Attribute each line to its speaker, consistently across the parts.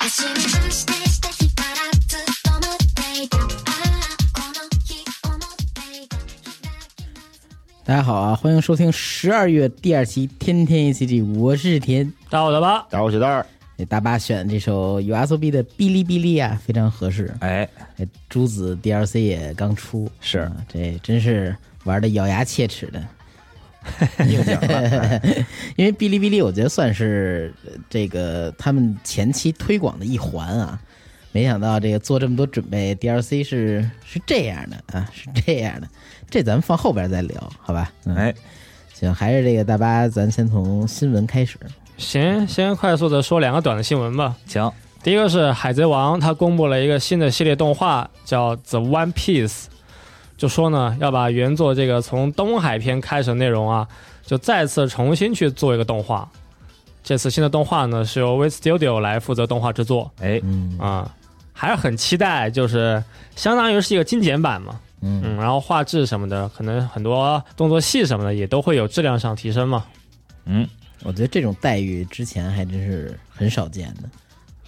Speaker 1: 足をしてした日からずっと待っていたああこの日思っていた開き直すの目
Speaker 2: 大家好啊，欢迎收听十二月第二期《天天 ACG》，我是田。
Speaker 3: 大伙的吧？
Speaker 4: 打我血袋儿，
Speaker 2: 那大巴选的这首 U.S.B 的《哔哩哔哩》啊，非常合适。
Speaker 4: 哎，
Speaker 2: 哎，朱子 DLC 也刚出，
Speaker 4: 是
Speaker 2: 啊这真是玩的咬牙切齿的。
Speaker 4: 应景了。
Speaker 2: 因为哔哩哔哩，我觉得算是呃这个他们前期推广的一环啊。没想到这个做这么多准备，DLC 是是这样的啊，是这样的。这咱们放后边再聊，好吧？嗯，
Speaker 4: 哎，
Speaker 2: 行，还是这个大巴，咱先从新闻开始。
Speaker 3: 行，先快速的说两个短的新闻吧。
Speaker 4: 行，
Speaker 3: 第一个是《海贼王》，它公布了一个新的系列动画，叫《The One Piece》，就说呢要把原作这个从东海篇开始的内容啊，就再次重新去做一个动画。这次新的动画呢是由 We Studio 来负责动画制作
Speaker 4: 哎，
Speaker 2: 嗯
Speaker 3: 啊、还是很期待，就是相当于是一个精简版嘛。
Speaker 2: 嗯，
Speaker 3: 嗯，然后画质什么的，可能很多动作戏什么的也都会有质量上提升嘛。
Speaker 4: 嗯，
Speaker 2: 我觉得这种待遇之前还真是很少见的，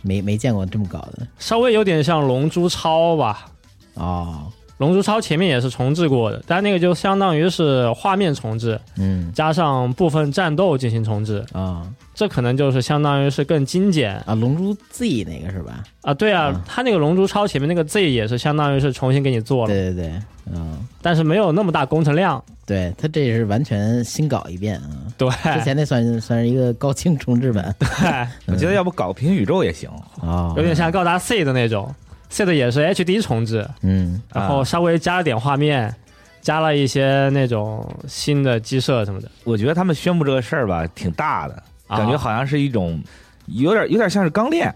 Speaker 2: 没没见过这么搞的
Speaker 3: 稍微有点像《龙珠超》吧，
Speaker 2: 哦。
Speaker 3: 《龙珠超》前面也是重置过的，但那个就相当于是画面重置，
Speaker 2: 嗯
Speaker 3: 加上部分战斗进行重置，
Speaker 2: 啊、
Speaker 3: 这可能就是相当于是更精简
Speaker 2: 啊，《龙珠 Z》那个是吧？
Speaker 3: 啊。对
Speaker 2: 嗯
Speaker 3: 啊，它那个《龙珠超》前面那个 Z 也是相当于是重新给你做了，
Speaker 2: 对对对，嗯，
Speaker 3: 但是没有那么大工程量。
Speaker 2: 对他这是完全新搞一遍啊。
Speaker 3: 对，
Speaker 2: 之前那算是算是一个高清重置版
Speaker 4: 我觉得要不搞平行宇宙也行。
Speaker 2: 哦，
Speaker 3: 有点像高达 C 的那种，C 的也是 HD 重置，
Speaker 2: 嗯
Speaker 3: 然后稍微加了点画面，加了一些那种新的机设什么的。
Speaker 4: 我觉得他们宣布这个事儿吧，挺大的，
Speaker 3: 啊
Speaker 4: 感觉好像是一种，有点有点像是钢链，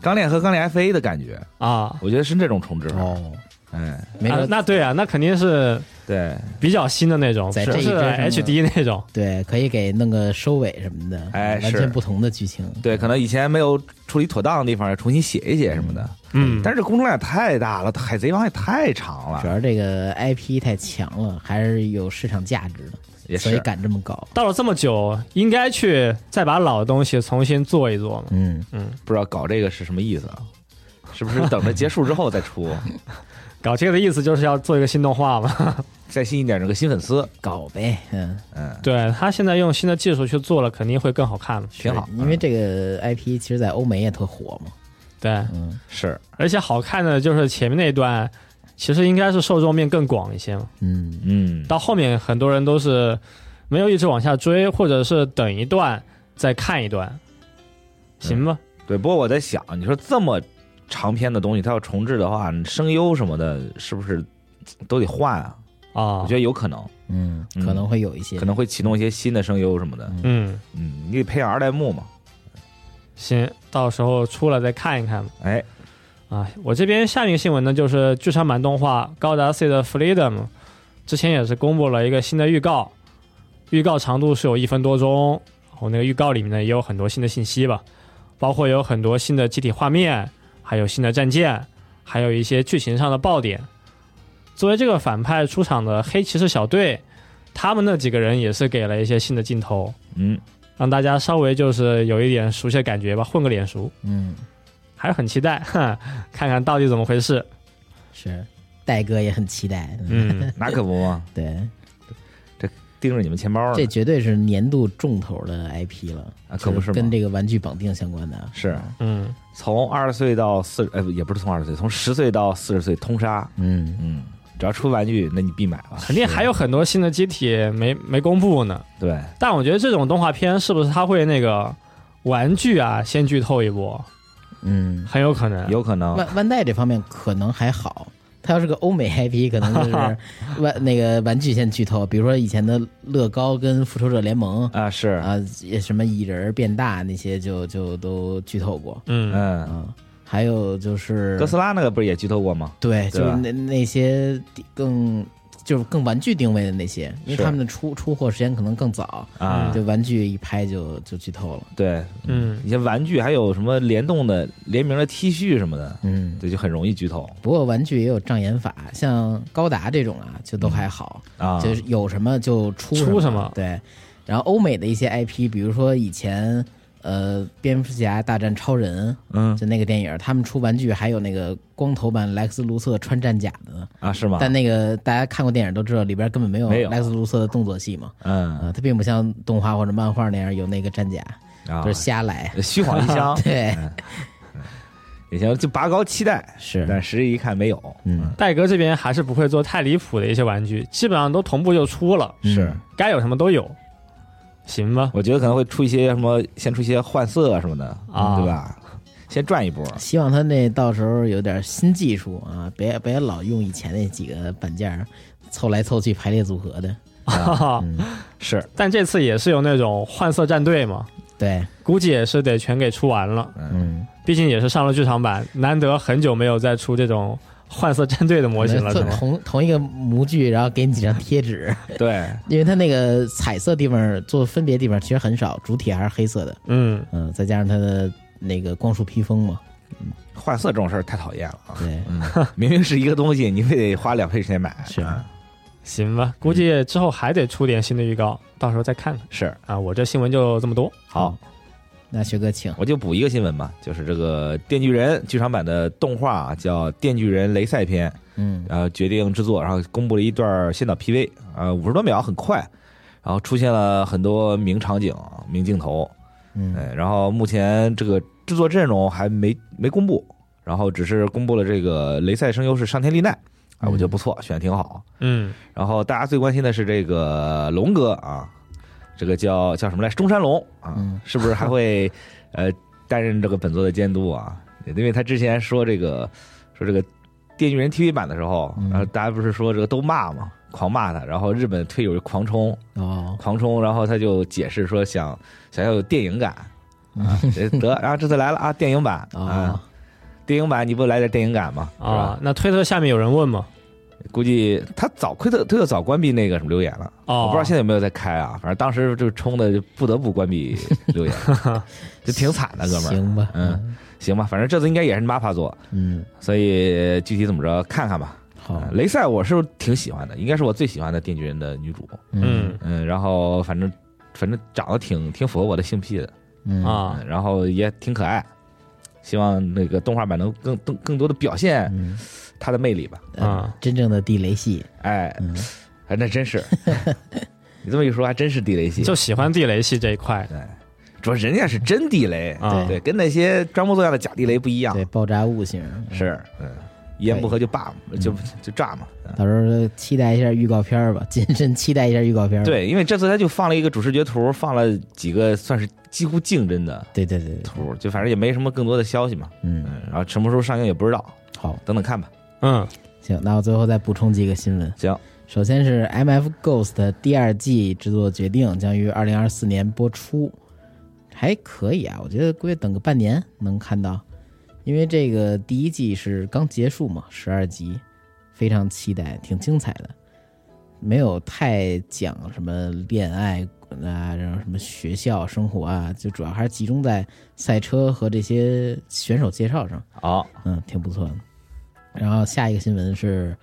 Speaker 4: 钢链和钢链 FA 的感觉。
Speaker 3: 啊，
Speaker 4: 我觉得是这种重置法。
Speaker 2: 哦，
Speaker 4: 哎，
Speaker 2: 没
Speaker 3: 啊
Speaker 2: 准、
Speaker 3: 那对啊，那肯定是
Speaker 4: 对，
Speaker 3: 比较新的那种，
Speaker 2: 在
Speaker 3: 不
Speaker 2: 这一
Speaker 3: 是
Speaker 2: 支上呢
Speaker 3: HD 那种。
Speaker 2: 对，可以给弄个收尾什么的，
Speaker 4: 哎
Speaker 2: 完
Speaker 4: 是
Speaker 2: 全不同的剧情，
Speaker 4: 对，可能以前没有处理妥当的地方，重新写一写什么的。
Speaker 3: 嗯，
Speaker 4: 但是这工程量也太大了，海贼王也太长
Speaker 2: 主
Speaker 4: 了，
Speaker 2: 要这个 IP 太强了，还是有市场价值的，
Speaker 4: 也
Speaker 2: 所以
Speaker 4: 是。
Speaker 2: 敢这么搞。
Speaker 3: 到了这么久，应该去再把老东西重新做一做嘛。
Speaker 2: 嗯，
Speaker 4: 不知道搞这个是什么意思啊？是不是等着结束之后再出，
Speaker 3: 搞这个的意思就是要做一个新动画嘛。
Speaker 4: 再吸引点这个新粉丝？
Speaker 2: 搞呗，嗯，
Speaker 4: 嗯，
Speaker 3: 对他现在用新的技术去做了，肯定会更好看嘛。
Speaker 4: 挺好嗯
Speaker 2: 是。因为这个 IP 其实，在欧美也特火嘛。
Speaker 3: 对，
Speaker 2: 嗯
Speaker 4: 是，
Speaker 3: 而且好看的就是前面那段，其实应该是受众面更广一些嘛。
Speaker 2: 嗯
Speaker 4: 嗯，
Speaker 3: 到后面很多人都是没有一直往下追，或者是等一段再看一段，行吧？
Speaker 4: 对。不过我在想，你说这么长篇的东西，它要重置的话，声优什么的，是不是都得换啊？
Speaker 3: 啊
Speaker 4: 我，觉得有可能，
Speaker 2: 嗯，
Speaker 4: 嗯
Speaker 2: 可能会有一些
Speaker 4: 可能会启动一些新的声优什么的。
Speaker 3: 嗯，
Speaker 4: 嗯，你得培养二代目嘛。
Speaker 3: 行，到时候出来再看一看吧。
Speaker 4: 哎，
Speaker 3: 啊，我这边下一个新闻呢，就是剧场版动画《高达 C 的 Freedom》，之前也是公布了一个新的预告，预告长度是有一分多钟，然后那个预告里面呢也有很多新的信息吧，包括有很多新的机体画面，还有新的战舰，还有一些剧情上的爆点。作为这个反派出场的黑骑士小队，他们那几个人也是给了一些新的镜头，
Speaker 4: 嗯，
Speaker 3: 让大家稍微就是有一点熟悉的感觉吧，混个脸熟，
Speaker 2: 嗯
Speaker 3: 还是很期待，哼，看看到底怎么回事。
Speaker 2: 是，戴哥也很期待。嗯，
Speaker 3: 嗯，
Speaker 4: 那可不嘛，
Speaker 2: 对，
Speaker 4: 盯着你们钱包呢。
Speaker 2: 这绝对是年度重头的 IP 了，
Speaker 4: 啊可不
Speaker 2: 就是跟
Speaker 4: 吗
Speaker 2: 这个玩具绑定相关的啊。
Speaker 4: 是
Speaker 3: 嗯，
Speaker 4: 从二十岁到四十，呃，不也不是从二十岁，从十岁到四十岁通杀。
Speaker 2: 嗯，
Speaker 4: 嗯，只要出玩具，那你必买了。
Speaker 3: 肯定还有很多新的机体没没公布呢。
Speaker 4: 对，
Speaker 3: 但我觉得这种动画片是不是它会那个玩具啊先剧透一波，
Speaker 2: 嗯，
Speaker 3: 很有可能。
Speaker 4: 有可能。
Speaker 2: 万万代这方面可能还好，它要是个欧美 IP，可能就是 玩那个玩具先剧透，比如说以前的乐高跟复仇者联盟
Speaker 4: 啊，是，
Speaker 2: 啊，也什么蚁人儿变大那些就就都剧透过
Speaker 3: 嗯，
Speaker 4: 嗯，
Speaker 2: 啊，还有就是
Speaker 4: 哥斯拉那个不是也剧透过吗？
Speaker 2: 对，就
Speaker 4: 对
Speaker 2: 是
Speaker 4: 吧
Speaker 2: 那那些更就是更玩具定位的那些，因
Speaker 4: 是
Speaker 2: 为他们的出出货时间可能更早，
Speaker 4: 啊，
Speaker 2: 就玩具一拍就就剧透了。
Speaker 4: 对，
Speaker 3: 嗯，
Speaker 4: 一些玩具还有什么联动的联名的 T 恤什么的，
Speaker 2: 嗯，
Speaker 4: 对，就很容易剧透
Speaker 2: 不过玩具也有障眼法，像高达这种啊，就都还好，
Speaker 4: 啊。
Speaker 2: 就是有什么就出什么
Speaker 3: 出什么
Speaker 2: 对，然后欧美的一些 IP，比如说以前呃蝙蝠侠大战超人，
Speaker 4: 嗯
Speaker 2: 就那个电影，他们出玩具还有那个光头版莱克斯卢瑟穿战甲的呢。
Speaker 4: 啊，是吗？
Speaker 2: 但那个大家看过电影都知道，里边根本没有
Speaker 4: 没有
Speaker 2: 莱克斯卢瑟的动作戏嘛。
Speaker 4: 嗯
Speaker 2: 啊，它并不像动画或者漫画那样有那个战甲，
Speaker 4: 啊
Speaker 2: 就是，瞎来。，
Speaker 4: 虚晃一枪
Speaker 2: 对，
Speaker 4: 也行，就拔高期待，
Speaker 2: 是，
Speaker 4: 但实际一看没有，
Speaker 2: 嗯，
Speaker 3: 戴哥这边还是不会做太离谱的一些玩具，基本上都同步就出了，
Speaker 4: 是
Speaker 3: 该有什么都有，行吧？
Speaker 4: 嗯我觉得可能会出一些什么，先出一些换色什么的
Speaker 3: 啊
Speaker 4: 对吧？先赚一波，
Speaker 2: 希望他那到时候有点新技术啊，别别老用以前那几个板件儿凑来凑去排列组合的。
Speaker 3: 哈哈，
Speaker 4: 是，
Speaker 3: 但这次也是有那种换色战队嘛，
Speaker 2: 对，
Speaker 3: 估计也是得全给出完了，
Speaker 2: 嗯，
Speaker 3: 毕竟也是上了剧场版，难得很久没有再出这种换色战队的模型了，是
Speaker 2: 做
Speaker 3: 吗？
Speaker 2: 同同一个模具，然后给你几张贴纸，
Speaker 4: 对，
Speaker 2: 因为它那个彩色地方做分别地方其实很少，主体还是黑色的，
Speaker 3: 嗯，
Speaker 2: 嗯，再加上它的那个光束披风嘛，
Speaker 4: 换色这种事儿太讨厌了啊！
Speaker 2: 对，
Speaker 4: 明明是一个东西，你非得花两倍时间买，
Speaker 2: 是
Speaker 4: 啊
Speaker 3: 行吧，估计之后还得出点新的预告，到时候再看看
Speaker 4: 是。
Speaker 3: 啊。我这新闻就这么多，
Speaker 4: 好，
Speaker 2: 嗯那学哥请，
Speaker 4: 我就补一个新闻吧，就是这个《电锯人》剧场版的动画啊叫《电锯人雷赛篇》，
Speaker 2: 嗯
Speaker 4: 然后呃决定制作，然后公布了一段先导 PV，呃，五十多秒，很快，然后出现了很多名场景、名镜头，
Speaker 2: 嗯
Speaker 4: 嗯，然后目前这个制作阵容还没没公布，然后只是公布了这个雷赛声优是上天丽奈，啊，我觉得不错，选的挺好。
Speaker 3: 嗯，
Speaker 4: 然后大家最关心的是这个龙哥啊，这个叫叫什么来？中山龙啊，
Speaker 2: 嗯
Speaker 4: 是不是还会呃担任这个本作的监督啊？因为他之前说这个说这个电锯人 TV 版的时候，
Speaker 2: 嗯
Speaker 4: 然后大家不是说这个都骂嘛，狂骂他，然后日本推友狂冲，
Speaker 2: 哦，
Speaker 4: 狂冲，然后他就解释说想想要有电影感啊， 得，然后这次来了啊，电影版啊
Speaker 2: 嗯哦，
Speaker 4: 电影版你不来点电影感吗？是吧
Speaker 3: 啊，？那推特下面有人问嘛？
Speaker 4: 估计他早推特推特早关闭那个什么留言了，
Speaker 3: 哦，
Speaker 4: 我不知道现在有没有在开啊，反正当时就冲的就不得不关 闭留言，就挺惨的，哥们儿。
Speaker 2: 行吧，
Speaker 4: 嗯，行吧，反正这次应该也是 MAPPA 做，
Speaker 2: 嗯，
Speaker 4: 所以具体怎么着看看吧。
Speaker 2: 好
Speaker 4: 啊，雷赛我是挺喜欢的，应该是我最喜欢的电锯人的女主。
Speaker 3: 嗯
Speaker 4: 嗯，然后反正反正长得挺挺符合我的性癖的。
Speaker 2: 嗯，
Speaker 3: 啊
Speaker 4: 嗯，然后也挺可爱。希望那个动画版能更更更多的表现
Speaker 2: 嗯呃
Speaker 4: 它的魅力吧。
Speaker 3: 啊，
Speaker 2: 真正的地雷系，
Speaker 4: 哎，
Speaker 2: 嗯
Speaker 4: 哎，那 真是，你这么一说还真是地雷系，
Speaker 3: 就喜欢地雷系这一块
Speaker 4: 主要人家是真地雷，
Speaker 3: 啊
Speaker 4: 对，跟那些装模作样的假地雷不一样
Speaker 2: 对，，爆炸物型
Speaker 4: 啊是，嗯，一言不合就罢嘛，就就炸嘛。嗯
Speaker 2: 到时候期待一下预告片儿吧， 谨慎期待一下预告片儿吧。
Speaker 4: 对，因为这次他就放了一个主视觉图，放了几个算是几乎竞争的
Speaker 2: 对对对对，
Speaker 4: 图，就反正也没什么更多的消息嘛。
Speaker 2: 嗯，
Speaker 4: 嗯，然后什么时候上映也不知道，
Speaker 2: 好，
Speaker 4: 等等看吧。
Speaker 3: 嗯，
Speaker 2: 行，那我最后再补充几个新闻。
Speaker 4: 行，
Speaker 2: 首先是 M F Ghost 第二季制作决定将于二零二四年播出，还可以啊，我觉得估计等个半年能看到，因为这个第一季是刚结束嘛，十二集，非常期待，挺精彩的，没有太讲什么恋爱啊，然后什么学校生活啊，就主要还是集中在赛车和这些选手介绍上。
Speaker 4: 好，
Speaker 2: 嗯，挺不错的。然后下一个新闻是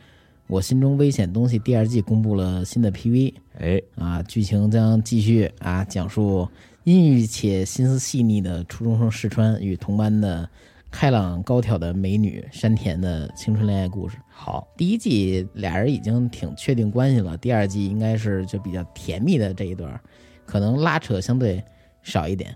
Speaker 2: 我心中危险东西第二季公布了新的 PV
Speaker 4: 哎，
Speaker 2: 啊，剧情将继续啊，讲述阴郁且心思细腻的初中生世川与同班的开朗高挑的美女山田的青春恋爱故事。
Speaker 4: 好，
Speaker 2: 第一季俩人已经挺确定关系了，第二季应该是就比较甜蜜的这一段儿，可能拉扯相对少一点。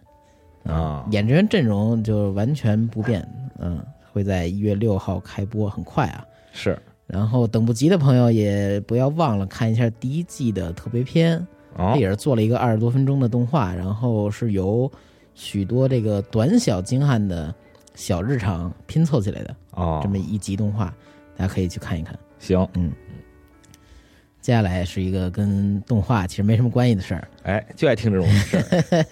Speaker 4: 啊
Speaker 2: 演职员阵容就完全不变，嗯，会在一月六号开播，很快啊。
Speaker 4: 是，
Speaker 2: 然后等不及的朋友也不要忘了看一下第一季的特别篇，
Speaker 4: 哦
Speaker 2: 它，也是做了一个二十多分钟的动画，然后是由许多这个短小精悍的小日常拼凑起来的
Speaker 4: 哦
Speaker 2: 这，么一集动画，大家可以去看一看。
Speaker 4: 行，
Speaker 2: 接下来是一个跟动画其实没什么关系的事儿，
Speaker 4: 哎，就爱听这种事儿，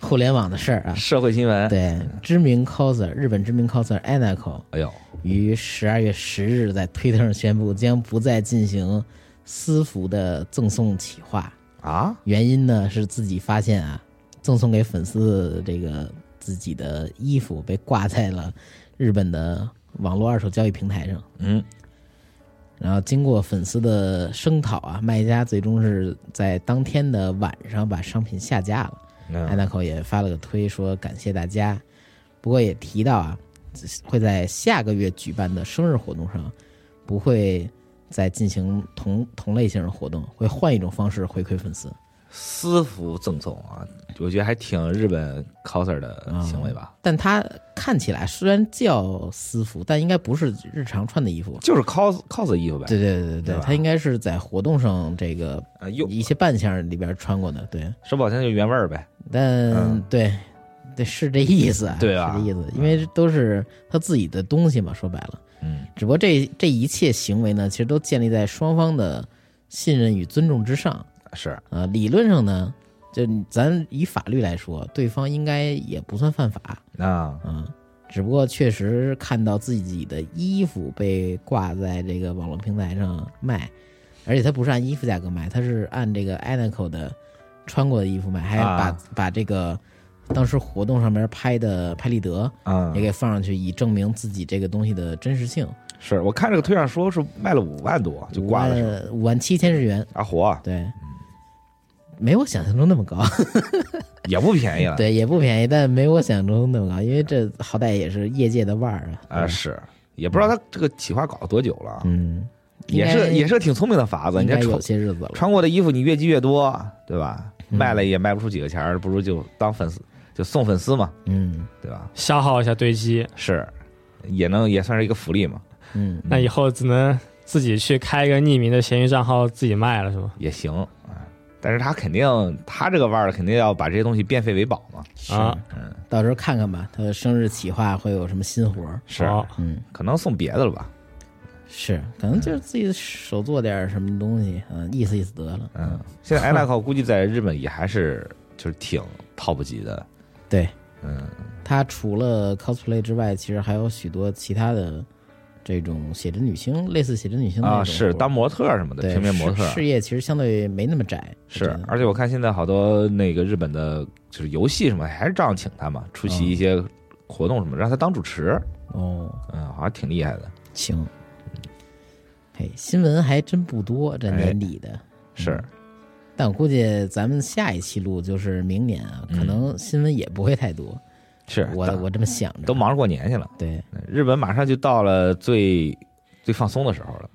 Speaker 2: 互联网的事儿啊。
Speaker 4: 社会新闻。，
Speaker 2: 对，知名 coser 日本知名 coser Anako
Speaker 4: 哎呦，
Speaker 2: 于十二月十日在推特上宣布将不再进行私服的赠送企划，
Speaker 4: 啊，
Speaker 2: 原因呢是自己发现啊，赠送给粉丝的这个自己的衣服被挂在了日本的网络二手交易平台上，
Speaker 4: 嗯，
Speaker 2: 然后经过粉丝的声讨啊，卖家最终是在当天的晚上把商品下架了。安
Speaker 4: 嗯
Speaker 2: 娜口也发了个推说感谢大家，不过也提到啊，会在下个月举办的生日活动上，不会再进行同同类型的活动，会换一种方式回馈粉丝。
Speaker 4: 私服赠送啊，我觉得还挺日本 coser 的行为吧，
Speaker 2: 但它看起来虽然叫私服，但应该不是日常穿的衣服。
Speaker 4: 就是 cos cos 衣服呗，
Speaker 2: 对对对对
Speaker 4: 对
Speaker 2: 对，
Speaker 4: 吧
Speaker 2: 它应该是在活动上这个
Speaker 4: 啊，又
Speaker 2: 一些扮相里边穿过的。对，
Speaker 4: 说不好听就原味儿呗，
Speaker 2: 但、
Speaker 4: 嗯
Speaker 2: 对，对是这意思啊，
Speaker 4: 对吧
Speaker 2: 是这意思，因为都是他自己的东西嘛，说白了。
Speaker 4: 嗯
Speaker 2: 只不过这这一切行为呢，其实都建立在双方的信任与尊重之上。
Speaker 4: 是，
Speaker 2: 呃，理论上呢，就咱以法律来说，对方应该也不算犯法，
Speaker 4: 啊，
Speaker 2: 嗯，只不过确实看到自己的衣服被挂在这个网络平台上卖，而且它不是按衣服价格卖，它是按这个 a n a c o 的穿过的衣服卖，还把、
Speaker 4: 啊
Speaker 2: 把这个当时活动上面拍的拍立得
Speaker 4: 嗯
Speaker 2: 也，给放上去，以证明自己这个东西的真实性。
Speaker 4: 是我看这个推上说是卖了五万多，就挂了是吧，
Speaker 2: 了五万七千日元，
Speaker 4: 啊，火
Speaker 2: 对。没我想象中那么高，
Speaker 4: 也不便宜 了，
Speaker 2: 对，也不便宜，但没我想象中那么高，因为这好歹也是业界的腕儿啊。
Speaker 4: 啊，是，也不知道他这个企划搞了多久了，
Speaker 2: 嗯，应
Speaker 4: 也
Speaker 2: 该
Speaker 4: 是也是挺聪明的法子，
Speaker 2: 应
Speaker 4: 你
Speaker 2: 该
Speaker 4: 这
Speaker 2: 有
Speaker 4: 穿
Speaker 2: 些日子了。
Speaker 4: 穿过的衣服你越积越多，对吧？
Speaker 2: 嗯
Speaker 4: 卖了也卖不出几个钱儿，不如就当粉丝，就送粉丝嘛，
Speaker 2: 嗯
Speaker 4: 对吧？
Speaker 3: 消耗一下堆积，
Speaker 4: 是，也能也算是一个福利嘛，
Speaker 2: 嗯，
Speaker 3: 那以后只能自己去开一个匿名的闲鱼账号自己卖了，是吗？
Speaker 4: 也行啊。但是他肯定，他这个腕儿肯定要把这些东西变废为宝嘛。
Speaker 3: 啊，
Speaker 2: 到时候看看吧，他的生日企划会有什么新活儿？
Speaker 4: 是，
Speaker 3: 好
Speaker 2: 嗯，
Speaker 4: 啊可能送别的了吧？
Speaker 2: 是，可能就是自己手做点儿什么东西，嗯，意思意思得了。
Speaker 4: 嗯，现在 a n a c 估计在日本也还是就是挺 top 级的。
Speaker 2: 对
Speaker 4: 嗯，
Speaker 2: 他除了 cosplay 之外，其实还有许多其他的这种写真女星，类似写真女星的那种
Speaker 4: 啊，是
Speaker 2: 活儿
Speaker 4: 当模特儿什么的，
Speaker 2: 对
Speaker 4: 平面模特
Speaker 2: 事
Speaker 4: 儿
Speaker 2: 事业其实相对没那么窄，我觉。
Speaker 4: 是
Speaker 2: 得
Speaker 4: 而且我看现在好多那个日本的，就是游戏什么，还是照样请他嘛，出席一些活动什么，让他当主持。
Speaker 2: 哦，
Speaker 4: 嗯，好像挺厉害的。
Speaker 2: 行。嘿，新闻还真不多，这
Speaker 4: 哎
Speaker 2: 年底的。
Speaker 4: 是
Speaker 2: 嗯，但我估计咱们下一期录就是明年啊，可
Speaker 4: 嗯
Speaker 2: 能新闻也不会太多。
Speaker 4: 是，
Speaker 2: 我
Speaker 4: 大
Speaker 2: 我这么想着，
Speaker 4: 都忙着过年去了。
Speaker 2: 对
Speaker 4: 日本马上就到了最最放松的时候了，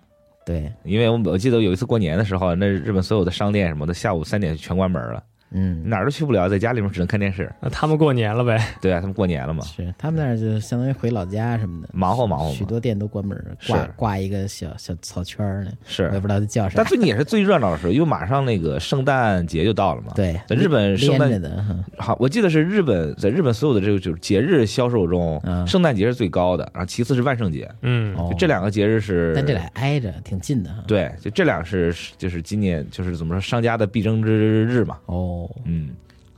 Speaker 2: 对，
Speaker 4: 因为我我记得有一次过年的时候，那日本所有的商店什么的下午三点全关门了，
Speaker 2: 嗯，
Speaker 4: 哪儿都去不了，在家里面只能看电视。
Speaker 3: 那他们过年了呗？
Speaker 4: 对啊，他们过年了嘛，
Speaker 2: 是他们那儿就相当于回老家什么的，
Speaker 4: 忙活忙活
Speaker 2: 许
Speaker 4: 嘛。
Speaker 2: 多店都关门了，挂
Speaker 4: 是
Speaker 2: 挂一个小小草圈儿呢，我也
Speaker 4: 是，
Speaker 2: 不知道它叫啥
Speaker 4: 但。最近也是最热闹的时候，因为马上那个圣诞节就到了嘛。，
Speaker 2: 对，
Speaker 4: 在日本圣
Speaker 2: 连
Speaker 4: 诞
Speaker 2: 着的哈，
Speaker 4: 好，我记得是日本，在日本所有的这个就是节日销售中，
Speaker 2: 嗯
Speaker 4: 圣诞节是最高的，然后其次是万圣节，
Speaker 3: 嗯，
Speaker 2: 哦
Speaker 4: 就这两个节日是。
Speaker 2: 但这俩挨着，挺近的哈。
Speaker 4: 对，就这俩是是就是今年就是怎么说商家的必争之日嘛，
Speaker 2: 哦，
Speaker 4: 嗯，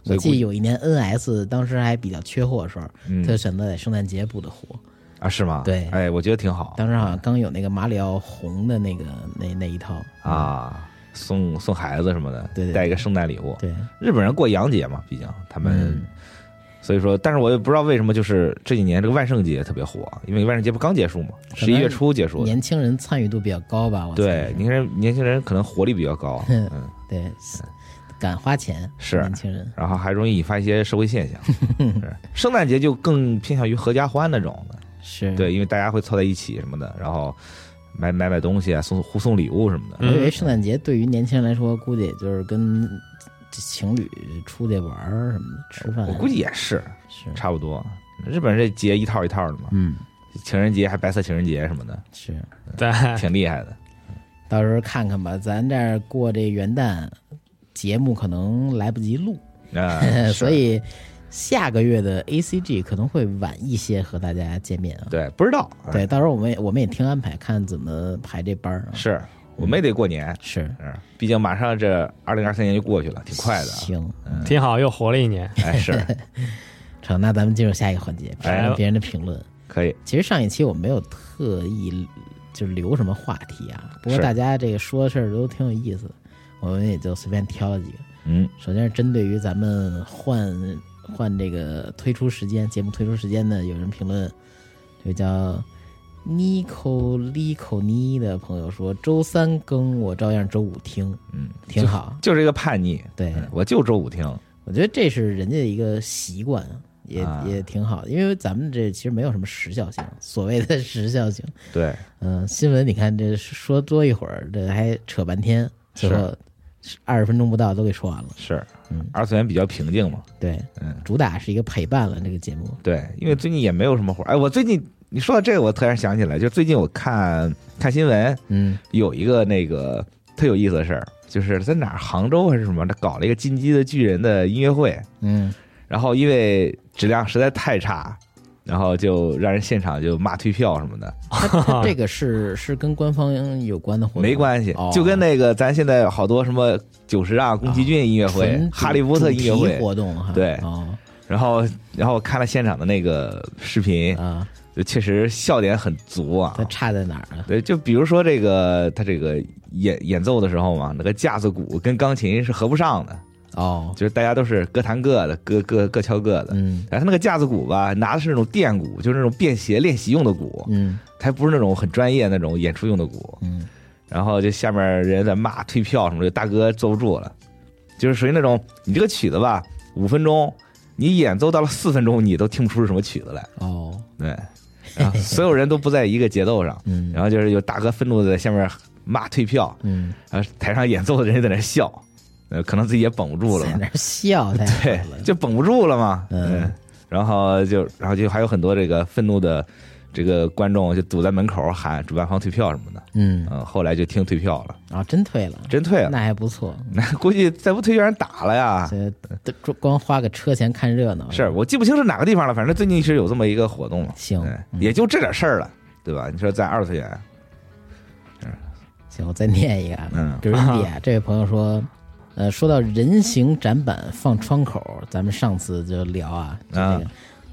Speaker 4: 所
Speaker 2: 我
Speaker 4: 以
Speaker 2: 记
Speaker 4: 估
Speaker 2: 得
Speaker 4: 计
Speaker 2: 有一年 NS 当时还比较缺货的时候，他就
Speaker 4: 嗯
Speaker 2: 选择在圣诞节补的货。
Speaker 4: 啊是吗？
Speaker 2: 对
Speaker 4: 哎，我觉得挺好
Speaker 2: 当时好像刚有那个马里奥红的那个那那一套，
Speaker 4: 啊，送送孩子什么的，
Speaker 2: 对对
Speaker 4: 带一个圣诞礼物。
Speaker 2: 对，
Speaker 4: 日本人过洋节嘛，毕竟他们
Speaker 2: 嗯
Speaker 4: 所以说，但是我也不知道为什么，就是这几年这个万圣节特别火，因为万圣节不刚结束嘛，
Speaker 2: 可
Speaker 4: 十
Speaker 2: 能
Speaker 4: 一月初结束的。
Speaker 2: 年轻人参与度比较高吧？我猜
Speaker 4: 对
Speaker 2: 是，
Speaker 4: 年轻人年轻人可能活力比较高，
Speaker 2: 嗯
Speaker 4: 嗯，
Speaker 2: 对，敢花钱
Speaker 4: 是
Speaker 2: 年轻人，
Speaker 4: 然后还容易引发一些社会现象。 是圣诞节就更偏向于合家欢那种的，
Speaker 2: 是
Speaker 4: 对，因为大家会凑在一起什么的，然后买买买东西啊，送互送礼物什么的。
Speaker 2: 我以为
Speaker 3: 嗯
Speaker 2: 圣诞节对于年轻人来说，估计也就是跟情侣出去玩儿什么的，吃饭。
Speaker 4: 我估计也是
Speaker 2: 是，
Speaker 4: 差不多。日本人这节一套一套的嘛，
Speaker 2: 嗯，
Speaker 4: 情人节还白色情人节什么的，
Speaker 2: 是。
Speaker 3: 对，
Speaker 2: 哎
Speaker 4: 挺厉害的。
Speaker 2: 到时候看看吧，咱这儿过这元旦，节目可能来不及录，，
Speaker 4: 啊
Speaker 2: 呃所以下个月的 ACG 可能会晚一些和大家见面啊
Speaker 4: 是。对不知道，哎
Speaker 2: 对，到时候我们也我们也听安排，看怎么排这班儿啊。
Speaker 4: 是我们也得过年，
Speaker 2: 是，
Speaker 4: 嗯，毕竟马上这二零二三年就过去了，挺快的啊。
Speaker 2: 行，
Speaker 3: 挺好，又活了一年。
Speaker 4: 哎，是
Speaker 2: 成，那咱们进入下一个环节，评
Speaker 4: 哎
Speaker 2: 论别人的评论。
Speaker 4: 可以，
Speaker 2: 其实上一期我没有特意就是留什么话题啊。不过
Speaker 4: 是
Speaker 2: 大家这个说的事儿都挺有意思的，我们也就随便挑了几个。
Speaker 4: 嗯，
Speaker 2: 首先是针对于咱们换换这个推出时间节目推出时间的，有人评论，这个叫 Nico Lico 尼的朋友说，周三更我照样周五听，
Speaker 4: 嗯，
Speaker 2: 挺 好。
Speaker 4: 就是一个叛逆，
Speaker 2: 对，
Speaker 4: 嗯我就周五听，
Speaker 2: 我觉得这是人家的一个习惯，也、
Speaker 4: 啊
Speaker 2: 也挺好的，因为咱们这其实没有什么时效性，所谓的时效性。
Speaker 4: 对，
Speaker 2: 嗯、新闻你看这说多一会儿，这还扯半天，最
Speaker 4: 是
Speaker 2: 后二十分钟不到都给说完了。
Speaker 4: 是
Speaker 2: 嗯，
Speaker 4: 二次元比较平静嘛，
Speaker 2: 对，
Speaker 4: 嗯，
Speaker 2: 主打是一个陪伴了这个节目。
Speaker 4: 对，因为最近也没有什么活儿。哎，我最近你说到这个，我突然想起来，就最近我看看新闻，
Speaker 2: 嗯
Speaker 4: 有一个那个特有意思的事儿，就是在哪儿，杭州还是什么，他搞了一个《进击的巨人》的音乐会，
Speaker 2: 嗯，
Speaker 4: 然后因为质量实在太差，然后就让人现场就骂退票什么的，
Speaker 2: 它这个是是跟官方有关的活动吗，
Speaker 4: 没关系
Speaker 2: 哦，
Speaker 4: 就跟那个咱现在好多什么九十啊、宫崎骏音乐会、
Speaker 2: 纯主
Speaker 4: 哈利波特音乐
Speaker 2: 主题
Speaker 4: 会，
Speaker 2: 活动哈，
Speaker 4: 对
Speaker 2: 哦
Speaker 4: 然后然后我看了现场的那个视频，
Speaker 2: 啊，
Speaker 4: 就确实笑点很足啊
Speaker 2: 它。差在哪儿啊？
Speaker 4: 对，就比如说这个，他这个演演奏的时候嘛，那个架子鼓跟钢琴是合不上的，
Speaker 2: 哦，
Speaker 4: 就是大家都是各弹各的，各各各敲各的。
Speaker 2: 嗯
Speaker 4: 然后他那个架子鼓吧，拿的是那种电鼓，就是那种便携练习用的鼓，
Speaker 2: 嗯
Speaker 4: 它还不是那种很专业那种演出用的鼓。
Speaker 2: 嗯
Speaker 4: 然后就下面人在骂退票什么的，大哥坐不住了，就是属于那种你这个曲子吧，五分钟，你演奏到了四分钟，你都听不出是什么曲子来。
Speaker 2: 哦
Speaker 4: 对，然后 所有人都不在一个节奏上。
Speaker 2: 嗯，
Speaker 4: 然后就是有大哥愤怒的在下面骂退票，
Speaker 2: 嗯
Speaker 4: 然后台上演奏的人在那笑，呃，可能自己也绷不住了
Speaker 2: 在
Speaker 4: 嘛，
Speaker 2: 那儿笑太
Speaker 4: 对
Speaker 2: 好了，，
Speaker 4: 就绷不住了嘛，
Speaker 2: 嗯
Speaker 4: 嗯，然后就然后就还有很多这个愤怒的这个观众就堵在门口喊主办方退票什么的，
Speaker 2: 嗯
Speaker 4: 嗯，后来就听退票了，
Speaker 2: 啊，真退了，
Speaker 4: 真退了，啊
Speaker 2: 那还不错，
Speaker 4: 那估计再不退就让人打了呀。
Speaker 2: 这这光花个车钱看热闹
Speaker 4: 是我记不清是哪个地方了，反正最近是有这么一个活动了，
Speaker 2: 行
Speaker 4: 嗯
Speaker 2: 嗯
Speaker 4: 也就这点事儿了，对吧？你说在二次元，
Speaker 2: 行，我再念一个啊，
Speaker 4: 嗯
Speaker 2: 这是比啊，这位朋友说，呃，说到人形展板放窗口，咱们上次就聊啊，就那个，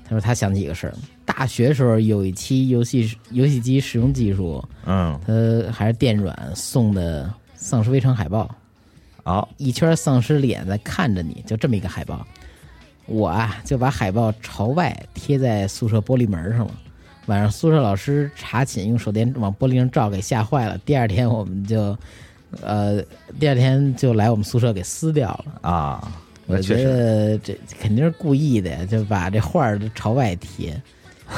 Speaker 2: 他说他想起一个事儿，大学时候有一期游戏游戏机使用技术，
Speaker 4: 嗯，
Speaker 2: 他还是电软送的《丧尸围城》海报，
Speaker 4: 好、
Speaker 2: 一圈丧尸脸在看着你，就这么一个海报。我啊，就把海报朝外贴在宿舍玻璃门上了。晚上宿舍老师查寝，用手电往玻璃上照，给吓坏了。第二天我们就，呃，第二天就来我们宿舍给撕掉了。
Speaker 4: 啊，
Speaker 2: 我
Speaker 4: 那确
Speaker 2: 觉
Speaker 4: 实，
Speaker 2: 得这肯定是故意的呀，就把这画儿都朝外贴。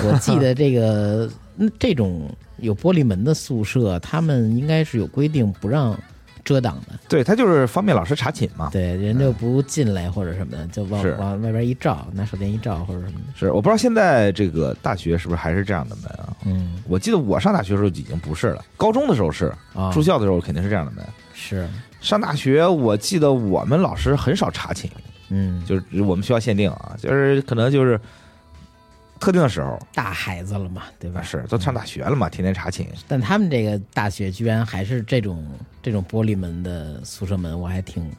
Speaker 2: 我记得这个 嗯这种有玻璃门的宿舍，他们应该是有规定不让遮挡的。
Speaker 4: 对他就是方便老师查寝嘛。
Speaker 2: 对，人就不进来或者什么的，就往
Speaker 4: 是
Speaker 2: 往外边一照，拿手电一照或者什么的。
Speaker 4: 是，我不知道现在这个大学是不是还是这样的门啊？
Speaker 2: 嗯，
Speaker 4: 我记得我上大学的时候已经不是了，高中的时候是，
Speaker 2: 啊、
Speaker 4: 住校的时候肯定是这样的门。
Speaker 2: 是，
Speaker 4: 上大学，我记得我们老师很少查寝，
Speaker 2: 嗯，
Speaker 4: 就是我们学校限定啊，就是可能就是特定的时候，
Speaker 2: 大孩子了嘛，对吧？
Speaker 4: 是都上大学了嘛，天天查寝。
Speaker 2: 但他们这个大学居然还是这种这种玻璃门的宿舍门，我还挺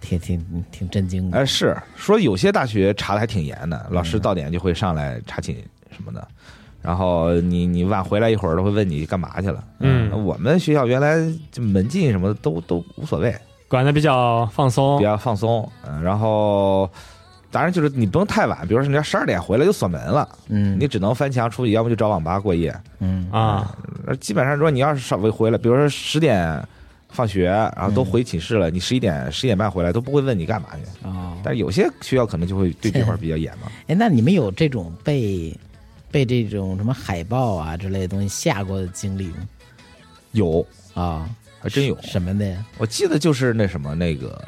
Speaker 2: 挺挺挺震惊的。
Speaker 4: 哎，是说有些大学查的还挺严的，老师到点就会上来查寝什么的，然后你你晚回来一会儿都会问你干嘛去了。呃
Speaker 3: 嗯，
Speaker 4: 我们学校原来就门禁什么的都都无所谓，
Speaker 3: 管的比较放
Speaker 4: 比
Speaker 3: 松，
Speaker 4: 较放松。嗯，然后当然就是你不用太晚，比如说你要十二点回来就锁门了，
Speaker 2: 嗯，
Speaker 4: 你只能翻墙出去，要么就找网吧过夜。
Speaker 2: 嗯
Speaker 3: 啊，
Speaker 4: 而基本上如果你要是稍微回来，比如说十点放学，然后都回寝室了，你十一点十一点半回来都不会问你干嘛去。
Speaker 2: 哦，
Speaker 4: 但是有些学校可能就会对这块儿比较严 嘛。
Speaker 2: 哎，那你们有这种被被这种什么海报啊之类的东西吓过的经历吗？
Speaker 4: 有，
Speaker 2: 啊、
Speaker 4: 还真有。
Speaker 2: 什么的呀？
Speaker 4: 我记得就是那什么那个，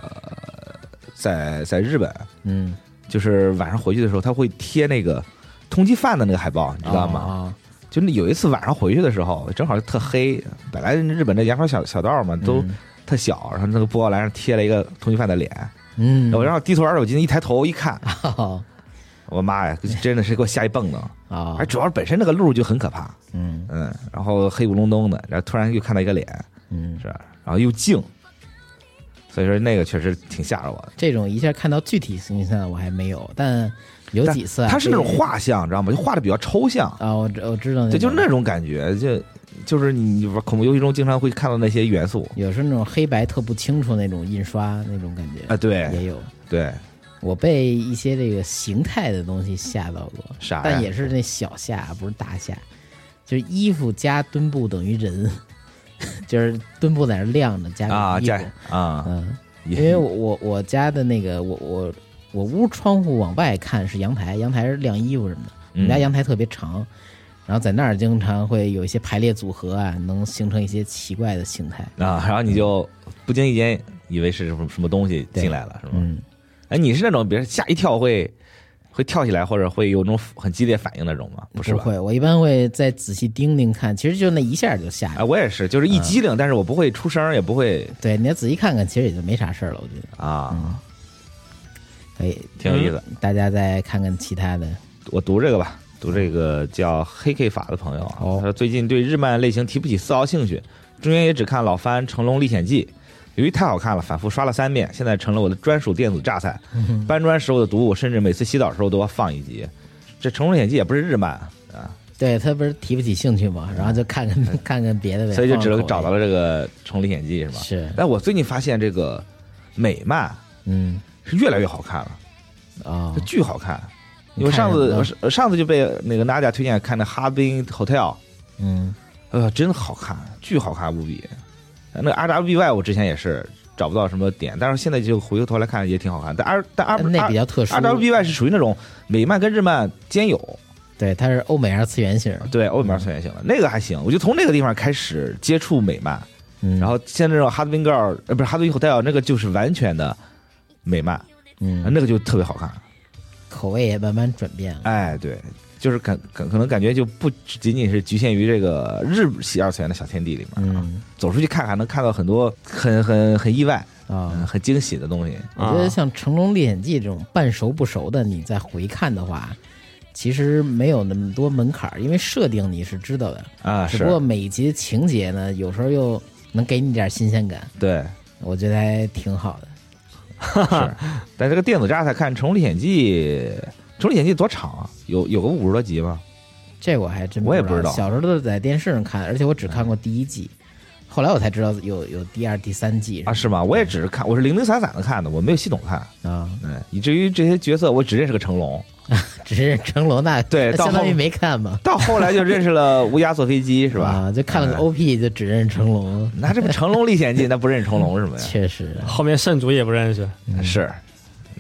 Speaker 4: 在在日本，
Speaker 2: 嗯，
Speaker 4: 就是晚上回去的时候，他会贴那个通缉犯的那个海报，你知道吗？
Speaker 2: 啊、哦
Speaker 4: 就那有一次晚上回去的时候，正好特黑，本来日本这沿海小小道嘛都
Speaker 2: 嗯
Speaker 4: 特小，然后那个布告栏上贴了一个通缉犯的脸，
Speaker 2: 嗯，
Speaker 4: 我然后低头玩手机，一抬头一看，
Speaker 2: 哦
Speaker 4: 我妈呀，真的是给我吓一蹦呢！
Speaker 2: 啊
Speaker 4: 而，主要是本身那个路就很可怕，
Speaker 2: 嗯
Speaker 4: 嗯，然后黑咕隆咚的，然后突然又看到一个脸，
Speaker 2: 嗯，
Speaker 4: 是吧？然后又静，所以说那个确实挺吓着我的。
Speaker 2: 这种一下看到具体形象我还没有，但有几次啊？
Speaker 4: 它是那种
Speaker 2: 这
Speaker 4: 画像，知道吗？就画的比较抽象，
Speaker 2: 啊，我知我知道，
Speaker 4: 对，就是那种感觉，就就是你玩恐怖游戏中经常会看到那些元素
Speaker 2: 有时候那种黑白特不清楚那种印刷那种感觉
Speaker 4: 啊，对
Speaker 2: 也有。
Speaker 4: 对，
Speaker 2: 我被一些这个形态的东西吓到过，
Speaker 4: 啥呀？
Speaker 2: 但也是那小吓，不是大吓，就是衣服加墩布等于人， 就是墩布在那晾着加
Speaker 4: 啊，
Speaker 2: 个衣
Speaker 4: 加
Speaker 2: 服，
Speaker 4: 啊，
Speaker 2: 嗯，
Speaker 4: 因
Speaker 2: 因为我我我家的那个我我我屋窗户往外看是阳台，阳台是晾衣服什么的，我
Speaker 4: 嗯
Speaker 2: 们家阳台特别长，然后在那儿经常会有一些排列组合啊，能形成一些奇怪的形态，
Speaker 4: 啊，然后你就不经意间以为是什么什么东西进来了，是吗？
Speaker 2: 嗯，
Speaker 4: 哎，你是那种别人吓一跳会会跳起来，或者会有那种很激烈反应那种吗？不
Speaker 2: 不
Speaker 4: 是吧？
Speaker 2: 会，我一般会再仔细盯盯看，其实就那一下就吓着
Speaker 4: 哎，。我也是，
Speaker 2: 嗯
Speaker 4: 就是一激灵，但是我不会出声，也不会
Speaker 2: 对，你要仔细看看，其实也就没啥事儿了，我觉得
Speaker 4: 啊，
Speaker 2: 可以。
Speaker 4: 挺有意思。
Speaker 2: 嗯大家再看看其他的，
Speaker 4: 我读这个吧，读这个叫黑 K 法的朋友啊，
Speaker 2: 哦
Speaker 4: 他说最近对日漫类型提不起丝毫兴趣，中间也只看老番《成龙历险记》，由于太好看了，反复刷了三遍，现在成了我的专属电子榨菜。搬砖时候的读物，甚至每次洗澡的时候都要放一集。这《成龙历险记》也不是日漫啊，
Speaker 2: 对他不是提不起兴趣嘛，然后就看看看看别的呗，
Speaker 4: 嗯所以就
Speaker 2: 放
Speaker 4: 只
Speaker 2: 口
Speaker 4: 能
Speaker 2: 味
Speaker 4: 找到了这个《成龙历险记》是吧？
Speaker 2: 是，
Speaker 4: 但我最近发现这个美漫
Speaker 2: 嗯
Speaker 4: 是越来越好看了，
Speaker 2: 啊
Speaker 4: 这，巨好看。
Speaker 2: 你
Speaker 4: 因为
Speaker 2: 看
Speaker 4: 上
Speaker 2: 什么
Speaker 4: 次
Speaker 2: 呢
Speaker 4: 我是上次就被那个娜姐推荐看的《哈滨 Hotel》。
Speaker 2: 嗯
Speaker 4: 呃，真好看，巨好看无比。那个 RWBY 我之前也是找不到什么点，但是现在就回过头来看也挺好看。但 R 但 R
Speaker 2: 呃那比较特殊，
Speaker 4: RWBY 是属于那种美漫跟日漫兼有，
Speaker 2: 对，它是欧美二次元型，
Speaker 4: 对欧美漫次元型的那个还行。我就从那个地方开始接触美漫，
Speaker 2: 嗯，
Speaker 4: 然后现在这种《哈德宾 girl》呃不是《哈德宾 hotel》那个就是完全的美漫，
Speaker 2: 嗯，
Speaker 4: 那个就特别好看。
Speaker 2: 口味也慢慢转变了，
Speaker 4: 哎，对，就是感可可能感觉就不仅仅是局限于这个日系二次元的小天地里面，
Speaker 2: 嗯
Speaker 4: 走出去看看能看到很多很很很意外。嗯，
Speaker 2: 啊。
Speaker 4: 很惊喜的东西。
Speaker 2: 我觉得像《成龙历险记》这种半熟不熟的，你再回看的话，其实没有那么多门槛儿，因为设定你是知道的，
Speaker 4: 啊，
Speaker 2: 只不过每一集情节呢，有时候又能给你点新鲜感，
Speaker 4: 对，
Speaker 2: 我觉得还挺好的。
Speaker 4: 是。但这个电子榨菜看《成龙历险记》，《成龙历险记》多长啊？有有个五十多集吗？
Speaker 2: 这我还真
Speaker 4: 我也不知道
Speaker 2: 小时候都是在电视上看，而且我只看过第一季，后来我才知道有有第二、第三季
Speaker 4: 啊，是吗？我也只是看，我是零零散散的看的，我没有系统看，
Speaker 2: 啊，
Speaker 4: 嗯，以至于这些角色我只认识个成龙。
Speaker 2: 只是成龙那
Speaker 4: 对
Speaker 2: 那
Speaker 4: 到后
Speaker 2: 相当于没看嘛，
Speaker 4: 到后来就认识了 乌鸦坐飞机，是吧？
Speaker 2: 啊，就看了个
Speaker 4: 嗯
Speaker 2: OP 就只认成龙，
Speaker 4: 那这不《成龙历险记》， 那不认识成龙是什么呀？
Speaker 2: 确实
Speaker 3: 后面圣主也不认识。
Speaker 4: 是，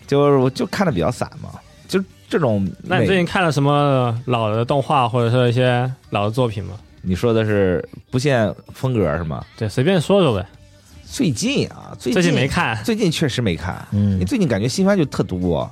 Speaker 4: 就是我就看的比较散嘛，就这种。
Speaker 3: 那你最近看了什么老的动画或者是一些老的作品吗？
Speaker 4: 你说的是不限风格是吗？
Speaker 3: 对，随便说说呗。
Speaker 4: 最近啊，最
Speaker 3: 最
Speaker 4: 近
Speaker 3: 近没看，
Speaker 4: 最近确实没看，
Speaker 2: 嗯
Speaker 4: 因为最近感觉新番就特多，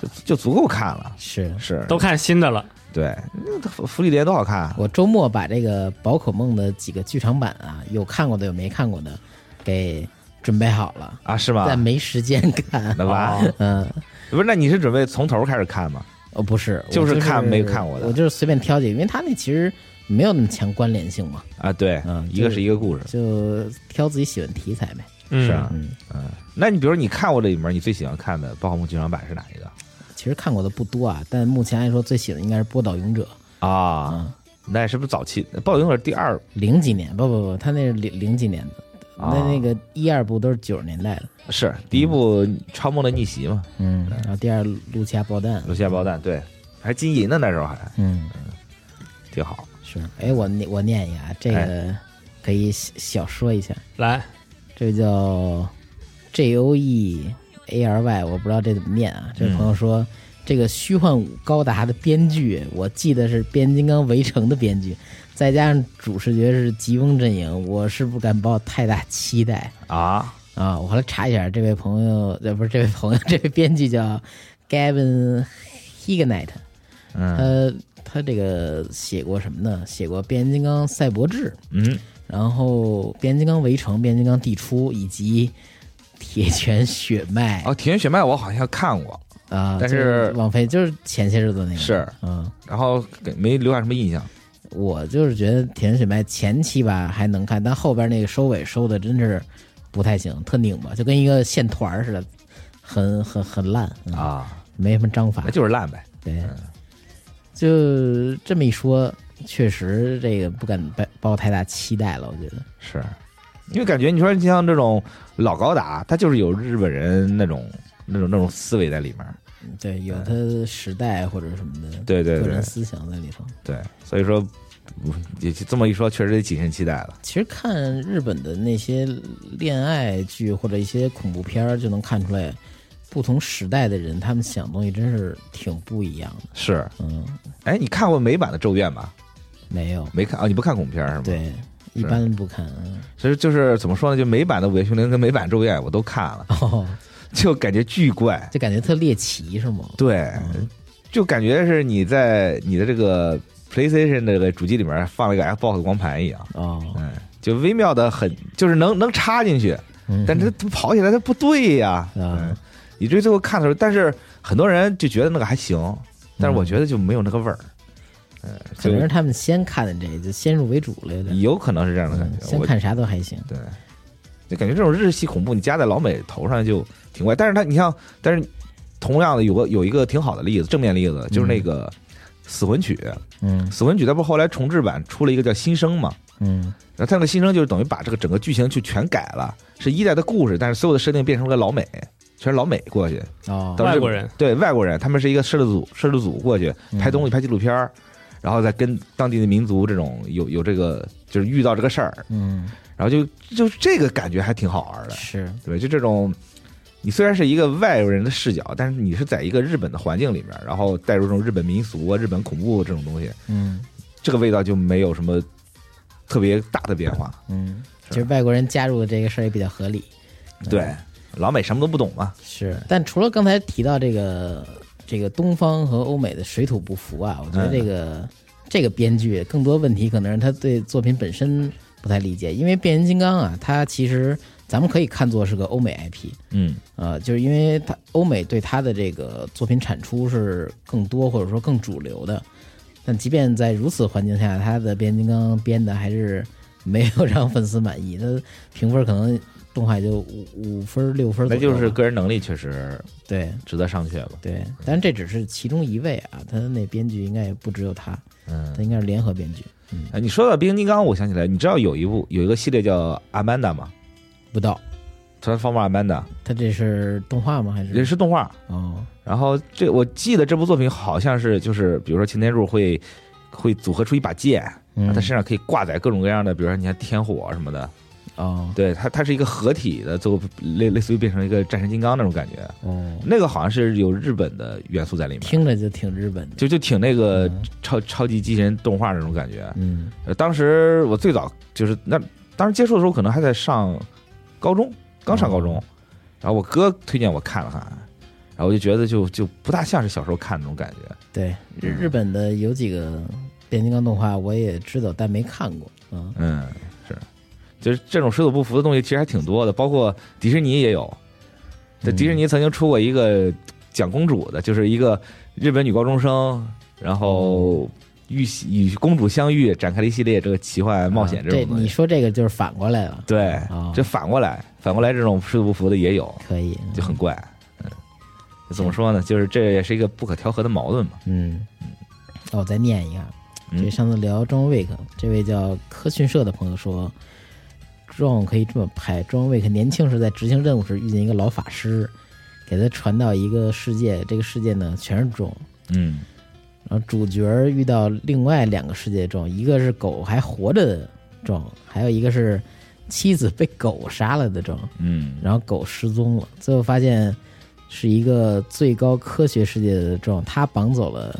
Speaker 4: 就就足够看了，
Speaker 2: 是。
Speaker 4: 是
Speaker 3: 都看新的了。
Speaker 4: 对，那福福利连多好看啊，
Speaker 2: 我周末把这个宝可梦的几个剧场版啊，有看过的有没看过的，给准备好了，
Speaker 4: 啊是吗
Speaker 2: 但？没时 间看。
Speaker 4: 那吧，
Speaker 3: 哦
Speaker 2: 嗯，
Speaker 4: 不是，那你是准备从头开始看吗？
Speaker 2: 哦，不是，我
Speaker 4: 就是
Speaker 2: 是
Speaker 4: 看没看过的
Speaker 2: 我就是随便挑几个，因为它那其实没有那么强关联性嘛，
Speaker 4: 啊，对，
Speaker 2: 嗯
Speaker 4: 一个
Speaker 2: 就是
Speaker 4: 是一个故事，
Speaker 2: 就挑自己喜欢题材呗。
Speaker 3: 嗯
Speaker 4: 是啊，
Speaker 2: 嗯，
Speaker 4: 嗯，那你比如你看过这里面，你最喜欢看的《宝可梦剧场版》是哪一个
Speaker 2: 其实看过的不多啊，但目前来说最喜欢的应该是《波岛勇者》
Speaker 4: 啊？
Speaker 2: 啊，
Speaker 4: 那是不是早期《暴龙者》第二
Speaker 2: 零几年，不不不，他那是零零几年的，
Speaker 4: 啊
Speaker 2: 那那个一二部都是九十年代的，
Speaker 4: 是第一部《超梦的逆袭》嘛？
Speaker 2: 嗯，然后第二路西亚爆弹，
Speaker 4: 露西亚爆弹，对，还金银的那时候还
Speaker 2: 嗯，
Speaker 4: 挺好。
Speaker 2: 是，哎，我念我念一下啊，这个可以小小说一下，
Speaker 3: 嗯来，
Speaker 2: 这个叫 J O E A R Y，我不知道这怎么念啊。这位朋友说，这个虚幻五高达的编剧，我记得是《变形金刚：围城》的编剧，再加上主视觉是疾风阵营，我是不敢抱太大期待
Speaker 4: 啊
Speaker 2: 啊。我后来查一下，这位朋友，呃，不是这位朋友， 这位编剧叫 Gavin Hignett，
Speaker 4: 嗯
Speaker 2: 他他这个写过什么呢？写过《变形金刚：赛博志》。
Speaker 4: 嗯，
Speaker 2: 然后《变形金刚围城》《变形金刚地出》以及《铁拳血脉》
Speaker 4: 哦，《铁拳血脉》我好像看过，
Speaker 2: 啊，
Speaker 4: 但
Speaker 2: 就是网飞就是前些日子那个
Speaker 4: 是
Speaker 2: 嗯，
Speaker 4: 然后给没留下什么印象。
Speaker 2: 我就是觉得《铁拳血脉》前期吧还能看，但后边那个收尾收的真是不太行，特拧巴，就跟一个线团儿似的，很很很烂、嗯
Speaker 4: 啊，
Speaker 2: 没什么章法
Speaker 4: 那。就是嗯烂呗。
Speaker 2: 对，就这么一说，确实这个不敢抱抱太大期待了。我觉得，
Speaker 4: 是，因为感觉你说像这种老高达，他就是有日本人那种那种那种思维在里面。
Speaker 2: 嗯对，有他时代或者什么的
Speaker 4: 对对
Speaker 2: 个
Speaker 4: 对
Speaker 2: 人思想在里头。
Speaker 4: 对，所以说。不也就这么一说，确实得谨慎期待了。
Speaker 2: 其实看日本的那些恋爱剧或者一些恐怖片儿，就能看出来，不同时代的人他们想的东西真是挺不一样的。
Speaker 4: 是，
Speaker 2: 嗯，
Speaker 4: 哎，你看过美版的《咒怨》吧？
Speaker 2: 没有，
Speaker 4: 没看啊？你不看恐怖片儿是吗？，
Speaker 2: 对，一般不看。嗯
Speaker 4: 其实就是怎么说呢？就美版的《午夜凶铃》跟美版《咒怨》我都看了，
Speaker 2: 哦，
Speaker 4: 就感觉巨怪。
Speaker 2: 就感觉特猎奇是吗？
Speaker 4: 对，就感觉是你在你的这个 PlayStation 这个主机里面放了一个 Xbox 光盘一样，
Speaker 2: 哦，
Speaker 4: 嗯，就微妙的很，就是能能插进去，
Speaker 2: 嗯
Speaker 4: 但是它跑起来它不对呀，
Speaker 2: 啊
Speaker 4: 嗯，以至于最后看的时候，但是很多人就觉得那个还行，但是我觉得就没有那个味儿，嗯，
Speaker 2: 可
Speaker 4: 就
Speaker 2: 能是他们先看的这，就先入为主了，有点。
Speaker 4: 有可能是这样的感
Speaker 2: 嗯
Speaker 4: 觉，
Speaker 2: 先
Speaker 4: 我
Speaker 2: 看啥都还行。
Speaker 4: 对，就感觉这种日系恐怖你加在老美头上就挺怪。但是它，你像，但是同样的有个有一个挺好的例子，正面例子就是那个《死魂曲》
Speaker 2: 嗯
Speaker 4: 死魂曲》它不是后来重制版出了一个叫《新生》嘛？
Speaker 2: 嗯
Speaker 4: 然后它那个新生就是等于把这个整个剧情就全改了，是一代的故事，但是所有的设定变成了个老美，全是老美过去，
Speaker 2: 哦
Speaker 4: 当时
Speaker 3: 外国人
Speaker 4: 对外国人，他们是一个摄制组，摄制组过去拍东西、拍纪录片儿，然后再跟当地的民族这种有有这个就是遇到这个事儿，
Speaker 2: 嗯
Speaker 4: 然后就就这个感觉还挺好玩的。
Speaker 2: 是
Speaker 4: 对，就这种，你虽然是一个外国人的视角，但是你是在一个日本的环境里面，然后带入这种日本民俗啊、日本恐怖这种东西，
Speaker 2: 嗯
Speaker 4: 这个味道就没有什么特别大的变化。
Speaker 2: 嗯，
Speaker 4: 是
Speaker 2: 其实外国人加入这个事儿也比较合理。
Speaker 4: 对，哎老美什么都不懂嘛，
Speaker 2: 是，但除了刚才提到这个这个东方和欧美的水土不服啊，我觉得
Speaker 4: 嗯
Speaker 2: 这个、这个编剧更多问题可能是他对作品本身不太理解，因为变形金刚啊，它其实咱们可以看作是个欧美 IP，
Speaker 4: 嗯，
Speaker 2: 呃，就是因为它欧美对它的这个作品产出是更多或者说更主流的，但即便在如此环境下，它的变形金刚编的还是没有让粉丝满意，它评分可能动画也就五五分儿六分儿左
Speaker 4: 那
Speaker 2: 右
Speaker 4: 就
Speaker 2: 吧，
Speaker 4: 是个人能力确实
Speaker 2: 对
Speaker 4: 值得商榷吧。
Speaker 2: 对，但是这只是其中一位啊，他那编剧应该也不只有他，
Speaker 4: 嗯
Speaker 2: 他，应该是联合编剧，
Speaker 4: 哎你说到变形金刚，我想起来，你知道有一部有一个系列叫《阿曼达》吗？
Speaker 2: 不到
Speaker 4: 《Transformer 阿曼达
Speaker 2: 他这是动画吗？还》
Speaker 4: 也
Speaker 2: 是
Speaker 4: 是动画，
Speaker 2: 哦
Speaker 4: 然后这我记得这部作品好像是就是，比如说擎天柱会会组合出一把剑，
Speaker 2: 嗯
Speaker 4: 然后它身上可以挂载各种各样的，比如说你看天火什么的，
Speaker 2: 哦
Speaker 4: 对它它是一个合体的，最后类类似于变成一个战神金刚那种感觉，
Speaker 2: 哦，
Speaker 4: 那个好像是有日本的元素在里面，
Speaker 2: 听着就挺日本的，
Speaker 4: 就就挺那个
Speaker 2: 嗯
Speaker 4: 超超级机器人动画那种感觉。
Speaker 2: 嗯
Speaker 4: 呃当时我最早就是那当时接触的时候可能还在上高中，刚上高中，然后我哥推荐我看了看，然后我就觉得就就不大像是小时候看那种感觉。
Speaker 2: 对，日
Speaker 4: 嗯
Speaker 2: 日本的有几个变形金刚动画我也知道，但没看过。嗯，
Speaker 4: 嗯，是，就是这种水土不服的东西其实还挺多的，包括迪士尼也有。这迪士尼曾经出过一个讲公主的，就是一个日本女高中生，然后遇与公主相遇，展开了一系列这个奇幻冒险
Speaker 2: 啊
Speaker 4: 这
Speaker 2: 这
Speaker 4: 种东
Speaker 2: 你
Speaker 4: 西。
Speaker 2: 说这个就是反过来了，
Speaker 4: 对
Speaker 2: 哦，
Speaker 4: 这反过来，反过来这种水土不服的也有，
Speaker 2: 可以，
Speaker 4: 就很怪。嗯，怎么说呢？就是这也是一个不可调和的矛盾嘛。
Speaker 2: 嗯。那我再念一个，
Speaker 4: 嗯
Speaker 2: 这上次聊中威克，这位叫科讯社的朋友说，壮可以这么拍：壮威克年轻时在执行任务时遇见一个老法师，给他传到一个世界，这个世界呢全是壮，
Speaker 4: 嗯
Speaker 2: 然后啊主角儿遇到另外两个世界中，一个是狗还活着的壮，还有一个是妻子被狗杀了的壮。
Speaker 4: 嗯
Speaker 2: 然后狗失踪了，最后发现是一个最高科学世界的壮，他绑走了，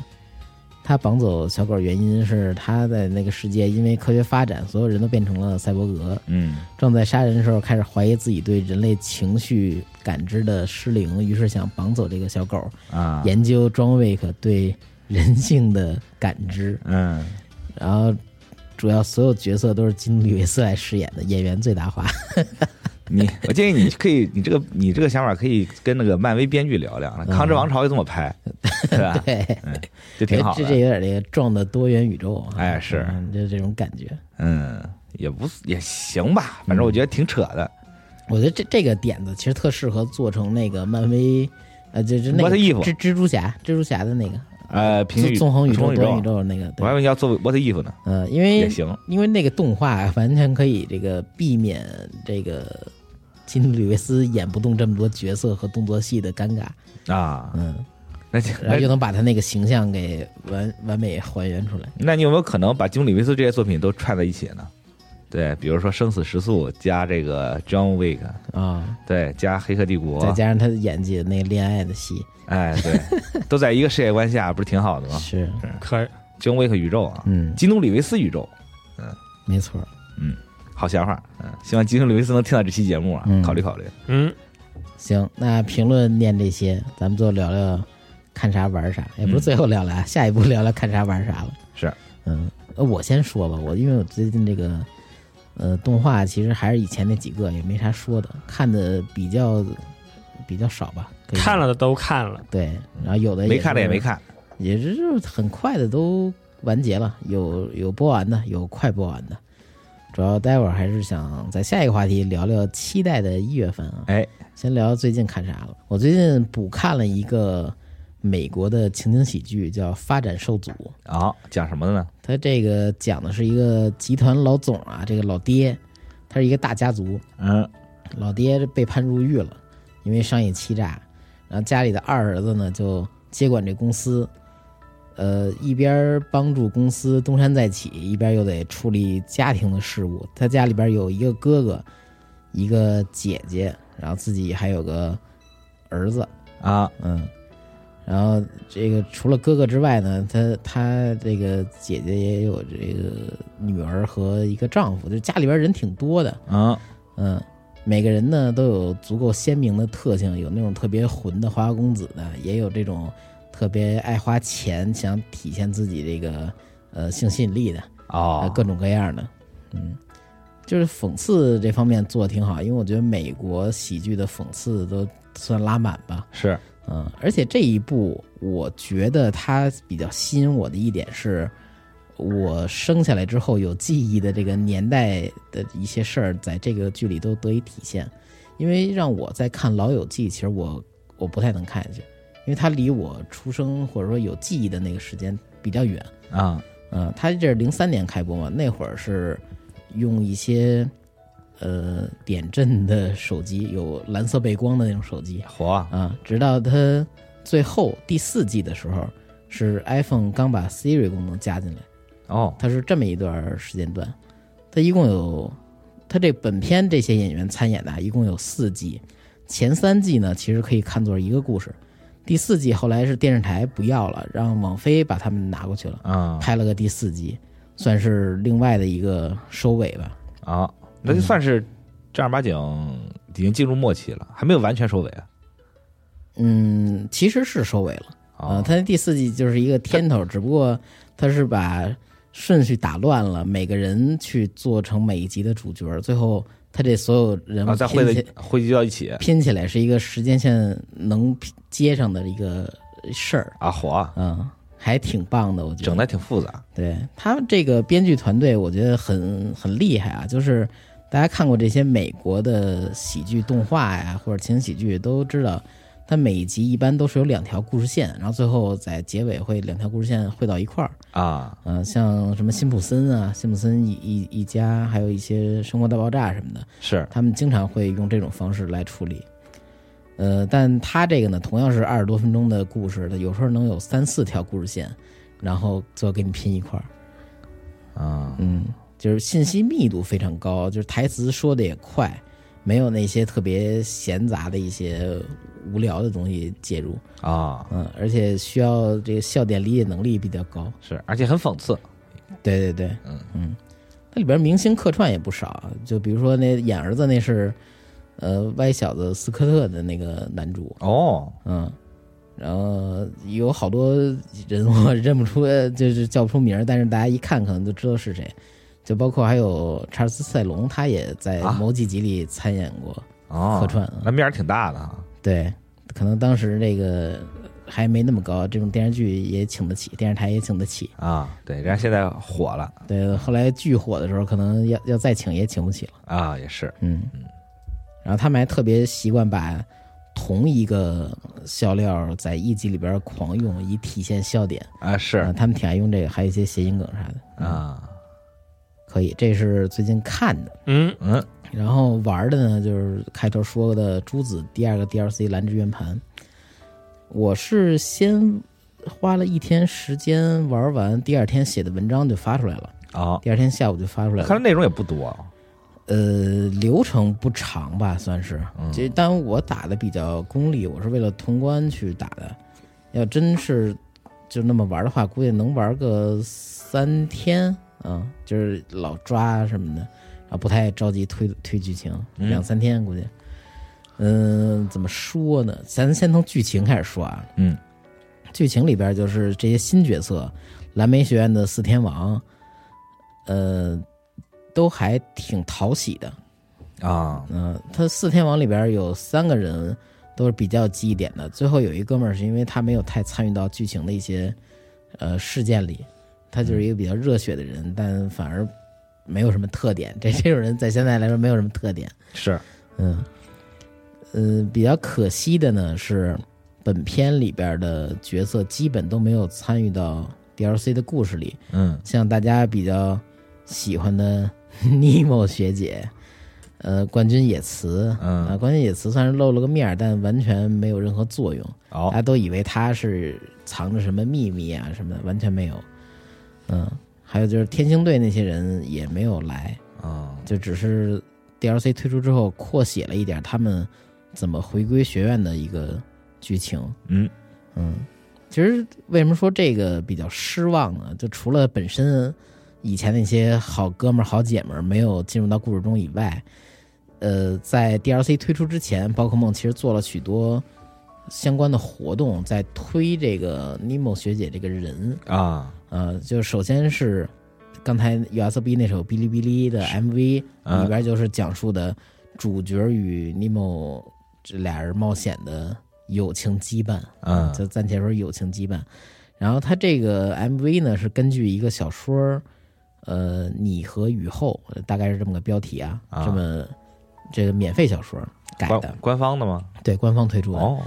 Speaker 2: 他绑走小狗原因是他在那个世界因为科学发展，所有人都变成了赛博格。
Speaker 4: 嗯
Speaker 2: 正在杀人的时候，开始怀疑自己对人类情绪感知的失灵，于是想绑走这个小狗，
Speaker 4: 啊
Speaker 2: 研究庄威克对人性的感知。
Speaker 4: 嗯，
Speaker 2: 然后，主要所有角色都是金·吕维斯来饰演的，演员最大化。
Speaker 4: 你，我建议你可以，你这个你这个想法可以跟那个漫威编剧聊聊，《康之王朝》就这 么拍，对吧？
Speaker 2: 嗯对。
Speaker 4: 嗯，就挺好
Speaker 2: 这这
Speaker 4: 的。
Speaker 2: 有点这个撞的多元宇宙啊，
Speaker 4: 哎是
Speaker 2: 嗯就这种感觉。
Speaker 4: 嗯，也不也行吧，反正我觉得挺扯的。
Speaker 2: 我觉得这这个点子其实特适合做成那个漫威呃，就就那
Speaker 4: 我
Speaker 2: 个
Speaker 4: 的衣服
Speaker 2: 蜘蜘蛛侠，蜘蛛侠的那个
Speaker 4: 呃，平行
Speaker 2: 嗯
Speaker 4: 宇
Speaker 2: 纵横宇宙、
Speaker 4: 平
Speaker 2: 多
Speaker 4: 行
Speaker 2: 宇
Speaker 4: 宇宙，啊
Speaker 2: 宙那个，
Speaker 4: 我还以
Speaker 2: 对，
Speaker 4: 为你要做 What If 呢，
Speaker 2: 呃，因
Speaker 4: 也
Speaker 2: 为
Speaker 4: 行。
Speaker 2: 因为那个动画完全可以这个避免这个基努里维斯演不动这么多角色和动作戏的尴尬，
Speaker 4: 啊，
Speaker 2: 嗯，
Speaker 4: 那
Speaker 2: 然后
Speaker 4: 那
Speaker 2: 又能把他那个形象给完完美还原出来。
Speaker 4: 那你有没有可能把经理维斯这些作品都串在一起呢？对，比如说《生死时速》加这个 John Wick，
Speaker 2: 啊、
Speaker 4: 对，加《黑客帝国
Speaker 2: 再》，加上他的演技，那个恋爱的戏
Speaker 4: 哎， 对，都在一个世界观下，不是挺好的吗
Speaker 2: 是，
Speaker 3: 可以，
Speaker 4: ？John Wick 宇宙啊，
Speaker 2: 嗯，
Speaker 4: 基努里维斯宇宙，
Speaker 2: 没错儿。
Speaker 4: 好想法，嗯，希望基努里维斯能听到这期节目啊
Speaker 2: 嗯，
Speaker 4: 考虑考虑。
Speaker 3: 嗯，
Speaker 2: 行，那评论念这些，咱们就聊聊看啥玩啥，也不是
Speaker 4: 嗯
Speaker 2: 最后聊了啊，下一步聊聊看啥玩啥了。
Speaker 4: 是，
Speaker 2: 嗯，呃我先说吧，我因为我最近这个呃动画其实还是以前那几个，也没啥说的，看的比较比较少吧。可以
Speaker 3: 看了的都看了，
Speaker 2: 对，然后有的
Speaker 4: 没看的也
Speaker 2: 是
Speaker 4: 没，看，
Speaker 2: 也是就是很快的都完结了，有有播完的，有快播完的。主要待会儿还是想在下一个话题聊聊期待的一月份啊，
Speaker 4: 哎，
Speaker 2: 先聊最近看啥了。我最近补看了一个美国的情景喜剧，叫《发展受阻》。
Speaker 4: 啊、讲什么的呢？
Speaker 2: 他这个讲的是一个集团老总啊，这个老爹，他是一个大家族，
Speaker 4: 嗯，
Speaker 2: 老爹被判入狱了，因为商业欺诈。然后家里的二儿子呢，就接管这公司，呃，一边帮助公司东山再起，一边又得处理家庭的事务。他家里边有一个哥哥，一个姐姐，然后自己还有个儿子，
Speaker 4: 啊，
Speaker 2: 嗯。然后这个除了哥哥之外呢，他他这个姐姐也有这个女儿和一个丈夫，就家里边人挺多的。
Speaker 4: 嗯，
Speaker 2: 嗯，每个人呢都有足够鲜明的特性，有那种特别混的花花公子的，也有这种特别爱花钱想体现自己这个呃性吸引力的，呃
Speaker 4: 哦，
Speaker 2: 各种各样的，嗯，就是讽刺这方面做的挺好，因为我觉得美国喜剧的讽刺都算拉满吧，
Speaker 4: 是，
Speaker 2: 嗯，而且这一部我觉得它比较吸引我的一点是，我生下来之后有记忆的这个年代的一些事儿，在这个剧里都得以体现。因为让我在看《老友记》，其实我我不太能看下去，因为它离我出生或者说有记忆的那个时间比较远。
Speaker 4: 啊、
Speaker 2: 嗯，它这是零三年开播嘛，那会儿是用一些呃点阵的手机，有蓝色背光的那种手机，
Speaker 4: 火啊，
Speaker 2: 啊，直到它最后第四季的时候，是 iPhone 刚把 Siri 功能加进来，
Speaker 4: 哦，
Speaker 2: 它是这么一段时间段。它一共有，它这本片这些演员参演的啊一共有四季，前三季呢其实可以看作是一个故事，第四季后来是电视台不要了，让网飞把他们拿过去了，
Speaker 4: 嗯，
Speaker 2: 拍了个第四季，算是另外的一个收尾吧。
Speaker 4: 啊，那就算是正儿八经已经进入末期了，还没有完全收尾啊。
Speaker 2: 嗯，其实是收尾了。
Speaker 4: 哦
Speaker 2: 啊，它第四季就是一个天头，只不过它是把顺序打乱了，每个人去做成每一集的主角，最后他这所有人
Speaker 4: 然后
Speaker 2: 物
Speaker 4: 啊再
Speaker 2: 拼
Speaker 4: 汇
Speaker 2: 起、
Speaker 4: 的汇聚到一起
Speaker 2: 拼起来是一个时间线能拼接上的一个事儿，
Speaker 4: 啊，火啊，
Speaker 2: 嗯，还挺棒的，我觉得。
Speaker 4: 整的挺复杂。
Speaker 2: 对他们这个编剧团队，我觉得很很厉害啊！就是大家看过这些美国的喜剧动画呀，或者情景喜剧，都知道，它每一集一般都是有两条故事线，然后最后在结尾会两条故事线汇到一块儿。
Speaker 4: 啊，
Speaker 2: 嗯、像什么辛普森啊、辛普森一一一家，还有一些《生活大爆炸》什么的，
Speaker 4: 是
Speaker 2: 他们经常会用这种方式来处理。呃，但他这个呢，同样是二十多分钟的故事，它有时候能有三四条故事线，然后最后给你拼一块儿。
Speaker 4: 啊，
Speaker 2: 嗯，就是信息密度非常高，就是台词说的也快，没有那些特别闲杂的一些无聊的东西介入。
Speaker 4: 啊，
Speaker 2: 嗯，而且需要这个笑点理解能力比较高。
Speaker 4: 是，而且很讽刺。
Speaker 2: 对对对，
Speaker 4: 嗯
Speaker 2: 嗯，它里边明星客串也不少啊，就比如说那演儿子那是，呃，歪小子斯科特的那个男主，
Speaker 4: 哦，
Speaker 2: 嗯，然后有好多人 我认不出，就是叫不出名儿，但是大家一看可能就知道是谁，就包括还有查尔斯·塞隆，他也在
Speaker 4: 啊
Speaker 2: 某几集里参演过，
Speaker 4: 哦，
Speaker 2: 客串啊
Speaker 4: 那面儿挺大的啊。
Speaker 2: 对，可能当时这个还没那么高，这种电视剧也请得起，电视台也请得起，
Speaker 4: 啊，对，人家现在火了
Speaker 2: 对，后来剧火的时候，可能要要再请也请不起了。
Speaker 4: 啊，也是
Speaker 2: 嗯，然后他们还特别习惯把同一个笑料在一集里边狂用，以体现笑点。
Speaker 4: 啊，
Speaker 2: 啊
Speaker 4: 是
Speaker 2: 他们挺爱用这个，还有一些谐音梗啥的。
Speaker 4: 啊，
Speaker 2: 可以，这是最近看的。
Speaker 3: 嗯，
Speaker 4: 嗯
Speaker 2: 然后玩的呢，就是开头说过的朱子第二个 DLC 蓝之圆盘。我是先花了一天时间玩完，第二天写的文章就发出来了，
Speaker 4: 哦，
Speaker 2: 第二天下午就发出来
Speaker 4: 看来
Speaker 2: 了。
Speaker 4: 内容也不多，
Speaker 2: 呃，流程不长吧，算是。这当然我打的比较功利，我是为了通关去打的。要真是就那么玩的话，估计能玩个三天啊、嗯就是老抓什么的，然后不太着急推推剧情，
Speaker 4: 嗯
Speaker 2: 两三天估计。嗯、怎么说呢？咱先从剧情开始说啊。
Speaker 4: 嗯，
Speaker 2: 剧情里边就是这些新角色，蓝莓学院的四天王，呃，都还挺讨喜的。
Speaker 4: 啊，
Speaker 2: 嗯，他四天王里边有三个人都是比较有记忆点的，最后有一哥们儿是因为他没有太参与到剧情的一些呃事件里，他就是一个比较热血的人，但反而没有什么特点。这 这种人在现在来说没有什么特点。
Speaker 4: 是
Speaker 2: 嗯，嗯，比较可惜的呢是，本片里边的角色基本都没有参与到 DLC 的故事里，
Speaker 4: 嗯
Speaker 2: 像大家比较喜欢的 Nemo 学姐，呃，冠军野词，
Speaker 4: 嗯
Speaker 2: 啊，冠军野词算是露了个面儿，但完全没有任何作用，大
Speaker 4: 哦
Speaker 2: 家都以为他是藏着什么秘密啊什么的，完全没有。嗯，还有就是天星队那些人也没有来，
Speaker 4: 啊
Speaker 2: 就只是 DLC 推出之后扩写了一点他们怎么回归学院的一个剧情。
Speaker 4: 嗯
Speaker 2: 嗯，其实为什么说这个比较失望呢？就除了本身以前那些好哥们儿、好姐们儿没有进入到故事中以外，呃，在 DLC 推出之前，宝可梦其实做了许多相关的活动，在推这个尼莫学姐这个人。
Speaker 4: 啊
Speaker 2: 呃，就首先是刚才 USB 那首哔哩哔哩的 MV
Speaker 4: 嗯
Speaker 2: 里边就是讲述的主角与尼莫这俩人冒险的友情羁绊。
Speaker 4: 嗯
Speaker 2: 啊就暂且说友情羁绊。然后他这个 MV 呢是根据一个小说儿，呃，你和雨后呃大概是这么个标题啊，
Speaker 4: 啊
Speaker 2: 这么这个免费小说儿改的
Speaker 4: 官，官方的吗？
Speaker 2: 对，官方推出的。
Speaker 4: 哦，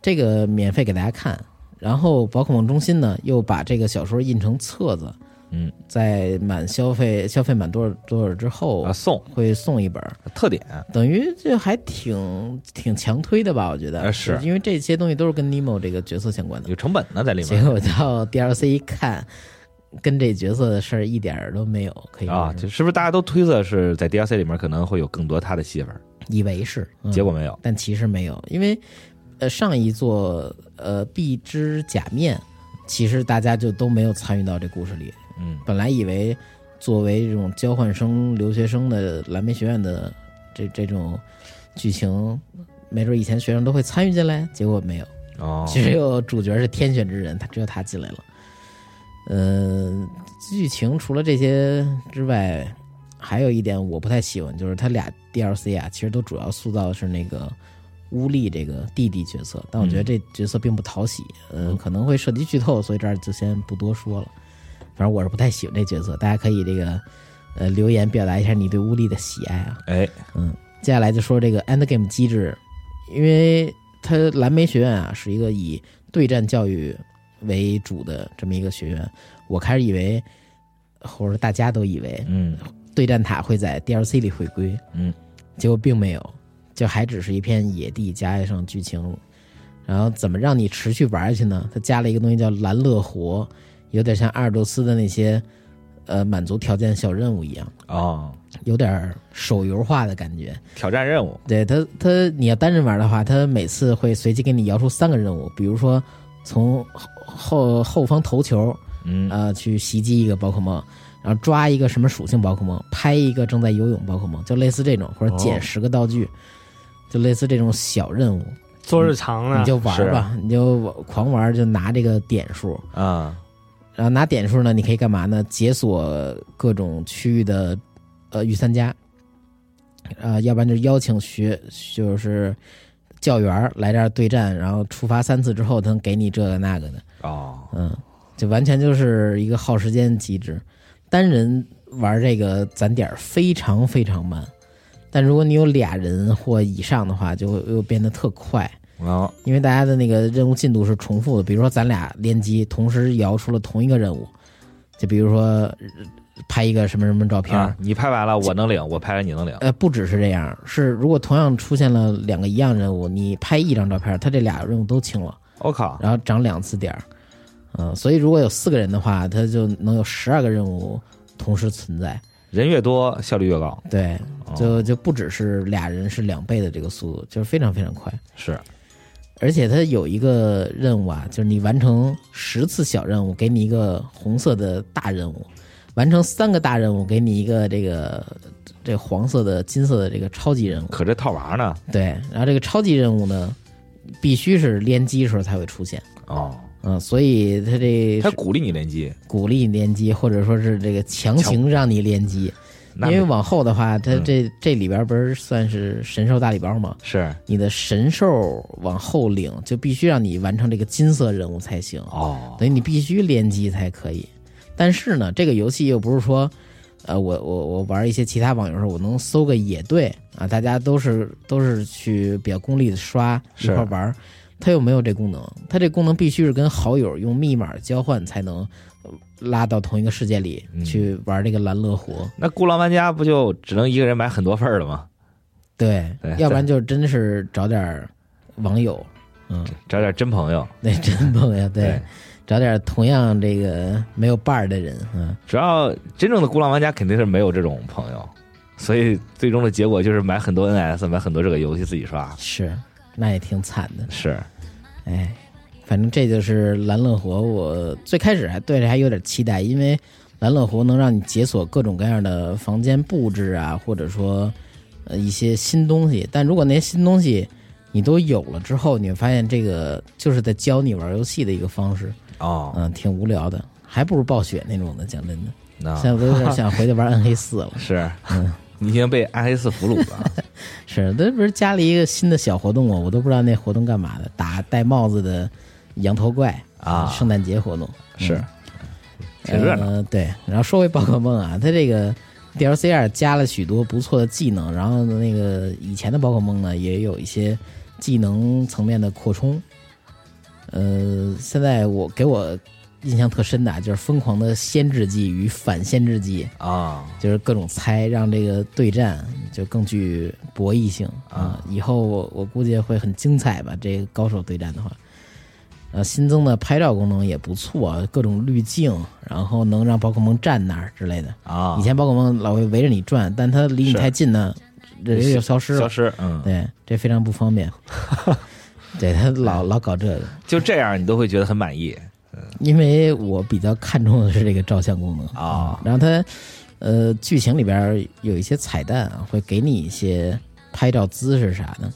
Speaker 2: 这个免费给大家看。然后宝可梦中心呢又把这个小说印成册子，
Speaker 4: 嗯，
Speaker 2: 在满消费消费满多少多少之后
Speaker 4: 啊，送
Speaker 2: 会送一本儿，
Speaker 4: 特点
Speaker 2: 等于这还挺挺强推的吧？我觉得
Speaker 4: 啊是
Speaker 2: 因为这些东西都是跟尼莫这个角色相关的。
Speaker 4: 有成本呢在里
Speaker 2: 结
Speaker 4: 面
Speaker 2: 果到 DLC 一看，跟这角色的事儿一点儿都没有，可以说
Speaker 4: 啊，
Speaker 2: 是
Speaker 4: 就是不是大家都推测是在 DLC 里面可能会有更多他的戏份儿，
Speaker 2: 以为是，嗯
Speaker 4: 结果没有
Speaker 2: 但其实没有，因为呃上一座呃壁之假面，其实大家就都没有参与到这故事里。
Speaker 4: 嗯
Speaker 2: 本来以为作为这种交换生、留学生的蓝莓学院的这这种剧情，没准以前学生都会参与进来，结果没有。
Speaker 4: 哦
Speaker 2: 只有主角是天选之人，他只有他进来了。呃，剧情除了这些之外，还有一点我不太喜欢，就是他俩 DLC 啊，其实都主要塑造的是那个乌力这个弟弟角色，但我觉得这角色并不讨喜，呃，可能会涉及剧透，所以这儿就先不多说了。反正我是不太喜欢这角色，大家可以这个呃留言表达一下你对乌力的喜爱啊。
Speaker 4: 哎
Speaker 2: 接下来就说这个 end game 机制，因为它蓝莓学院啊是一个以对战教育为主的这么一个学院，我开始以为，或者说大家都以为
Speaker 4: 嗯
Speaker 2: 对战塔会在 DLC 里回归，
Speaker 4: 嗯，
Speaker 2: 结果并没有，就还只是一片野地加上剧情，然后怎么让你持续玩下去呢？它加了一个东西叫蓝乐活，有点像阿尔宙斯的那些呃满足条件小任务一样，
Speaker 4: 哦，
Speaker 2: 有点儿手游化的感觉。
Speaker 4: 挑战任务
Speaker 2: 对他，他你要单人玩的话，他每次会随机给你摇出三个任务，比如说从后后后方投球，
Speaker 4: 嗯
Speaker 2: 呃，去袭击一个宝可梦，然后抓一个什么属性宝可梦，拍一个正在游泳宝可梦，就类似这种，或者捡
Speaker 4: 哦
Speaker 2: 十个道具，就类似这种小任务，
Speaker 3: 做日常
Speaker 4: 啊
Speaker 2: 你，
Speaker 3: 呢
Speaker 4: 嗯
Speaker 2: 就玩儿吧，你就玩狂玩儿，就拿这个点数，
Speaker 4: 啊
Speaker 2: 然后拿点数呢，你可以干嘛呢？解锁各种区域的呃御三家，呃，要不然就是邀请学就是教员儿来这儿对战，然后触发三次之后，他能给你这个那个的，
Speaker 4: 哦
Speaker 2: 嗯，就完全就是一个耗时间机制。单人玩这个攒点儿非常非常慢，但如果你有俩人或以上的话，就会又变得特快，
Speaker 4: 啊，
Speaker 2: 因为大家的那个任务进度是重复的。比如说咱俩联机，同时摇出了同一个任务，就比如说呃拍一个什么什么照片，
Speaker 4: 啊你拍完了我能领，我拍了你能领，
Speaker 2: 呃，不只是这样，是如果同样出现了两个一样任务，你拍一张照片，他这俩任务都清了，
Speaker 4: 我靠，
Speaker 2: 然后涨两次点儿，嗯、所以如果有四个人的话，他就能有十二个任务同时存在，
Speaker 4: 人越多效率越高，
Speaker 2: 对，
Speaker 4: 哦
Speaker 2: 就就不只是俩人是两倍的这个速度，就是非常非常快，
Speaker 4: 是
Speaker 2: 而且它有一个任务啊，就是你完成十次小任务，给你一个红色的大任务；完成三个大任务，给你一个这个这黄色的、金色的这个超级任务。
Speaker 4: 可这套娃呢，
Speaker 2: 对，然后这个超级任务呢，必须是联机时候才会出现。
Speaker 4: 哦，
Speaker 2: 嗯，所以它这
Speaker 4: 他鼓励你联机，
Speaker 2: 鼓励联机，或者说是这个强行让你联机，因
Speaker 4: 那
Speaker 2: 为
Speaker 4: 没
Speaker 2: 往后的话，它
Speaker 4: 嗯
Speaker 2: 这、这里边不是算是神兽大礼包吗？
Speaker 4: 是
Speaker 2: 你的神兽往后领，就必须让你完成这个金色任务才行，
Speaker 4: 哦，
Speaker 2: 等于你必须联机才可以。但是呢，这个游戏又不是说，呃，我我我玩一些其他网游的时候，我能搜个野队啊，大家都是都是去比较功利的刷一
Speaker 4: 是
Speaker 2: 块玩儿，它又没有这功能，它这功能必须是跟好友用密码交换才能呃拉到同一个世界里
Speaker 4: 嗯
Speaker 2: 去玩这个蓝乐湖。
Speaker 4: 那孤狼玩家不就只能一个人买很多份儿了吗？
Speaker 2: 对，
Speaker 4: 对
Speaker 2: 要不然就真是找点儿网友，嗯，
Speaker 4: 找点真朋友，
Speaker 2: 对，真朋友，对，找点同样这个没有伴儿的人，嗯，
Speaker 4: 主要真正的孤狼玩家肯定是没有这种朋友，所以最终的结果就是买很多 NS，买很多这个游戏自己刷。
Speaker 2: 是，那也挺惨的，
Speaker 4: 是，
Speaker 2: 哎，反正这就是蓝乐活。我最开始还对这还有点期待，因为蓝乐活能让你解锁各种各样的房间布置啊，或者说呃一些新东西。但如果那些新东西你都有了之后，你会发现这个就是在教你玩游戏的一个方式，
Speaker 4: 哦，
Speaker 2: 嗯，挺无聊的，还不如暴雪那种的。讲真的，
Speaker 4: 那
Speaker 2: 现在我有点想回去玩暗黑四了。
Speaker 4: 是，
Speaker 2: 嗯
Speaker 4: 你已经被暗黑四俘虏 了。
Speaker 2: 是，那不是加了一个新的小活动吗？我都不知道那活动干嘛的，打戴帽子的羊头怪
Speaker 4: 啊
Speaker 2: 圣诞节活动
Speaker 4: 是，挺
Speaker 2: 嗯
Speaker 4: 热闹
Speaker 2: 呃对，然后说回宝可梦啊，它这个 DLC 二加了许多不错的技能，然后那个以前的宝可梦呢，也有一些技能层面的扩充。呃，现在我给我印象特深的啊，就是疯狂的先制技与反先制技，
Speaker 4: 啊，
Speaker 2: 就是各种猜，让这个对战就更具博弈性啊
Speaker 4: 啊。
Speaker 2: 以后我我估计会很精彩吧，这个高手对战的话。呃，新增的拍照功能也不错啊，各种滤镜，然后能让宝可梦站那儿之类的。
Speaker 4: 啊，
Speaker 2: 以前宝可梦老会围着你转，但它离你
Speaker 4: 是
Speaker 2: 太近呢，人就消失
Speaker 4: 消
Speaker 2: 了。
Speaker 4: 失，嗯，
Speaker 2: 对，这非常不方 便。对他老老搞这个，
Speaker 4: 就这样你都会觉得很满意
Speaker 2: 因为我比较看重的是这个照相功能
Speaker 4: 啊。
Speaker 2: 然后它呃剧情里边儿有一些彩蛋啊，会给你一些拍照姿势啥的，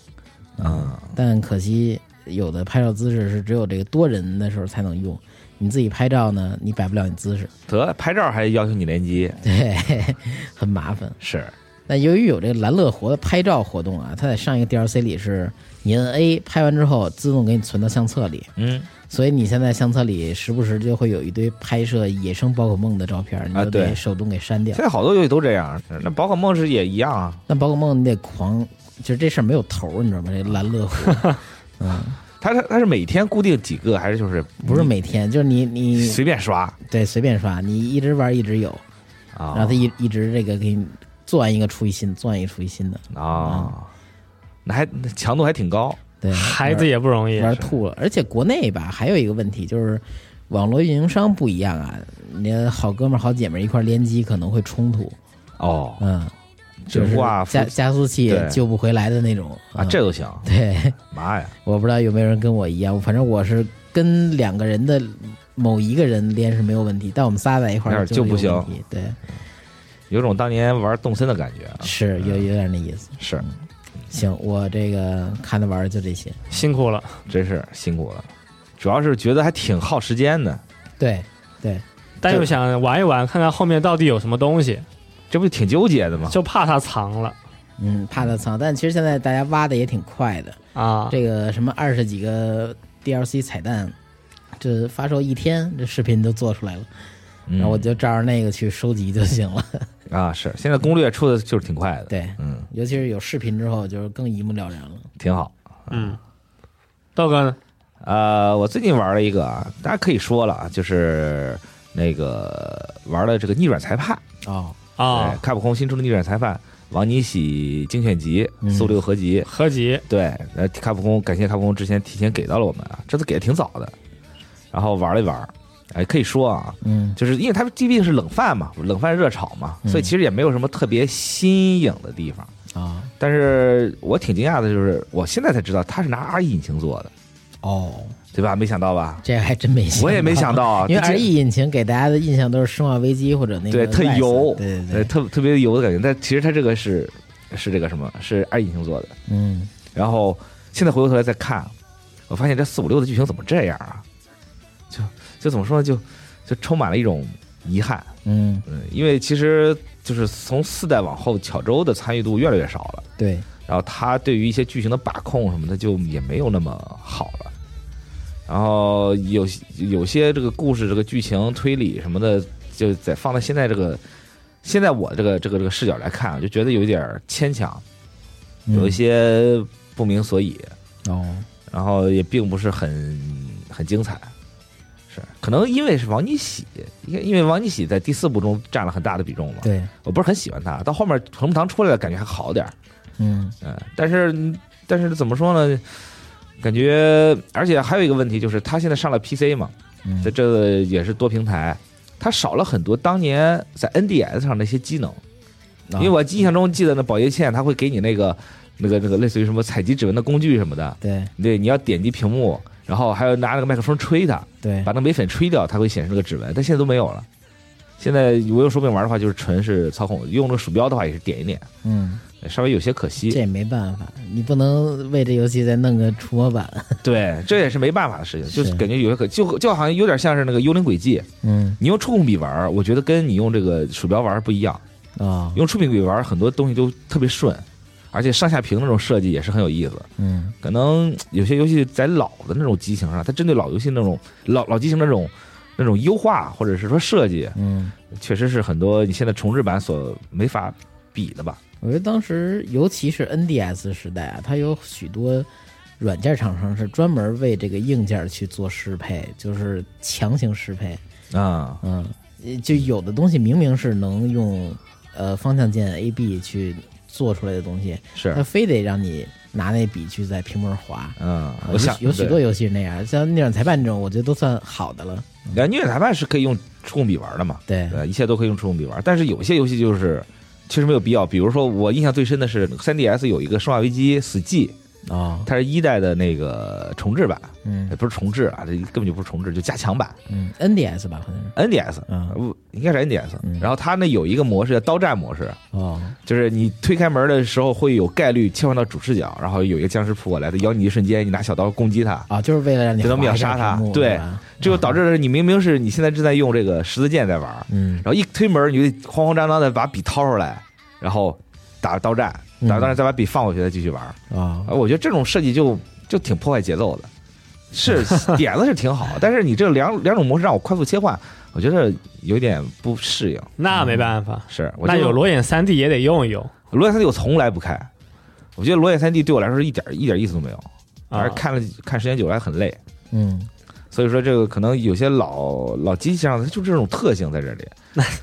Speaker 4: 嗯，
Speaker 2: 但可惜有的拍照姿势是只有这个多人的时候才能用，你自己拍照呢，你摆不了你姿势，
Speaker 4: 得拍照还要求你联机，
Speaker 2: 对，很麻烦。
Speaker 4: 是
Speaker 2: 那由于有这个蓝乐活的拍照活动啊，它在上一个 DLC 里是你摁 A 拍完之后自动给你存到相册里，
Speaker 4: 嗯
Speaker 2: 所以你现在相册里时不时就会有一堆拍摄野生宝可梦的照片儿，你
Speaker 4: 啊
Speaker 2: 就得
Speaker 4: 对
Speaker 2: 手动给删掉
Speaker 4: 现。在好多游戏都这样，那宝可梦是也一样啊，
Speaker 2: 但宝可梦你得狂，就是这事儿没有头儿，你知道吗？这蓝 乐虎
Speaker 4: 它它它是每天固定几个，还是就是嗯
Speaker 2: 不是每天，就是你你
Speaker 4: 随便刷
Speaker 2: 对随便刷，你一直玩一直有，
Speaker 4: 啊？
Speaker 2: 然后它一一直这个给你做完一个出一新，做完一个出一新的，
Speaker 4: 啊，那还那强度还挺高
Speaker 2: 对，
Speaker 3: 孩子也不容易
Speaker 2: 玩，玩吐了。而且国内吧，还有一个问题就是。网络运营商不一样啊，你的好哥们儿、好姐们儿一块儿联机可能会冲突，
Speaker 4: 哦
Speaker 2: 嗯，
Speaker 4: 这
Speaker 2: 就是
Speaker 4: 哇
Speaker 2: 加加速器
Speaker 4: 对
Speaker 2: 救不回来的那种
Speaker 4: 啊，
Speaker 2: 嗯
Speaker 4: 这都行，
Speaker 2: 对，
Speaker 4: 妈呀，
Speaker 2: 我不知道有没有人跟我一样，反正我是跟两个人的某一个人连是没有问题，但我们仨在一块
Speaker 4: 那
Speaker 2: 儿
Speaker 4: 就不行
Speaker 2: 有问题。对，
Speaker 4: 有种当年玩动森的感觉啊，
Speaker 2: 是有有点那意思。
Speaker 4: 是，
Speaker 2: 行，我这个看着玩儿就这些。
Speaker 3: 辛苦了。
Speaker 4: 真是辛苦了，主要是觉得还挺耗时间的，
Speaker 2: 对对，
Speaker 3: 但又想玩一玩，看看后面到底有什么东西，
Speaker 4: 这不挺纠结的吗？
Speaker 3: 就怕它藏了
Speaker 2: 嗯，怕它藏，但其实现在大家挖的也挺快的，
Speaker 3: 啊。
Speaker 2: 这个什么二十几个 DLC 彩蛋，这发售一天，这视频都做出来了。然后我
Speaker 4: 嗯
Speaker 2: 就照着那个去收集就行了。
Speaker 4: 啊是，现在攻略出的就是挺快的，，
Speaker 2: 对，
Speaker 4: 嗯，
Speaker 2: 尤其是有视频之后，就是更一目了然了。
Speaker 4: 挺好。
Speaker 3: 嗯，豆哥呢？
Speaker 4: 呃，我最近玩了一个啊，大家可以说了啊，就是那个玩了这个逆转裁判，
Speaker 2: 哦，
Speaker 3: 啊
Speaker 4: 对，，卡普空新出的逆转裁判王尼喜精选集、
Speaker 2: 嗯
Speaker 4: 搜六合集，
Speaker 3: 合集
Speaker 4: 对，呃，卡普空感谢卡普空之前提前给到了我们啊，这次给的挺早的，然后玩了一玩，哎，可以说啊，
Speaker 2: 嗯
Speaker 4: 就是因为它毕竟是冷饭嘛，冷饭热炒嘛，
Speaker 2: 嗯
Speaker 4: 所以其实也没有什么特别新颖的地方。
Speaker 2: 啊，
Speaker 4: 但是我挺惊讶的，就是我现在才知道它是拿 R E 引擎做的，
Speaker 2: 哦，
Speaker 4: 对吧？没想到吧？
Speaker 2: 这还真没想，
Speaker 4: 我也没想。到啊，
Speaker 2: 因为
Speaker 4: 这
Speaker 2: R E 引擎给大家的印象都是《生化危机》或者那个
Speaker 4: 对特
Speaker 2: Vice，
Speaker 4: 油
Speaker 2: 对对
Speaker 4: 呃
Speaker 2: 对，
Speaker 4: 特特别油的感觉，但其实它这个是是这个什么是 R 引擎做的。
Speaker 2: 嗯
Speaker 4: 然后现在回过头来再看，我发现这四五六的剧情怎么这样啊？就就怎么说呢？就就充满了一种遗憾。
Speaker 2: 嗯，
Speaker 4: 嗯，因为其实就是从四代往后，巧周的参与度越来越少了，
Speaker 2: 对，
Speaker 4: 然后他对于一些剧情的把控什么的就也没有那么好了。然后有有些这个故事、这个剧情推理什么的，就在放在现在这个现在我这个这个这个视角来看啊，就觉得有一点儿牵强，
Speaker 2: 嗯
Speaker 4: 有一些不明所以。
Speaker 2: 哦，
Speaker 4: 然后也并不是很很精彩，是可能因为是王尼喜，因为因为王尼喜在第四部中占了很大的比重嘛，
Speaker 2: 对，
Speaker 4: 我不是很喜欢他，到后面彭木堂出来了，感觉还好点儿，
Speaker 2: 嗯
Speaker 4: 嗯，但是但是怎么说呢？感觉，而且还有一个问题就是，他现在上了 PC 嘛，
Speaker 2: 嗯
Speaker 4: 在这也是多平台，他少了很多当年在 NDS 上那些机能。
Speaker 2: 啊
Speaker 4: 因为我印象中记得那宝叶茜，他会给你那个那个那个类似于什么采集指纹的工具什么的，
Speaker 2: 对
Speaker 4: 对，你要点击屏幕，然后还要拿那个麦克风吹它，
Speaker 2: 对
Speaker 4: 把那个眉粉吹掉，它会显示那个指纹。但现在都没有了。现在我用手柄玩的话，就是纯是操控；用那个鼠标的话，也是点一点，
Speaker 2: 嗯，
Speaker 4: 稍微有些可
Speaker 2: 这
Speaker 4: 惜。
Speaker 2: 也没办法，你不能为这游戏再弄个触摸板，
Speaker 4: 对，这也是没办法的事情，就是是感觉有些可就就好像有点像是那个《幽灵轨迹》，
Speaker 2: 嗯
Speaker 4: 你用触控笔玩，我觉得跟你用这个鼠标玩不一样。
Speaker 2: 哦，
Speaker 4: 用触控笔玩，很多东西都特别顺，而且上下屏那种设计也是很有意思。
Speaker 2: 嗯
Speaker 4: 可能有些游戏在老的那种机型上，它针对老游戏那种老老机型那种那种优化或者是说设计，
Speaker 2: 嗯。
Speaker 4: 确实是很多你现在重置版所没法比的吧？
Speaker 2: 我觉得当时，尤其是 NDS 时代啊，它有许多软件厂商是专门为这个硬件去做适配，就是强行适配。
Speaker 4: 啊、
Speaker 2: 嗯，呃就有的东西明明是能用呃方向键 A B 去做出来的东西，它
Speaker 4: 是，
Speaker 2: 非得让你拿那笔去在屏幕上划。
Speaker 4: 嗯，
Speaker 2: 啊
Speaker 4: 我想
Speaker 2: 有有许多游戏是那样，像《逆转裁判》这种，我觉得都算好的了。
Speaker 4: 对，虐裁判是可以用触控笔玩的嘛？
Speaker 2: 对，
Speaker 4: 对，呃一切都可以用触控笔玩，但是有些游戏就是。其实没有必要，比如说我印象最深的是 3DS 有一个《生化危机：死寂》，
Speaker 2: 哦，
Speaker 4: 它是一代的那个重置版，也
Speaker 2: 嗯
Speaker 4: 不是重置啊，这根本就不是重置，就加强版。
Speaker 2: 嗯，NDS 吧，好像是。
Speaker 4: NDS，
Speaker 2: 嗯
Speaker 4: 呃不应该是 NDS
Speaker 2: 嗯。
Speaker 4: 然后它那有一个模式叫刀战模式，
Speaker 2: 哦，
Speaker 4: 就是你推开门的时候会有概率切换到主视角，然后有一个僵尸扑过来，它咬你一瞬间，你拿小刀攻击它，
Speaker 2: 啊，就是为了让你
Speaker 4: 就能秒杀
Speaker 2: 划一下
Speaker 4: 它
Speaker 2: 屏幕
Speaker 4: 对
Speaker 2: 是吧
Speaker 4: 这就导致了你明明是你现在正在用这个十字键在玩，
Speaker 2: 嗯
Speaker 4: 然后一推门你就慌慌张张的把笔掏出来，然后打刀战，
Speaker 2: 嗯
Speaker 4: 打刀战再把笔放回去再继续玩。
Speaker 2: 啊
Speaker 4: 啊，我觉得这种设计就就挺破坏节奏的，是点子是挺好，但是你这两两种模式让我快速切换，我觉得有点不适应。
Speaker 3: 那没办法，
Speaker 4: 是，嗯我
Speaker 3: 那
Speaker 4: 就
Speaker 3: 有裸眼三 D 也得用一用
Speaker 4: 裸眼三 D 我从来不开，我觉得裸眼三 D 对我来说是一点一点意思都没有，而
Speaker 3: 啊。
Speaker 4: 看了看时间久了还很累，
Speaker 2: 嗯，
Speaker 4: 所以说这个可能有些老老机器上它就这种特性在这里，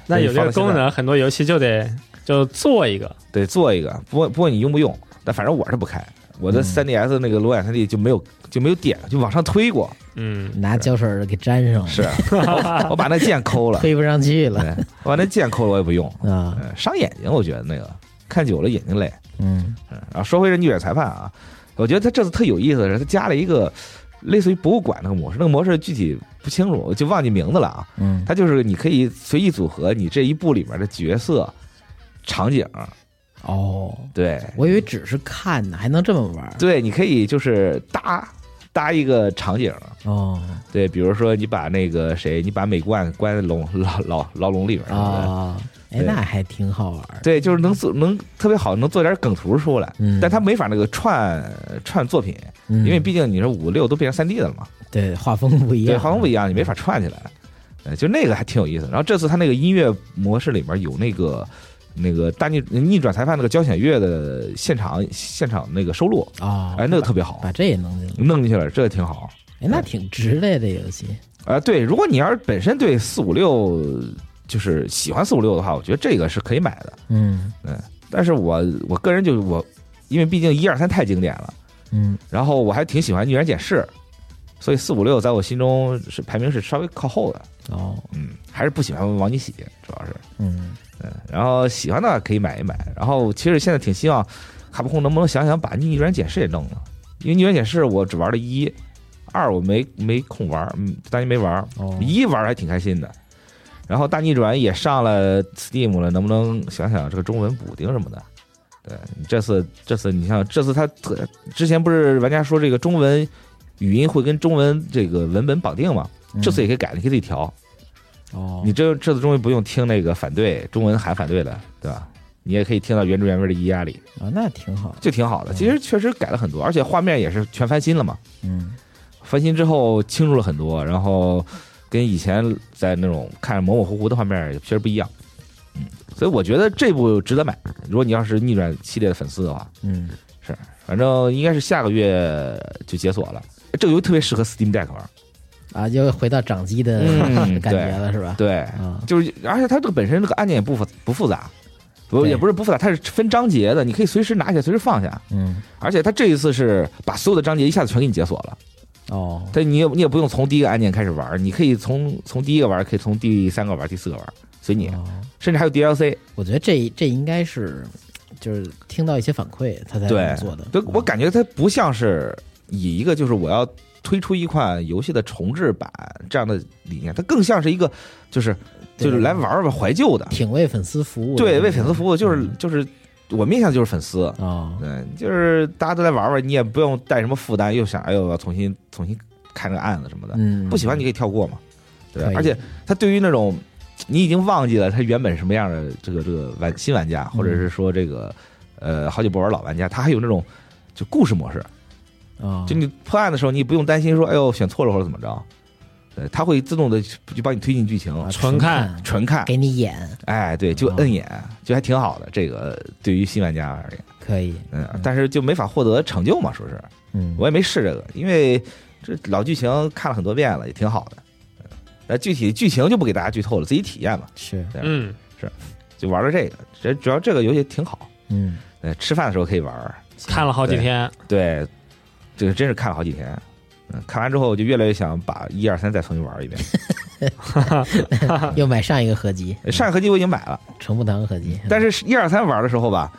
Speaker 3: 那有这个功能，很多游戏就得就做一个
Speaker 4: 得做一个，不过不过你用不用，但反正我是不开，我的
Speaker 2: 嗯
Speaker 4: 3DS 那个裸眼三 D 就没有就没有点就往上推过，
Speaker 3: 嗯
Speaker 2: 拿胶水儿给粘上了，
Speaker 4: 是啊我我把那键抠了，
Speaker 2: 推不上去了
Speaker 4: 对我把那键抠了我也不用，
Speaker 2: 啊，
Speaker 4: 嗯，伤眼睛我觉得那个看久了眼睛累。
Speaker 2: 嗯
Speaker 4: 然后说回这逆转裁判啊，我觉得他这次特有意思的是，他加了一个类似于博物馆那个模式，那个模式具体不清楚，我就忘记名字了啊。
Speaker 2: 嗯
Speaker 4: 它就是你可以随意组合你这一部里面的角色、场景，
Speaker 2: 哦，
Speaker 4: 对
Speaker 2: 我以为只是看呢，还能这么玩儿
Speaker 4: 对，你可以就是搭搭一个场景，
Speaker 2: 哦
Speaker 4: 对，比如说你把那个谁，你把美冠关在笼牢牢牢笼里面，
Speaker 2: 啊，哎，
Speaker 4: 对
Speaker 2: 那还挺好玩儿，
Speaker 4: 对，就是能做能特别好，能做点梗图出来。
Speaker 2: 嗯，
Speaker 4: 但他没法那个串串作品，
Speaker 2: 因
Speaker 4: 因为毕竟你说五六都变成三 D 的了嘛，
Speaker 2: 对画风不一
Speaker 4: 对，
Speaker 2: 样，
Speaker 4: 画风不一样，你没法串起来。呃，就那个还挺有意思。然后这次他那个音乐模式里边有那个那个大逆逆转裁判那个交响乐的现场现场那个收录，
Speaker 2: 哦，
Speaker 4: 哎，那个特别好，
Speaker 2: 把这也弄进来，
Speaker 4: 弄进去了，这个挺好。
Speaker 2: 哎，那挺值的呀这游戏。
Speaker 4: 啊、对，如果你要是本身对四五六就是喜欢四五六的话，我觉得这个是可以买的。
Speaker 2: 嗯
Speaker 4: 但是我我个人就是我，因为毕竟一二三太经典了，
Speaker 2: 嗯，
Speaker 4: 然后我还挺喜欢逆转检视，所以四五六在我心中是排名是稍微靠后的。
Speaker 2: 哦，
Speaker 4: 嗯，还是不喜欢王尼喜，主要是。
Speaker 2: 嗯
Speaker 4: 嗯，然后喜欢的可以买一买。然后其实现在挺希望卡布空能不能想想把逆转检视也弄了，因为逆转检视我只玩了一，二我没没空玩，嗯，当年没玩，
Speaker 2: 哦，
Speaker 4: 一玩还挺开心的。然后大逆转也上了 Steam 了，能不能想想这个中文补丁什么的？对，这次这次你像这次他特之前不是玩家说这个中文语音会跟中文这个文本绑定嘛？
Speaker 2: 嗯
Speaker 4: 这次也可以改，你可以自己调。
Speaker 2: 哦，
Speaker 4: 你这这次终于不用听那个反对中文喊反对了，对吧？你也可以听到原汁原味的咿呀里，
Speaker 2: 啊，那挺好。
Speaker 4: 就挺好的。其实确实改了很多，而且画面也是全翻新了嘛。
Speaker 2: 嗯
Speaker 4: 翻新之后清楚了很多，然后跟以前在那种看着模模糊糊的画面确实不一样。嗯，所以我觉得这部值得买。如果你要是逆转系列的粉丝的话，
Speaker 2: 嗯，
Speaker 4: 反正应该是下个月就解锁了。这个游戏特别适合 Steam Deck 玩，
Speaker 2: 啊，又回到掌机的
Speaker 4: 嗯
Speaker 2: 感觉了，是吧？
Speaker 4: 对，
Speaker 2: 啊，
Speaker 4: 就是，而且它这个本身这个按键也不复不复杂，不
Speaker 2: 对
Speaker 4: 也不是不复杂，它是分章节的，你可以随时拿起来，随时放下。
Speaker 2: 嗯，
Speaker 4: 而且它这一次是把所有的章节一下子全给你解锁了，
Speaker 2: 哦，
Speaker 4: 它你也你也不用从第一个按键开始玩，你可以从从第一个玩，可以从第三个玩，第四个玩，随你，
Speaker 2: 哦
Speaker 4: 甚至还有 DLC。
Speaker 2: 我觉得这这应该是，就是听到一些反馈，他才这
Speaker 4: 对
Speaker 2: 么做的。
Speaker 4: 对，我感觉它不像是以一个就是我要推出一款游戏的重置版这样的理念，它更像是一个就是就是
Speaker 2: 对
Speaker 4: 来玩玩怀旧的，
Speaker 2: 挺为粉丝服务的，嗯
Speaker 4: 对，为粉丝服务，就是就是我面向就是粉丝，
Speaker 2: 哦，
Speaker 4: 嗯，就是大家都来玩玩，你也不用带什么负担，又想哎呦我要重新重新看这个案子什么的，
Speaker 2: 嗯，
Speaker 4: 不喜欢你可以跳过嘛，对吧
Speaker 2: 可以
Speaker 4: 而且他对于那种你已经忘记了他原本什么样的这个这个玩新玩家，或者是说这个呃好久不玩老玩家，他还有那种就故事模式，
Speaker 2: 啊，
Speaker 4: 就你破案的时候，你不用担心说哎呦选错了或者怎么着，对，他会自动的就帮你推进剧情，
Speaker 2: 啊
Speaker 3: 纯看
Speaker 4: 纯看，
Speaker 2: 给你演
Speaker 4: 哎，对，就摁眼，就还挺好的，这个对于新玩家而言，
Speaker 2: 可以，
Speaker 4: 嗯，但是就没法获得成就嘛，说是。
Speaker 2: 嗯，
Speaker 4: 我也没试这个，因为这老剧情看了很多遍了，也挺好的。嗯那具体剧情就不给大家剧透了，自己体验吧。
Speaker 2: 是
Speaker 3: 嗯，
Speaker 4: 就玩了这个，这主要这个游戏挺好，
Speaker 2: 嗯，
Speaker 4: 呃，吃饭的时候可以玩儿。
Speaker 3: 看了好几天，
Speaker 4: 对，这个真是看了好几天。嗯，看完之后就越来越想把一二三再重新玩一遍。
Speaker 2: 又买上一个合集，
Speaker 4: 呃上一合集我已经买了，
Speaker 2: 成步堂合集，
Speaker 4: 但是一二三玩的时候吧，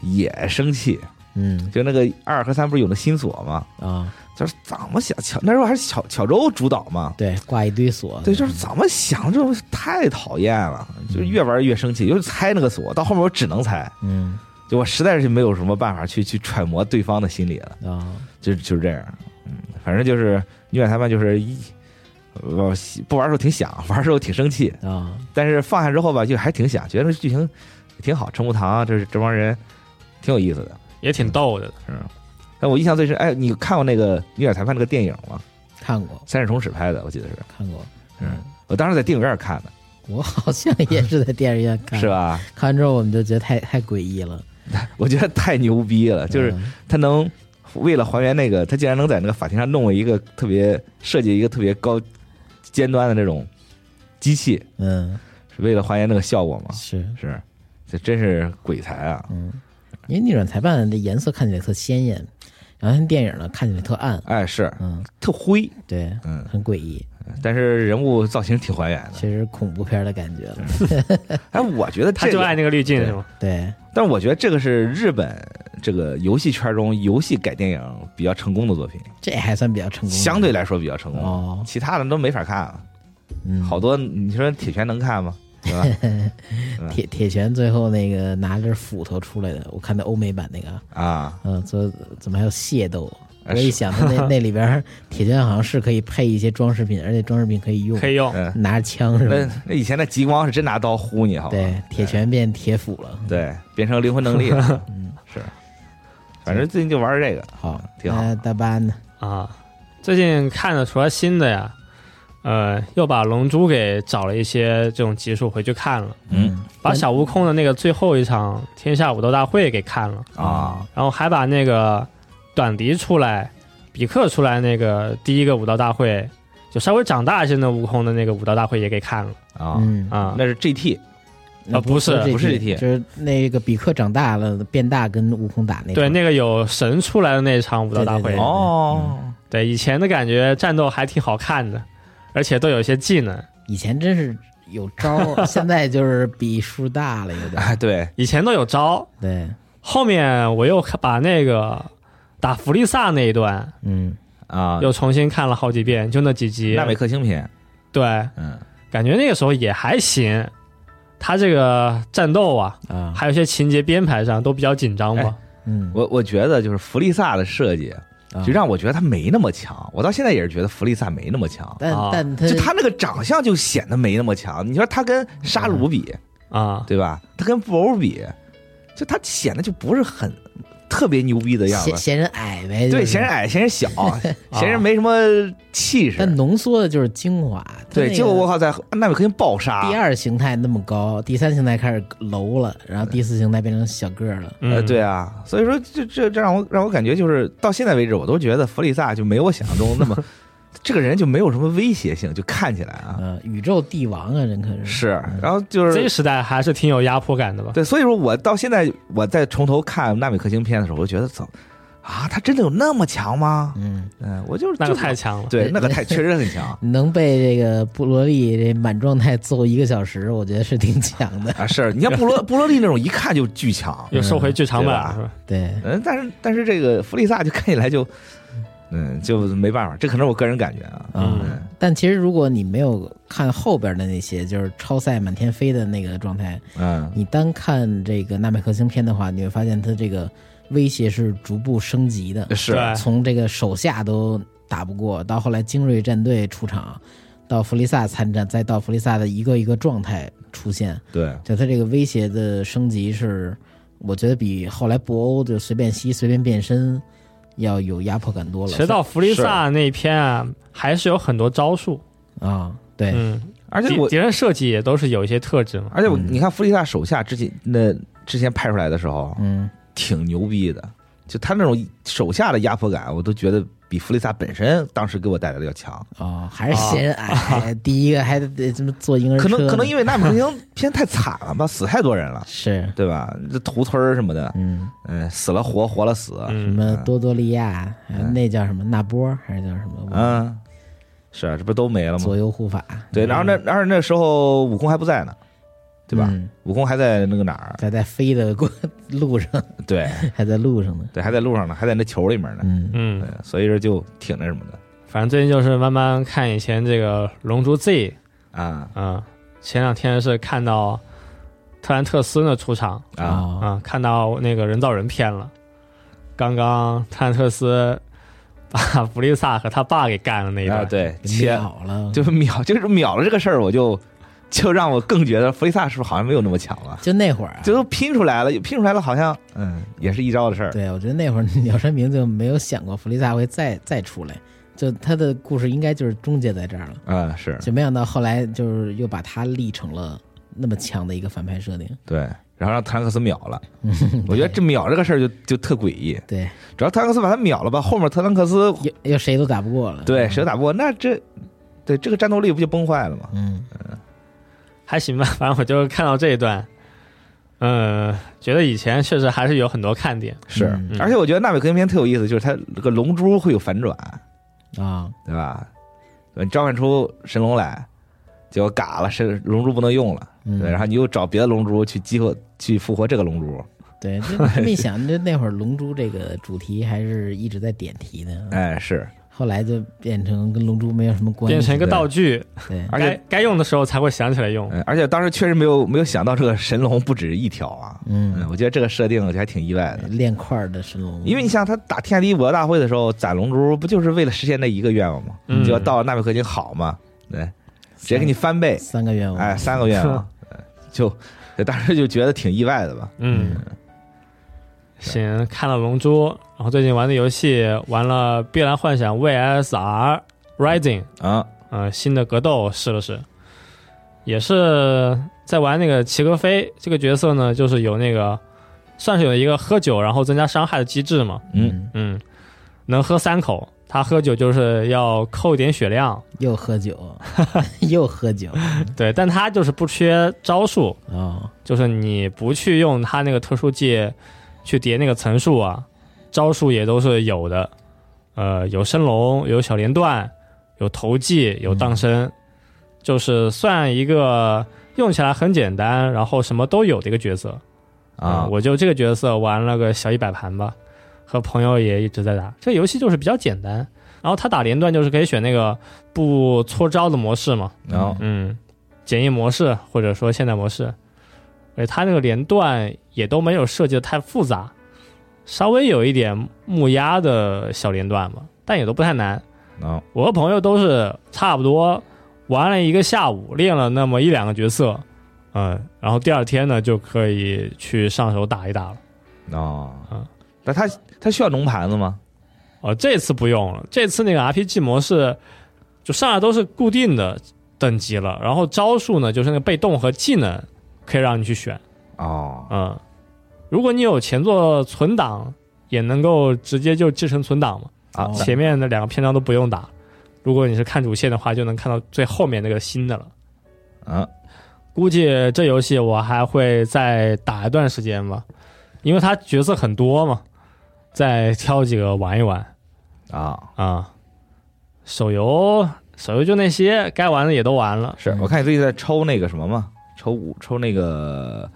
Speaker 4: 也生气。
Speaker 2: 嗯
Speaker 4: 就那个二和三不是有那新锁吗？
Speaker 2: 啊，
Speaker 4: 就是怎么想巧，那时候还是巧巧周主导嘛，
Speaker 2: 对，挂一堆锁，
Speaker 4: 对，就是怎么想这种太讨厌了，就是越玩越生气，尤其猜那个锁，到后面我只能猜，
Speaker 2: 嗯
Speaker 4: 就我实在是没有什么办法去去揣摩对方的心理了，
Speaker 2: 啊，
Speaker 4: 就就是这样，嗯，反正就是女版裁判就是一。我不玩的时候挺想，玩的时候挺生气，
Speaker 2: 啊，
Speaker 4: 但是放下之后吧，就还挺想，觉得剧情挺好，陈木堂啊，这这帮人挺有意思的。
Speaker 3: 也挺逗
Speaker 2: 嗯
Speaker 3: 的。
Speaker 4: 但我印象最深，哎，你看过那个《女版裁判》那个电影吗？
Speaker 2: 看过
Speaker 4: 三世同史拍的，我记得是，
Speaker 2: 看过，
Speaker 4: 嗯，我当时在电影院看的，
Speaker 2: 我好像也是在电影院看，
Speaker 4: 是？吧？
Speaker 2: 看完之后我们就觉得太太诡异了，
Speaker 4: 我觉得太牛逼了，就是
Speaker 2: 嗯
Speaker 4: 他能为了还原那个，他竟然能在那个法庭上弄了一个特别设计一个特别高尖端的那种机器，
Speaker 2: 嗯
Speaker 4: 是为了还原那个效果吗？
Speaker 2: 是，
Speaker 4: 是，这真是鬼才啊！
Speaker 2: 嗯，因为逆转裁判的颜色看起来特鲜艳，然后电影呢看起来特暗，
Speaker 4: 哎，是
Speaker 2: 嗯，
Speaker 4: 特灰，
Speaker 2: 对，
Speaker 4: 嗯，
Speaker 2: 很诡异，
Speaker 4: 但是人物造型挺还原的。
Speaker 2: 确实恐怖片的感觉了，
Speaker 4: 哎，我觉得
Speaker 3: 他
Speaker 4: 这
Speaker 3: 就
Speaker 4: 个
Speaker 3: 爱，那个滤镜
Speaker 4: 对
Speaker 3: 是吗？
Speaker 2: 对，
Speaker 4: 但是我觉得这个是日本这个游戏圈中游戏改电影比较成功的作品，
Speaker 2: 这还算比较成功的，
Speaker 4: 相对来说比较成功，
Speaker 2: 哦，
Speaker 4: 其他的都没法看了。
Speaker 2: 嗯，
Speaker 4: 好多你说铁拳能看吗？对吧？
Speaker 2: 铁铁拳最后那个拿着斧头出来的，我看那欧美版那个，
Speaker 4: 啊，
Speaker 2: 嗯，说怎么还有械斗？
Speaker 4: 啊
Speaker 2: 我一想，他那那里边 儿铁拳好像是可以配一些装饰品，而且装饰品可以用，
Speaker 3: 可以用，
Speaker 4: 嗯，哎
Speaker 2: 拿着枪是
Speaker 4: 那
Speaker 2: 吧？
Speaker 4: 那以前那极光是真拿刀呼你，好吧？
Speaker 2: 对，铁拳变铁斧了。
Speaker 4: 对，变成灵魂能力 了，嗯是。反正最近就玩这个，
Speaker 2: 好，
Speaker 4: 挺好
Speaker 2: 那大巴呢？
Speaker 3: 啊，最近看的除了新的呀，呃，又把《龙珠》给找了一些这种集数回去看了，
Speaker 4: 嗯
Speaker 3: 把小悟空的那个最后一场天下武斗大会给看了，
Speaker 4: 啊，
Speaker 3: 然后还把那个短笛出来、比克出来那个第一个武道大会，就稍微长大一些的悟空的那个武道大会也给看了
Speaker 4: 啊，
Speaker 2: 嗯
Speaker 3: 啊。
Speaker 4: 那是 GT
Speaker 3: 啊不是
Speaker 4: 不是
Speaker 2: GT，
Speaker 4: GT
Speaker 2: 就是那个比克长大了变大跟悟空打那
Speaker 3: 对，
Speaker 2: 场
Speaker 3: 那个有神出来的那场武道大会，
Speaker 2: 对
Speaker 4: 哦，
Speaker 3: 对以前的感觉战斗还挺好看的，而且都有一些技能。
Speaker 2: 以前真是有招 儿，现在就是比数大了有点儿。
Speaker 4: 哎， 对，
Speaker 3: 以前都有招，
Speaker 2: 对，
Speaker 3: 后面我又看把那个打弗利萨那一段
Speaker 2: 嗯，
Speaker 4: 啊，
Speaker 3: 又重新看了好几遍，就那几集。
Speaker 4: 纳美克星品，
Speaker 3: 对，
Speaker 4: 嗯
Speaker 3: 感觉那个时候也还行。他这个战斗啊，
Speaker 2: 啊，
Speaker 3: 还有一些情节编排上都比较紧张嘛。
Speaker 2: 嗯，
Speaker 4: 我我觉得就是弗利萨的设计，
Speaker 2: 啊
Speaker 4: 就让我觉得他没那么强。我到现在也是觉得弗利萨没那么强，
Speaker 2: 但
Speaker 3: 啊
Speaker 2: 但他
Speaker 4: 就他那个长相就显得没那么强。你说他跟沙鲁比，
Speaker 2: 嗯
Speaker 3: 啊、
Speaker 4: 对吧？他跟布欧比，就他显得就不是很特别牛逼的样
Speaker 2: 嫌
Speaker 4: 子。
Speaker 2: 嫌人矮呗，
Speaker 4: 对，
Speaker 2: 就是
Speaker 4: 嫌人矮，嫌人小， 嫌人没什么气势。
Speaker 2: 但浓缩的就是精华。他那
Speaker 4: 对，
Speaker 2: 个
Speaker 4: 结果我靠，在纳米克星爆杀。
Speaker 2: 第二形态那么高，第三形态开始楼了，然后第四形态变成小个儿了。
Speaker 3: 嗯
Speaker 4: 呃，对啊，所以说这这这让我让我感觉就是到现在为止，我都觉得弗利萨就没我想象 中那么，这个人就没有什么威胁性，就看起来
Speaker 3: 嗯
Speaker 4: 啊
Speaker 2: 呃，宇宙帝王啊，人可是
Speaker 4: 是，然后就
Speaker 3: 这
Speaker 4: 是
Speaker 3: 时代还是挺有压迫感的吧？
Speaker 4: 对，所以说我到现在我在从头看纳米克星片的时候，我就觉得怎么啊，他真的有那么强吗？
Speaker 2: 嗯，
Speaker 4: 嗯，我就是
Speaker 3: 那
Speaker 4: 就
Speaker 3: 个太强了。
Speaker 4: 对，那个太确实 很强
Speaker 2: 能被这个布罗利这满状态揍一个小时，我觉得是挺强 的。
Speaker 4: 啊，是你像布罗布罗利那种一看就巨强，
Speaker 3: 又收回剧场版
Speaker 4: 嗯
Speaker 3: 了是吧？
Speaker 2: 对，
Speaker 4: 嗯，但是但是这个弗利萨就看起来就嗯就没办法，这可能是我个人感觉啊，
Speaker 2: 啊、
Speaker 4: 嗯
Speaker 2: 但其实如果你没有看后边的那些，就是超赛满天飞的那个状态，
Speaker 4: 嗯。
Speaker 2: 你单看这个纳美克星篇的话，你会发现它这个威胁是逐步升级的，
Speaker 4: 嗯是
Speaker 3: 对
Speaker 2: 从这个手下都打不过，到后来精锐战队出场，到弗利萨参战，再到弗利萨的一个一个状态出现，
Speaker 4: 对，
Speaker 2: 就它这个威胁的升级是，我觉得比后来布欧就随便吸、随便变身要有压迫感多
Speaker 4: 啊
Speaker 2: 了。
Speaker 3: 其实到弗利萨那一篇啊，还是有很多招数。
Speaker 2: 啊，
Speaker 4: 哎
Speaker 2: 对，
Speaker 3: 嗯，
Speaker 4: 而且
Speaker 3: 敌
Speaker 4: 我，
Speaker 3: 敌人设计也都是有一些特质嘛。
Speaker 4: 而且我，
Speaker 2: 嗯
Speaker 4: 你看弗利萨手下之前那之前派出来的时候，
Speaker 2: 嗯
Speaker 4: 挺牛逼的，就他那种手下的压迫感，我都觉得比弗利萨本身当时给我带来的要强。
Speaker 2: 哦，还是嫌人矮，第一个还得这么坐婴儿车
Speaker 4: 可
Speaker 2: 呢，
Speaker 4: 能可能因为纳米克星 片太惨了吧，死太多人了，
Speaker 2: 是，
Speaker 4: 对吧？这屠村儿什么的，
Speaker 2: 嗯，
Speaker 4: 嗯，死了活，活了死，
Speaker 2: 什
Speaker 3: 嗯，
Speaker 2: 么多多利亚，还有那叫什么纳波，还是叫什么？
Speaker 4: 嗯，是啊，这不都没了吗
Speaker 2: 左？右护法，
Speaker 4: 对，然后那然后那时候悟空还不在呢，对吧？
Speaker 2: 嗯
Speaker 4: 悟空还在那个哪儿？
Speaker 2: 还在飞的过路上，
Speaker 4: 对
Speaker 2: 还在路上呢。
Speaker 4: 对，还在路上呢，还在那球里面呢。
Speaker 2: 嗯，
Speaker 3: 嗯，
Speaker 4: 嗯，所以说就挺那什么的
Speaker 3: 反正最近就是慢慢看以前这个《龙珠 Z》
Speaker 4: 啊
Speaker 3: 啊，前两天是看到特兰特斯呢出场
Speaker 4: 啊。
Speaker 2: 哦，
Speaker 3: 啊，看到那个人造人篇了。刚刚特兰特斯把 弗利萨和他爸给干了那一
Speaker 4: 啊，
Speaker 3: 段，
Speaker 4: 对，切
Speaker 2: 秒了，
Speaker 4: 就是秒，就是秒了这个事儿，我就就让我更觉得弗利萨是不是好像没有那么强了？
Speaker 2: 就那会儿啊，
Speaker 4: 就都拼出来了，拼出来了，好像嗯，也是一招的事儿。
Speaker 2: 对我觉得那会儿鸟山明就没有想过弗利萨会再再出来，就他的故事应该就是终结在这儿了，
Speaker 4: 嗯，是
Speaker 2: 就没想到后来就是又把他立成了那么强的一个反派设定。
Speaker 4: 对，然后让特兰克斯秒了，我觉得这秒这个事儿就就特诡异。
Speaker 2: 对，
Speaker 4: 主要特兰克斯把他秒了吧，后面特兰克斯
Speaker 2: 又又谁都打不过了。
Speaker 4: 对谁都打不过，那这对这个战斗力不就崩坏了吗？
Speaker 2: 嗯，
Speaker 3: 还行吧。反正我就看到这一段，嗯，觉得以前确实还是有很多看点。
Speaker 4: 是
Speaker 2: 嗯，
Speaker 4: 而且我觉得纳美克星篇特有意思，就是它这个龙珠会有反转，
Speaker 2: 啊，
Speaker 4: 对吧？你召唤出神龙来，结果嘎了，神龙珠不能用了。
Speaker 2: 嗯
Speaker 4: 对，然后你又找别的龙珠去激活、去复活这个龙珠，
Speaker 2: 对，就这么一想，就那会儿《龙珠》这个主题还是一直在点题 的，
Speaker 4: 哎，是，
Speaker 2: 后来就变成跟《龙珠》没有什么关系，
Speaker 3: 变成一个道具，
Speaker 2: 对，
Speaker 4: 而
Speaker 3: 该
Speaker 4: 且，
Speaker 3: 该用的时候才会想起来用。
Speaker 4: 嗯，而且当时确实没有没有想到这个神龙不止一条啊，
Speaker 2: 嗯，
Speaker 4: 我觉得这个设定我觉得还挺意外的，
Speaker 2: 练块儿的神龙，
Speaker 4: 哎因为你像他打天下第一武道大会的时候攒龙珠，不就是为了实现那一个愿望吗？
Speaker 3: 嗯
Speaker 4: 就要到纳米克星好嘛，对，直接给你翻倍，
Speaker 2: 三个哦愿望，
Speaker 4: 哎，三个愿望，哎 就就当时就觉得挺意外的吧，
Speaker 3: 嗯，行，看了《龙珠》，然后最近玩的游戏玩了《碧蓝幻想 VSR Rising》，
Speaker 4: 啊，
Speaker 3: 呃新的格斗试了试，也是在玩那个齐格飞这个角色呢，就是有那个算是有一个喝酒然后增加伤害的机制嘛，
Speaker 4: 嗯，
Speaker 3: 嗯，能喝三口。他喝酒就是要扣点血量，
Speaker 2: 又喝酒， 又喝酒
Speaker 3: 对，但他就是不缺招数，
Speaker 2: 哦，
Speaker 3: 就是你不去用他那个特殊技去叠那个层数啊，招数也都是有的。呃，有升龙，有小连段，有投技，有荡身，就是算一个用起来很简单，然后什么都有的一个角色
Speaker 2: 嗯
Speaker 4: 啊，
Speaker 3: 我就这个角色玩了个小一百盘吧，和朋友也一直在打。这游戏就是比较简单，然后他打连段就是可以选那个不搓招的模式嘛，
Speaker 4: 然后
Speaker 3: 嗯，简易模式或者说现代模式，而且它那个连段也都没有设计的太复杂，稍微有一点木鸭的小连段吧，但也都不太难。
Speaker 4: 然后
Speaker 3: 我和朋友都是差不多玩了一个下午，练了那么一两个角色，嗯，然后第二天呢就可以去上手打一打了。
Speaker 4: 哦
Speaker 3: 嗯，
Speaker 4: 那他他需要龙盘子吗？
Speaker 3: 哦，这次不用了，这次那个 RPG 模式就上来都是固定的等级了，然后招数呢就是那个被动和技能可以让你去选，
Speaker 4: 哦，
Speaker 3: 嗯，如果你有前作存档，也能够直接就制成存档嘛，
Speaker 4: 啊，
Speaker 2: 哦
Speaker 4: 那
Speaker 3: 前面的两个篇章都不用打。如果你是看主线的话，就能看到最后面那个新的了。
Speaker 4: 嗯，
Speaker 3: 估计这游戏我还会再打一段时间吧，因为它角色很多嘛，再挑几个玩一玩。
Speaker 4: 啊，
Speaker 3: 啊，手游手游就那些，该玩的也都玩了。
Speaker 4: 是我看你最近在抽那个什么嘛，抽五抽那个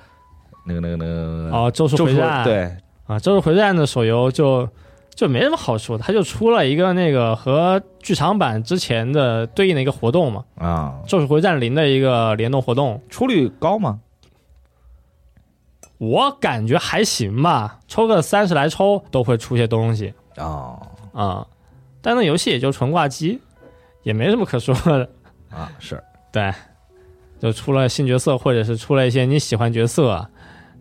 Speaker 4: 那个那个那个
Speaker 3: 哦，咒术
Speaker 4: 咒
Speaker 3: 回
Speaker 4: 术
Speaker 3: 战
Speaker 4: 对，
Speaker 3: 啊，咒术回战的手游就就没什么好说的，它就出了一个那个和剧场版之前的对应的一个活动嘛，
Speaker 4: 啊，
Speaker 3: 《咒术回战零》的一个联动活动，
Speaker 4: 出率高吗？
Speaker 3: 我感觉还行吧，抽个三十来抽都会出些东西
Speaker 4: 哦，
Speaker 3: 啊，但那游戏也就纯挂机，也没什么可说的。
Speaker 4: 啊，是
Speaker 3: 对，就出了新角色，或者是出了一些你喜欢角色，啊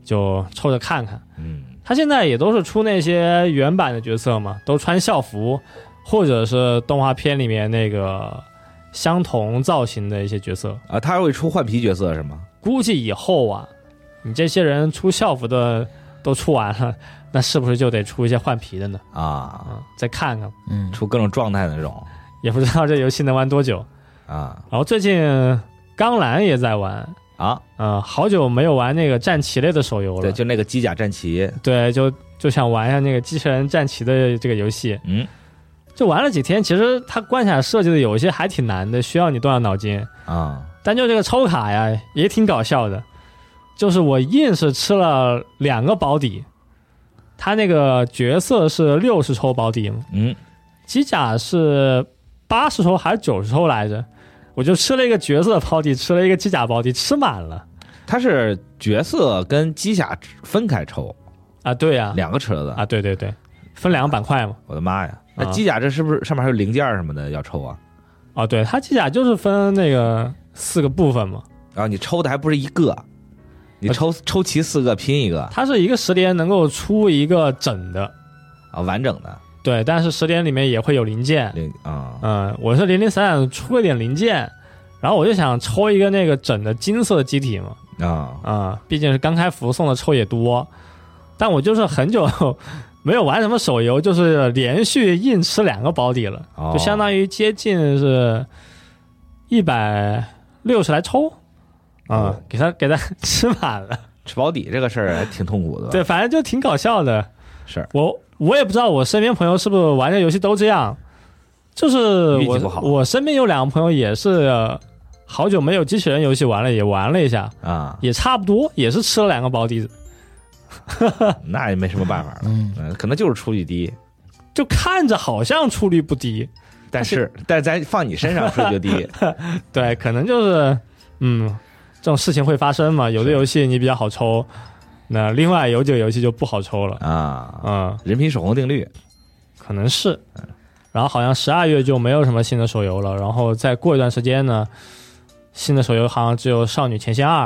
Speaker 3: 就抽着看看。
Speaker 4: 嗯
Speaker 3: 他现在也都是出那些原版的角色嘛，都穿校服，或者是动画片里面那个相同造型的一些角色。
Speaker 4: 啊，他会出换皮角色是吗？
Speaker 3: 估计以后啊，你这些人出校服的都出完了，那是不是就得出一些换皮的呢？
Speaker 4: 啊，
Speaker 3: 啊，再看看，
Speaker 2: 嗯，
Speaker 4: 出各种状态的那种
Speaker 3: 也不知道这游戏能玩多久。
Speaker 4: 啊
Speaker 3: 然后最近钢兰也在玩，
Speaker 4: 啊，
Speaker 3: 呃，好久没有玩那个战棋类的手游了。
Speaker 4: 对，就那个机甲战旗，
Speaker 3: 对，就就想玩一下那个机器人战棋的这个游戏。
Speaker 4: 嗯
Speaker 3: 就玩了几天，其实它关卡设计的有一些还挺难的，需要你动下脑筋。
Speaker 4: 啊
Speaker 3: 但就这个抽卡呀，也挺搞笑的，就是我硬是吃了两个保底。他那个角色是六十抽保底嘛，
Speaker 4: 嗯
Speaker 3: 机甲是八十抽还是九十抽来着？我就吃了一个角色保底，吃了一个机甲保底，吃满了
Speaker 4: 它是角色跟机甲分开抽，
Speaker 3: 啊！对呀、
Speaker 4: 两个车子
Speaker 3: 啊，。对对对，分两个板块嘛。
Speaker 4: 我的妈呀！
Speaker 3: 啊
Speaker 4: 那机甲这是不是上面还有零件儿什么的要抽啊？
Speaker 3: 哦，对，它机甲就是分那个四个部分嘛，
Speaker 4: 然后啊你抽的还不是一个，你
Speaker 3: 啊
Speaker 4: 抽抽齐四个拼一个
Speaker 3: 它是一个十连能够出一个整的，
Speaker 4: 啊，完整的
Speaker 3: 对，但是十连里面也会有零件，嗯
Speaker 4: 零啊啊
Speaker 3: 啊、毕竟是刚开服送的抽也多，但我就是很久 没有玩什么手游，就是连续硬吃两个保底了，
Speaker 4: 哦
Speaker 3: 就相当于接近是一百六十来抽，啊、
Speaker 4: 哦
Speaker 3: 给它给它 吃满了。
Speaker 4: 吃保底这个事儿还挺痛苦的吧。
Speaker 3: 对，反正就挺搞笑的。
Speaker 4: 是
Speaker 3: 我我也不知道我身边朋友是不是玩这游戏都这样，就是
Speaker 4: 运气不
Speaker 3: 我
Speaker 4: 好
Speaker 3: 我身边有两个朋友也是、呃好久没有机器人游戏玩了，也玩了一下，
Speaker 4: 啊，
Speaker 3: 也差不多，也是吃了两个保底子，
Speaker 4: 那也没什么 办法了。
Speaker 2: 嗯
Speaker 4: 嗯，可能就是出去低，
Speaker 3: 就看着好像出率不低，
Speaker 4: 但是但是咱放你身上出去 就低
Speaker 3: 对，可能就是嗯这种事情会发生嘛。有的游戏你比较好抽，那另外有几个游戏就不好抽了，
Speaker 4: 啊。
Speaker 3: 嗯，
Speaker 4: 人品守恒定律
Speaker 3: 可能是。
Speaker 4: 嗯
Speaker 3: 然后好像十二月就没有什么新的手游了，然后再过一段时间呢，新的手游好像只有《少女前线二》，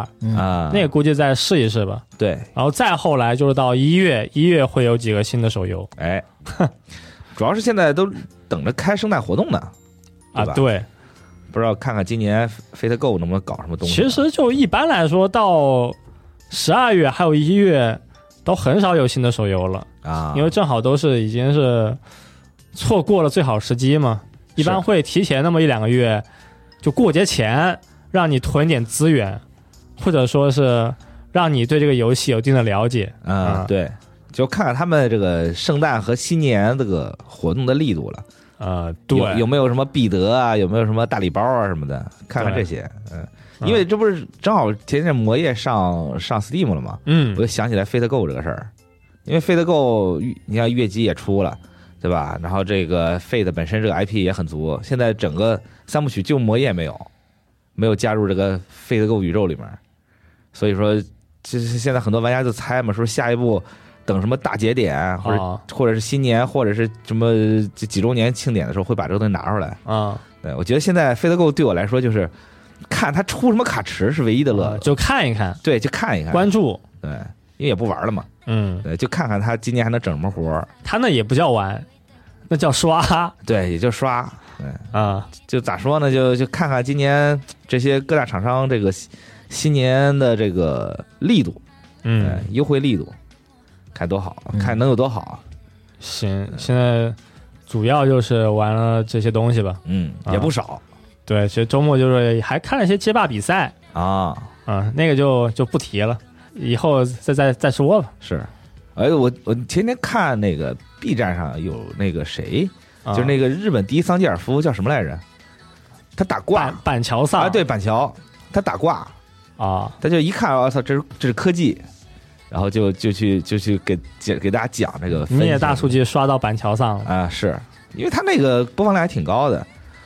Speaker 3: 嗯
Speaker 4: 啊，
Speaker 3: 那个估计再试一试吧。
Speaker 4: 对，
Speaker 3: 然后再后来就是到一月，一月会有几个新的手游
Speaker 4: 哎，主要是现在都等着开生态活动呢，
Speaker 3: 啊
Speaker 4: 对吧，
Speaker 3: 对，
Speaker 4: 不知道看看今年 Fate Go 能不能搞什么东西。
Speaker 3: 其实就一般来说，到十二月还有一月都很少有新的手游了，
Speaker 4: 啊，
Speaker 3: 因为正好都是已经是错过了最好时机嘛。一般会提前那么一两个月，就过节前让你囤点资源，或者说是让你对这个游戏有一定的了解。
Speaker 4: 啊、
Speaker 3: 啊
Speaker 4: 对，就看看他们这个圣诞和新年这个活动的力度了，
Speaker 3: 呃，对，
Speaker 4: 有有没有什么必得啊，有没有什么大礼包啊什么的，看看这
Speaker 3: 对
Speaker 4: 些，嗯，
Speaker 3: 嗯
Speaker 4: 因为这不是正好前阵魔夜上上 Steam 了吗？
Speaker 3: 嗯
Speaker 4: 我，就想起来 Fate Go 这个事儿，因为 Fate Go，你看月姬也出了，对吧？然后这个 Fate 本身这个 IP 也很足，现在整个三部曲就魔夜没有，没有加入这个 Fate Go 宇宙里面，所以说，其实现在很多玩家就猜嘛，说下一步等什么大节点，或者、
Speaker 3: 啊
Speaker 4: 或者是新年，或者是什么几几周年庆典的时候，会把这个东西拿出来。
Speaker 3: 啊，
Speaker 4: 对我觉得现在 Fate Go 对我来说就是看它出什么卡池是唯一的乐
Speaker 3: 呃
Speaker 4: 趣，
Speaker 3: 就看一看，
Speaker 4: 对，就看一看，
Speaker 3: 关注。
Speaker 4: 对，因为也不玩了嘛。
Speaker 3: 嗯，
Speaker 4: 对，就看看他今年还能整什么活儿。
Speaker 3: 他那也不叫玩，那叫 刷啊、
Speaker 4: 对，也就刷，就咋说呢？就就看看今年这些各大厂商这个新新年的这个力度，
Speaker 3: 嗯
Speaker 4: 对，，优惠力度，看多好，
Speaker 2: 嗯
Speaker 4: 看能有多好。
Speaker 3: 行，现在主要就是玩了这些东西吧。
Speaker 4: 嗯，
Speaker 3: 啊
Speaker 4: 也不少
Speaker 3: 对，其实周末就是还看了一些街霸比赛
Speaker 4: 啊，
Speaker 3: 啊、那个就就不提了，以后再再再说吧。
Speaker 4: 是。哎，我我前天看那个 B 站上有那个谁，
Speaker 3: 啊
Speaker 4: 就是那个日本第一桑吉尔夫叫什么来着？他打挂
Speaker 3: 板板桥上
Speaker 4: 啊，对板桥，他打挂，
Speaker 3: 啊，
Speaker 4: 他就一看，我操，这是这是科技，然后就就去就去给给给大家讲这个分
Speaker 3: 嗯
Speaker 4: 析。
Speaker 3: 你也大数据刷到板桥上了，
Speaker 4: 啊，是因为他那个播放量还挺高的。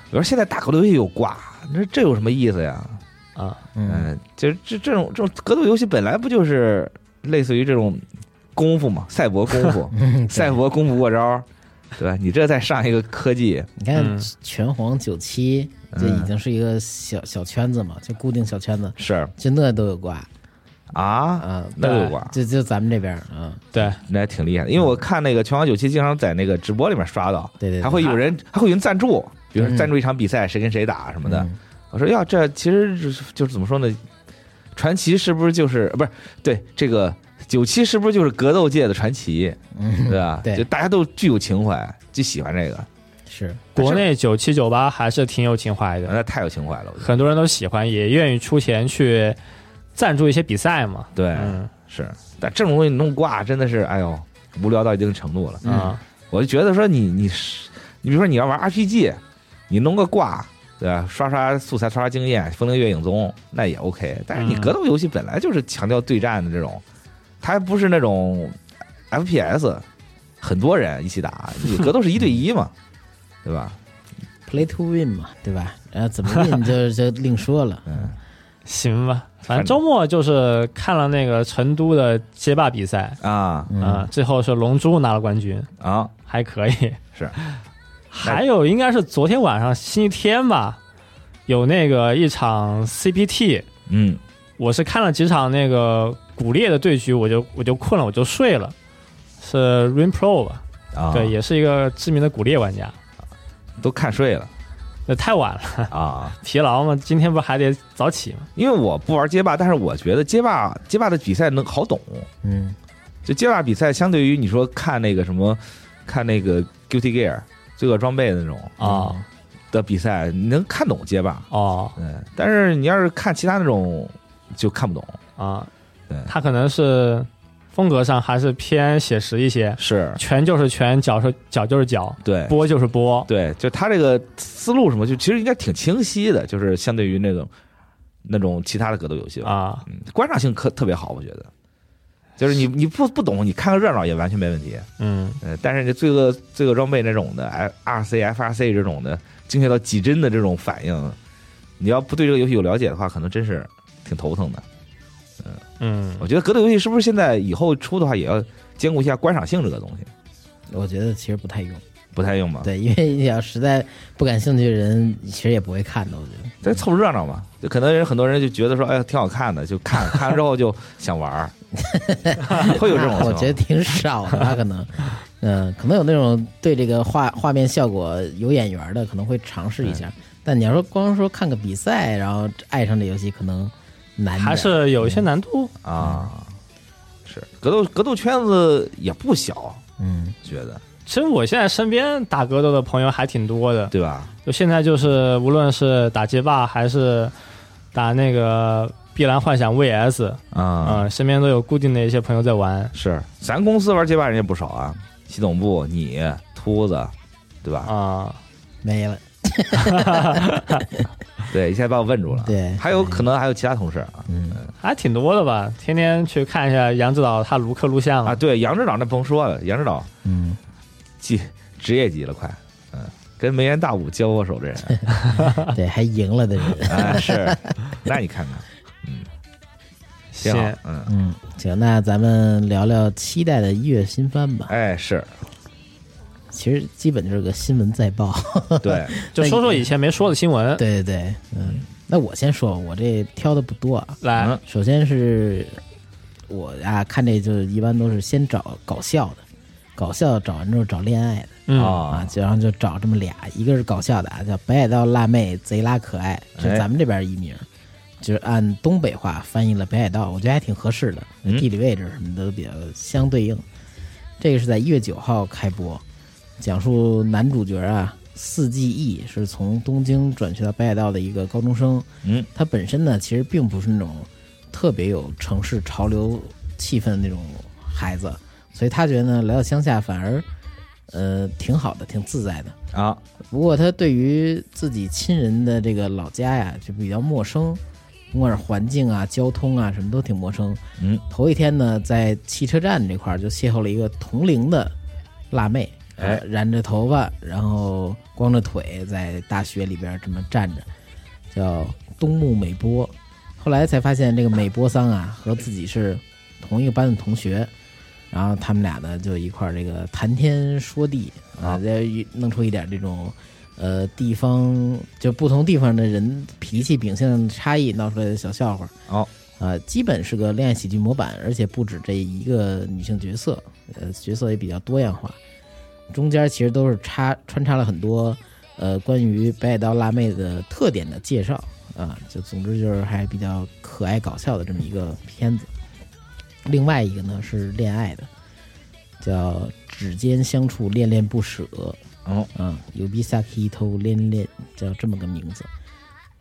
Speaker 4: 我说现在大格斗游戏有挂，那这有什么意思呀？
Speaker 3: 啊，
Speaker 2: 嗯，，
Speaker 4: 嗯，就是这这种这种格斗游戏本来不就是类似于这种功夫嘛，赛博功夫
Speaker 2: 嗯
Speaker 4: 赛博功夫过招，对吧？你这再上一个科技，
Speaker 2: 你看
Speaker 3: 嗯
Speaker 2: 拳皇九七
Speaker 4: 嗯
Speaker 2: 就已经是一个小小圈子嘛，就固定小圈子，
Speaker 4: 是
Speaker 2: 就那都有挂
Speaker 4: 啊，
Speaker 2: 啊，
Speaker 4: 那就有
Speaker 3: 嗯
Speaker 4: 挂，
Speaker 2: 就就咱们这边儿啊，
Speaker 3: 对，
Speaker 4: 那还挺厉害的。因为我看那个《拳皇九七》经常在那个直播里面刷到，
Speaker 2: 对对，
Speaker 4: 还会有人还会有人赞助，比如说
Speaker 2: 嗯
Speaker 4: 赞助一场比赛，谁跟谁打什
Speaker 2: 什
Speaker 4: 么的。我说呀，这其实就是就是怎么说呢？传奇是不是就是呃不是对这个九七是不是就是格斗界的传奇，对吧？
Speaker 2: 嗯对
Speaker 4: 就大家都具有情怀，就喜欢这个，
Speaker 2: 是
Speaker 3: 国内九七九八还是挺有情怀的，
Speaker 4: 那太有情怀了，我觉得。
Speaker 3: 很多人都喜欢，也愿意出钱去赞助一些比赛嘛。
Speaker 4: 对，
Speaker 3: 嗯
Speaker 4: 是，但这种东西弄挂真的是，哎呦，无聊到一定程度了。
Speaker 2: 嗯
Speaker 3: 啊，
Speaker 4: 我就觉得说你你是，你比如说你要玩 RPG，你弄个挂，对吧？刷刷素材，刷刷经验，风铃月影踪那也 OK。但是你
Speaker 3: 嗯
Speaker 4: 格斗游戏本来就是强调对战的这种，它还不是那种 FPS，很多人一起打，你格斗是一对一嘛，对吧？
Speaker 2: play to win 嘛，对吧？然后怎么 win 就就另说了，
Speaker 4: 嗯，
Speaker 3: 行吧，反正周末就是看了那个成都的街霸比赛
Speaker 4: 啊
Speaker 3: 啊
Speaker 2: 嗯，，
Speaker 3: 最后是龙珠拿了冠军，
Speaker 4: 啊，
Speaker 3: 还可以。
Speaker 4: 是，
Speaker 3: 还有应该是昨天晚上星期天吧，有那个一场 CPT，
Speaker 4: 嗯
Speaker 3: 我是看了几场那个骨裂的对局，我就我就困了，我就睡了。是 Rain Pro 吧？
Speaker 4: 啊，
Speaker 3: 对，，也是一个知名的骨裂玩家。
Speaker 4: 都看睡了
Speaker 3: 那太晚了，
Speaker 4: 啊。
Speaker 3: 疲劳嘛，今天不还得早起吗？
Speaker 4: 因为我不玩街霸，但是我觉得街霸街霸的比赛能好懂，
Speaker 2: 嗯，
Speaker 4: 就街霸比赛，相对于你说看那个什么，看那个 Guilty Gear 罪恶装备那种
Speaker 3: 啊、
Speaker 4: 的比赛，你能看懂街霸，
Speaker 3: 哦
Speaker 4: 嗯，但是你要是看其他那种就看不懂，
Speaker 3: 啊
Speaker 4: 对，
Speaker 3: 他可能是风格上还是偏写实一些，
Speaker 4: 是
Speaker 3: 拳就是拳，脚是脚就是脚，
Speaker 4: 对
Speaker 3: 波就是波。
Speaker 4: 对，就他这个思路什么，就其实应该挺清晰的，就是相对于那种那种其他的格斗游戏吧，
Speaker 3: 啊，
Speaker 4: 嗯，观赏性可特别好，我觉得，就是你你不不懂，你看个热闹也完全没问题，
Speaker 3: 嗯，
Speaker 4: 呃，但是这罪恶罪恶装备那种的哎，RC、FRC 这种的精确到几帧的这种反应，你要不对这个游戏有了解的话，可能真是挺头疼的。
Speaker 3: 嗯
Speaker 4: 我觉得格斗游戏是不是现在以后出的话，也要兼顾一下观赏性这个东西？
Speaker 2: 我觉得其实不太用，
Speaker 4: 不太用吧？
Speaker 2: 对，因为你要实在不感兴趣的人，其实也不会看的，我觉得。
Speaker 4: 咱凑热闹嘛，就可能人很多人就觉得说，哎呀，挺好看的，就看看完之后就想玩儿， 会有这种情
Speaker 2: 那
Speaker 4: 况。
Speaker 2: 我觉得挺少的吧，可 能，嗯，可能有那种对这个画画面效果有眼缘的，可能会尝试一下，但你要说光说看个比赛，然后爱上这游戏，可能难点儿。
Speaker 3: 还是有一些难度。
Speaker 4: 啊，是格斗格斗圈子也不小，
Speaker 2: 嗯
Speaker 4: 觉得
Speaker 3: 其实我现在身边打格斗的朋友还挺多的，
Speaker 4: 对吧？
Speaker 3: 就现在就是无论是打街霸还是打那个碧蓝幻想 VS，
Speaker 4: 啊、
Speaker 3: 啊、身边都有固定的一些朋友在玩
Speaker 4: 是咱公司玩街霸人也不少啊，系统部你秃子，对吧？
Speaker 3: 啊、
Speaker 2: 没了。
Speaker 4: 对，一下把我问住了。
Speaker 2: 对
Speaker 4: 还有可能还有其他同事啊
Speaker 2: 嗯，
Speaker 3: 还挺多的吧？天天去看一下杨指导他卢克录像
Speaker 4: 啊，对，杨指导那甭说了，杨指导
Speaker 2: 嗯，
Speaker 4: 级职业级了，快，嗯，跟梅艳大武交过手的人，
Speaker 2: 对，还赢了的人。
Speaker 4: 啊，是，那你看看挺
Speaker 3: 行
Speaker 4: 好，嗯，
Speaker 2: 嗯，行，那咱们聊聊期待的一月新番吧。
Speaker 4: 哎，是
Speaker 2: 其实基本就是个新闻再报。
Speaker 4: 对，
Speaker 3: 就说说以前没说的新闻。
Speaker 2: 对对对，嗯，那我先说，我这挑的不多啊。
Speaker 3: 来，
Speaker 4: 嗯
Speaker 2: 首先是我啊，看这就一般都是先找搞笑的，搞笑找完之后找恋爱的
Speaker 3: 嗯，
Speaker 2: 啊
Speaker 4: 啊，，
Speaker 2: 就然后就找这么俩，一个是搞笑的啊，叫北海道辣妹贼拉可爱，这
Speaker 4: 哎
Speaker 2: 是咱们这边译名，就是按东北话翻译了北海道，我觉得还挺合适的，
Speaker 4: 嗯
Speaker 2: 地理位置什么的都比较相对应。这个是在一月九号开播，讲述男主角啊四季义是从东京转学到北海道的一个高中生，
Speaker 4: 嗯，
Speaker 2: 他本身呢，其实并不是那种特别有城市潮流气氛的那种孩子，所以他觉得呢，来到乡下反而呃挺好的，挺自在的。
Speaker 4: 啊，
Speaker 2: 不过他对于自己亲人的这个老家呀，就比较陌生，不管是环境啊、交通啊，什么都挺陌生。
Speaker 4: 嗯，
Speaker 2: 头一天呢，在汽车站这块儿就邂逅了一个同龄的辣妹，
Speaker 4: 哎
Speaker 2: 呃染着头发，然后光着腿在大学里边这么站着，叫东木美波。后来才发现，这个美波桑啊和自己是同一个班的同学，然后他们俩呢就一块儿这个谈天说地啊，再弄出一点这种呃地方就不同地方的人脾气秉性差异闹出来的小笑话。
Speaker 4: 哦，
Speaker 2: 啊，基本是个恋爱喜剧模板，而且不止这一个女性角色，呃，角色也比较多样化。中间其实都是插穿插了很多呃关于北海道辣妹的特点的介绍啊、就总之就是还比较可爱搞笑的这么一个片子。另外一个呢是恋爱的，叫《指尖相触，恋恋不舍》。
Speaker 4: 哦，
Speaker 2: 嗯，有比萨克头恋恋叫这么个名字。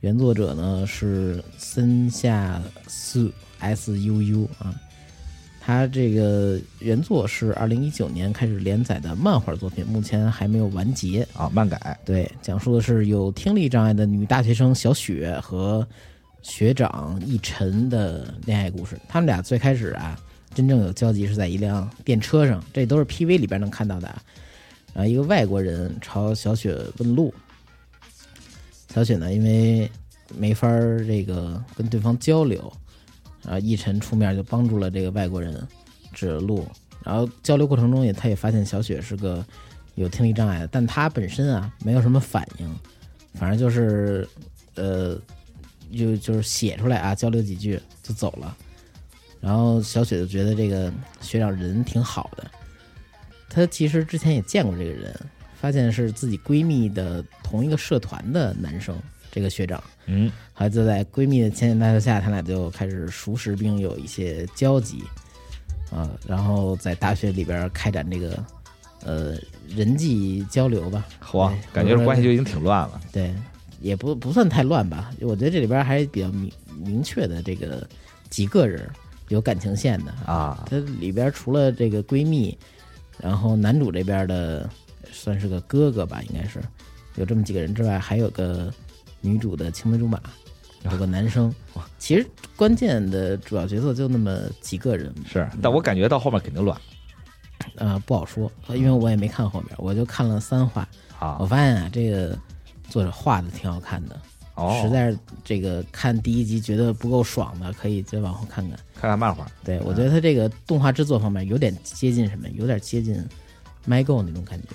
Speaker 2: 原作者呢是森下素 S U U 啊，他这个原作是二零一九年开始连载的漫画作品，目前还没有完结。
Speaker 4: 啊，漫改，
Speaker 2: 对，讲述的是有听力障碍的女大学生小雪和学长一晨的恋爱故事。他们俩最开始啊，真正有交集是在一辆电车上，这都是 PV 里边能看到的啊。然后一个外国人朝小雪问路，小雪呢因为没法儿这个跟对方交流，然后一晨出面就帮助了这个外国人指路。然后交流过程中也，他也发现小雪是个有听力障碍的，但他本身啊没有什么反应，反正就是呃，就就是写出来啊，交流几句就走了。然后小雪就觉得这个学长人挺好的，她其实之前也见过这个人，发现是自己闺蜜的同一个社团的男生，这个学长。
Speaker 4: 嗯，
Speaker 2: 后来就在闺蜜的牵线搭桥下，他俩就开始熟识并有一些交集，啊，然后在大学里边开展这个呃人际交流吧，
Speaker 4: 嚯
Speaker 2: 对，
Speaker 4: 啊感觉这关系就已经挺乱了，
Speaker 2: 对，也不不算太乱吧。我觉得这里边还比较明明确的这个几个人有感情线的啊，
Speaker 4: 啊，
Speaker 2: 它里边除了这个闺蜜，然后男主这边的算是个哥哥吧，应该是有这么几个人之外，还有个女主的青梅竹马，有个男生。其实关键的主要角色就那么几个人，
Speaker 4: 是，但我感觉到后面肯定乱
Speaker 2: 呃，不好说，因为我也没看后边，我就看了三话。我
Speaker 4: 啊，
Speaker 2: 发现啊，这个作者画的挺好看的，
Speaker 4: 哦，
Speaker 2: 实在是这个看第一集觉得不够爽的，可以再往后看看。
Speaker 4: 看看漫画，
Speaker 2: 对我觉得他这个动画制作方面有点接近什么，有点接近 MyGo 那种感觉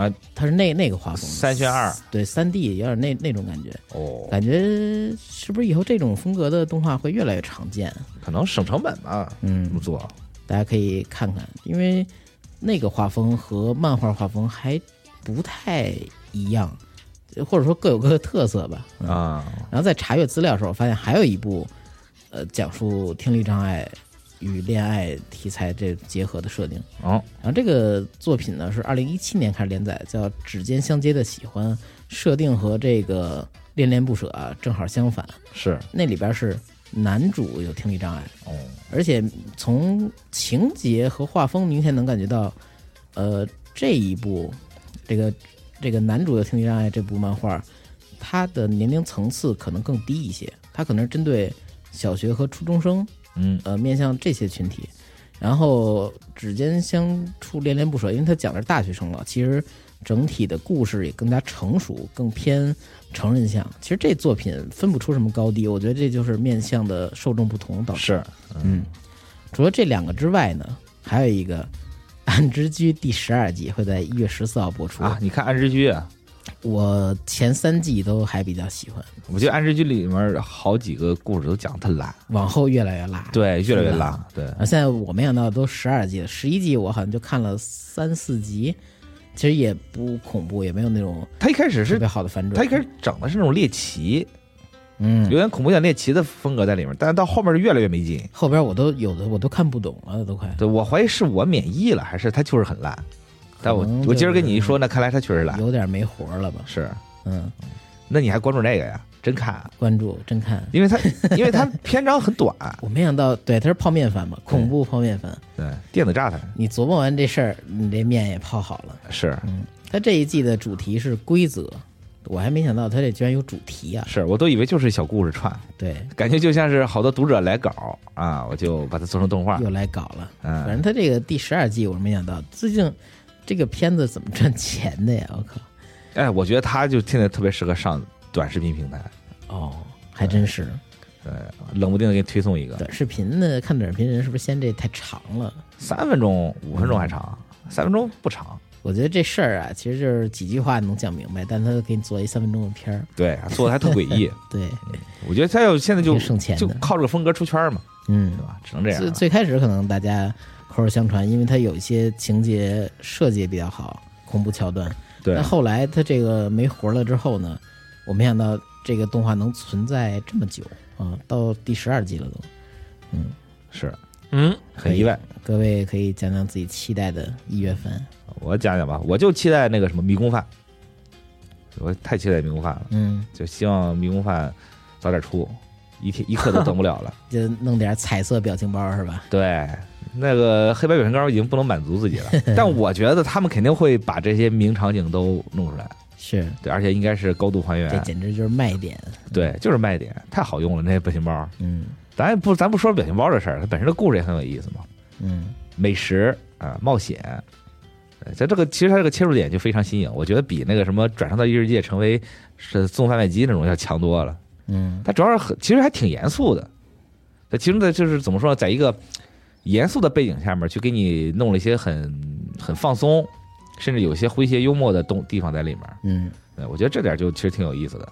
Speaker 4: 啊，
Speaker 2: 他是那那个画风，
Speaker 4: 三选二，
Speaker 2: 对三 D 有点那那种感觉，
Speaker 4: 哦，
Speaker 2: 感觉是不是以后这种风格的动画会越来越常见？
Speaker 4: 可能省成本吧，
Speaker 2: 嗯
Speaker 4: 这么做，
Speaker 2: 大家可以看看，因为那个画风和漫画画风还不太一样，或者说各有各的特色吧。嗯
Speaker 4: 啊，
Speaker 2: 然后在查阅资料的时候，我发现还有一部，呃，讲述听力障碍与恋爱题材这结合的设定。
Speaker 4: 哦，
Speaker 2: 然后这个作品呢是二零一七年开始连载，叫《指尖相接的喜欢》，设定和这个《恋恋不舍》啊正好相反。
Speaker 4: 是，
Speaker 2: 那里边是男主有听力障碍，
Speaker 4: 哦，
Speaker 2: 而且从情节和画风明显能感觉到，呃，这一部这个这个男主的听力障碍这部漫画，他的年龄层次可能更低一些，他可能是针对小学和初中生，
Speaker 4: 嗯，
Speaker 2: 呃，面向这些群体。然后指尖相触，恋恋不舍，因为他讲的是大学生了，其实整体的故事也更加成熟，更偏成人向。其实这作品分不出什么高低，我觉得这就是面向的受众不同导致。
Speaker 4: 是，
Speaker 2: 嗯，除了这两个之外呢，还有一个《暗之居》第十二季会在一月十四号播出
Speaker 4: 啊，你看《暗之居》啊，
Speaker 2: 我前三季都还比较喜欢，
Speaker 4: 我觉得《暗之居》里面好几个故事都讲得特烂，
Speaker 2: 往后越来越辣。
Speaker 4: 对，越来
Speaker 2: 是
Speaker 4: 越
Speaker 2: 吧
Speaker 4: 烂，对，
Speaker 2: 啊，现在我没想到都十二季了，十一季我好像就看了三四集，其实也不恐怖，也没有那种
Speaker 4: 他一开始
Speaker 2: 特
Speaker 4: 是
Speaker 2: 别。好的反转。
Speaker 4: 他一开始整的是那种猎奇，
Speaker 2: 嗯
Speaker 4: 有，点恐怖点猎奇的风格在里面，但是到后面就越来越没劲。
Speaker 2: 后边我都有的我都看不懂了，都快。
Speaker 4: 对我怀疑是我免疫了，还是他就是很烂。但我
Speaker 2: 可能
Speaker 4: 我今儿跟你一
Speaker 2: 就是
Speaker 4: 说，那看来他确实烂。
Speaker 2: 有点没活了吧？
Speaker 4: 是，
Speaker 2: 嗯，
Speaker 4: 那你还关注这个呀？真看啊，
Speaker 2: 关注真看，
Speaker 4: 因为他因为他篇章很短，
Speaker 2: 我没想到，对，它是泡面番嘛，恐怖泡面番。
Speaker 4: 对，电子榨菜
Speaker 2: 你琢磨完这事儿，你这面也泡好了。
Speaker 4: 是
Speaker 2: 它这一季的主题是规则，我还没想到它这居然有主题啊！
Speaker 4: 是，我都以为就是小故事串，
Speaker 2: 对，
Speaker 4: 感觉就像是好多读者来稿啊，我就把它做成动画
Speaker 2: 又。来搞了。
Speaker 4: 嗯
Speaker 2: 反正它这个第十二季，我是没想到，最近这个片子怎么赚钱的呀？我靠！
Speaker 4: 哎，我觉得他就现在特别适合上短视频平台，
Speaker 2: 哦，还真是
Speaker 4: 对，冷不丁的给你推送一个，
Speaker 2: 短视频呢，看短视频人是不是嫌这太长了？
Speaker 4: 三分钟、五分钟还长，
Speaker 2: 嗯
Speaker 4: 三分钟不长。
Speaker 2: 我觉得这事儿啊，其实就是几句话能讲明白，但他给你做一三分钟的片儿，
Speaker 4: 对，做的还特诡 异。
Speaker 2: 对，
Speaker 4: 我觉得他要现在就
Speaker 2: 挺省钱的
Speaker 4: 就靠这个风格出圈嘛，
Speaker 2: 嗯
Speaker 4: 对，吧？只能这样啊
Speaker 2: 最
Speaker 4: 了。
Speaker 2: 最开始可能大家口耳相传，因为它有一些情节设计比较好，恐怖桥段。
Speaker 4: 对
Speaker 2: 但，后来它这个没活了之后呢，我没想到这个动画能存在这么久啊，到第十二季了都。
Speaker 4: 是
Speaker 3: 嗯，
Speaker 2: 可
Speaker 4: 很
Speaker 2: 以
Speaker 4: 意外。
Speaker 2: 各位可以讲讲自己期待的一月份。
Speaker 4: 我讲讲吧，我就期待那个什么迷宫饭，我太期待迷宫饭了，
Speaker 2: 嗯，
Speaker 4: 就希望迷宫饭早点出，一天一刻都等不了了。
Speaker 2: 就弄点彩色表情包是吧？
Speaker 4: 对，那个黑白表情包已经不能满足自己了，但我觉得他们肯定会把这些名场景都弄出来，
Speaker 2: 是，
Speaker 4: 对，而且应该是高度还
Speaker 2: 这
Speaker 4: 原，
Speaker 2: 简直就是卖点。
Speaker 4: 对，就是卖点，太好用了那些表情包。
Speaker 2: 嗯
Speaker 4: 咱也不，咱不说表情包这事儿，它本身的故事也很有意思嘛，
Speaker 2: 嗯，
Speaker 4: 美食啊，冒险。呃在这个其实它这个切入点就非常新颖，我觉得比那个什么转生到异世界成为是送贩卖机那种要强多了。
Speaker 2: 嗯，
Speaker 4: 它主要是很其实还挺严肃的，它其中的就是怎么说呢，在一个严肃的背景下面去给你弄了一些很很放松，甚至有些诙谐幽默的东地方在里面。
Speaker 2: 嗯，
Speaker 4: 对，我觉得这点就其实挺有意思的。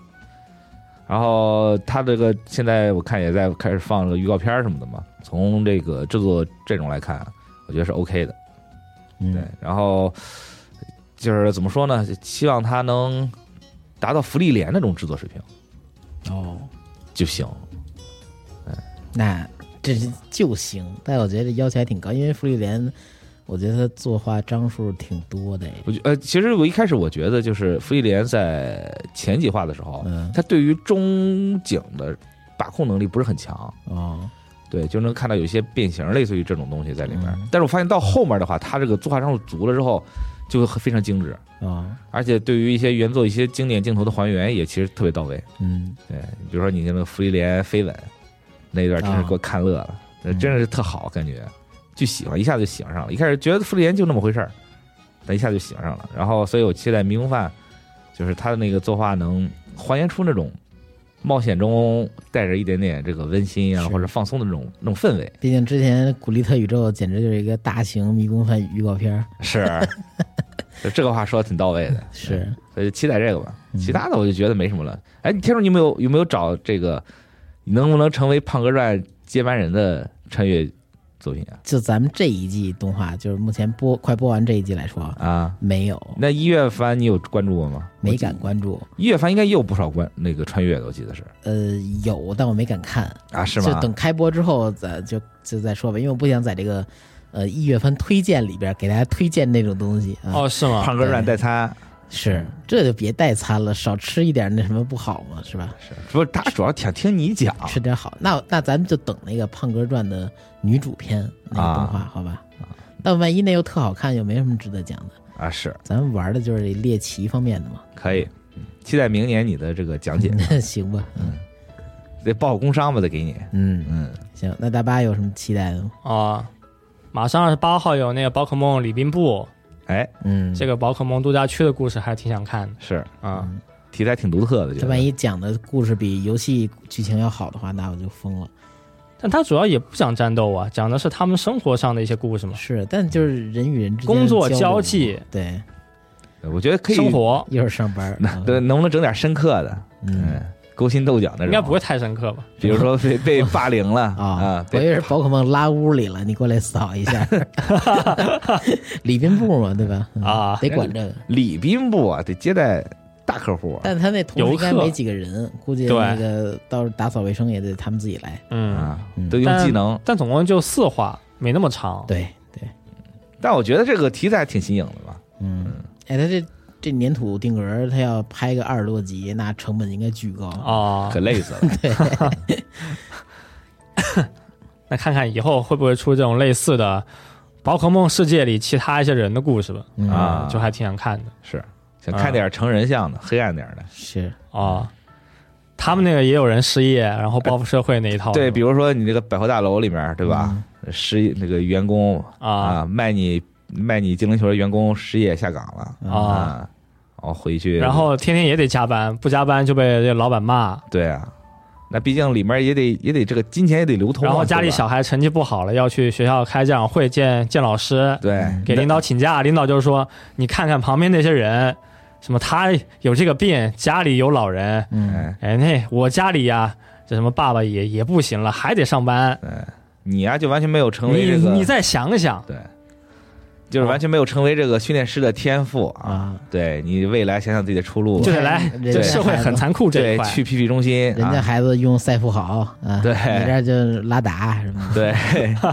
Speaker 4: 然后他这个现在我看也在开始放这个预告片儿什么的嘛，从这个制作阵容来看，啊我觉得是 OK 的。
Speaker 2: 嗯
Speaker 4: 对，，然后就是怎么说呢，希望他能达到福利连那种制作水平
Speaker 2: 哦，
Speaker 4: 就行。
Speaker 2: 那这是就行，但我觉得这要求还挺高，因为福利莲，我觉得他作画章数挺多的。
Speaker 4: 我觉呃，其实我一开始我觉得就是福利连在前几话的时候，
Speaker 2: 嗯，
Speaker 4: 他对于中景的把控能力不是很强，
Speaker 2: 哦，
Speaker 4: 对，就能看到有一些变形，类似于这种东西在里面。
Speaker 2: 嗯
Speaker 4: 但是我发现到后面的话，它这个作画张数足了之后，就很非常精致，
Speaker 2: 哦，
Speaker 4: 而且对于一些原作一些经典镜头的还原也其实特别到位。
Speaker 2: 嗯，
Speaker 4: 对，比如说你那个芙莉莲飞吻那一段，真是给我看乐了，那真是特好，感觉就喜欢，一下就喜欢上了。一开始觉得芙莉莲就那么回事儿，但一下就喜欢上了。然后，所以我期待《迷宫饭》，就是他的那个作画能还原出那种冒险中带着一点点这个温馨啊
Speaker 2: 是
Speaker 4: 或者放松的那种那种氛围。
Speaker 2: 毕竟之前《古力特宇宙》简直就是一个大型迷宫番预告片儿，
Speaker 4: 是，这个话说的挺到位的，
Speaker 2: 是，
Speaker 4: 所以就期待这个吧。
Speaker 2: 嗯
Speaker 4: 其他的我就觉得没什么了。哎，你天叔，你有没有有没有找这个，你能不能成为胖哥传接班人的穿越作品啊？
Speaker 2: 就咱们这一季动画，就是目前播快播完这一季来说啊，
Speaker 4: 啊，
Speaker 2: 没有，
Speaker 4: 那一月番你有关注过吗？
Speaker 2: 没敢关注。
Speaker 4: 一月番应该也有不少关那个穿越的，我记得是
Speaker 2: 呃，有，但我没敢看，
Speaker 4: 啊，是
Speaker 2: 就
Speaker 4: 吗？
Speaker 2: 等开播之后再就就再说吧，因为我不想在这个呃一月份推荐里边给大家推荐那种东西啊。
Speaker 4: 嗯
Speaker 3: 哦，是吗？
Speaker 4: 胖哥软代餐
Speaker 2: 是，这就别代餐了，少吃一点那什么不好吗？是吧？
Speaker 4: 是，不是他主要想听你讲
Speaker 2: 吃点好。那那咱们就等那个《胖哥传》的女主篇那个动画，好吧？但万一那又特好看，又没什么值得讲的。
Speaker 4: 啊，是
Speaker 2: 咱们玩的就是这猎奇方面的嘛，
Speaker 4: 可以，嗯期待明年你的这个讲解，
Speaker 2: 行吧？嗯
Speaker 4: 得报个工伤吧，得给你，
Speaker 2: 嗯，
Speaker 4: 嗯，
Speaker 2: 行。那大巴有什么期待的吗？
Speaker 3: 啊，马上二十八号有那个宝可梦礼宾部
Speaker 4: 哎，
Speaker 2: 嗯，
Speaker 3: 这个宝可梦度假区的故事，还挺想看的
Speaker 4: 是
Speaker 3: 啊。
Speaker 4: 题材挺独特的，觉
Speaker 2: 他
Speaker 4: 得
Speaker 2: 万一讲的故事比游戏剧情要好的话，那我就疯了。
Speaker 3: 但它主要也不讲战斗啊，讲的是他们生活上的一些故事嘛，
Speaker 2: 是，但就是人与人之间
Speaker 3: 工作
Speaker 2: 交
Speaker 3: 交
Speaker 2: 流
Speaker 3: 际，
Speaker 2: 对，
Speaker 4: 我觉得可以，
Speaker 3: 生活
Speaker 2: 一会儿上班儿，啊
Speaker 4: 对，能不能整点深刻的，
Speaker 2: 嗯
Speaker 4: 嗯，勾心斗角那种，
Speaker 3: 应该不会，太深刻吧？
Speaker 4: 比如 说被被霸凌了
Speaker 2: 啊
Speaker 4: 啊，，
Speaker 2: 我以
Speaker 3: 哎
Speaker 4: 对，
Speaker 2: 为是宝可梦拉屋里了，你过来扫一下，礼宾部嘛，对吧？嗯
Speaker 3: 啊
Speaker 2: 得管这个。
Speaker 4: 礼宾部啊，得接待大客户啊，
Speaker 2: 但他那同事应该
Speaker 3: 游客
Speaker 2: 没几个人，估计
Speaker 3: 对
Speaker 2: 那个到时候打扫卫生也得他们自己来。
Speaker 3: 嗯，
Speaker 4: 啊
Speaker 2: 嗯，
Speaker 4: 都用技能。
Speaker 3: 但总共就四话，没那么长。
Speaker 2: 对对，
Speaker 4: 但我觉得这个题材挺新颖的吧？
Speaker 2: 嗯，哎，他这这粘土定格，他要拍个二十多集，那成本应该巨高。
Speaker 3: 啊
Speaker 4: 可，累死 了。
Speaker 3: 那看看以后会不会出这种类似的宝可梦世界里其他一些人的故事吧？
Speaker 2: 嗯
Speaker 4: 啊
Speaker 3: 就还啊挺想看的
Speaker 4: 是想看点成人像的、黑暗点的。
Speaker 2: 是，
Speaker 3: 啊。
Speaker 4: 嗯
Speaker 3: 他们那个也有人失业，然后报复社会那一套。
Speaker 4: 对，比如说你这个百货大楼里面，对吧？失业那个员工
Speaker 3: 嗯啊
Speaker 4: 啊，卖你卖你精灵球的员工失业下岗了
Speaker 3: 啊，
Speaker 4: 啊，然后回去，
Speaker 3: 然后天天也得加班，不加班就被这老板骂。
Speaker 4: 对啊，那毕竟里面也得也得这个金钱也得流通啊，
Speaker 3: 然后家里
Speaker 4: 对吧
Speaker 3: 小孩成绩不好了，要去学校开家长会见见老师，
Speaker 4: 对
Speaker 3: 给领导请假。领导就说：“你看看旁边那些人，什么他有这个病，家里有老人，
Speaker 2: 嗯，
Speaker 4: 哎，
Speaker 3: 哎，那我家里呀、这什么爸爸也也不行了，还得上班。
Speaker 4: 你呀就完全没有成哎为
Speaker 3: 你
Speaker 4: 这个，
Speaker 3: 你再哦想想，
Speaker 4: 对，就是完全没有成为这个训练师的天赋
Speaker 2: 啊
Speaker 4: 啊。对你未来想想自己的出路
Speaker 3: 就，得来
Speaker 2: 人，家
Speaker 3: 这社会
Speaker 2: 孩子
Speaker 3: 很残酷这一
Speaker 4: 对，
Speaker 3: 块。
Speaker 4: 去 PP 中心，
Speaker 2: 人家
Speaker 4: 啊
Speaker 2: 孩子用赛富好啊，
Speaker 4: 对
Speaker 2: 你这儿就拉达什么
Speaker 4: 对，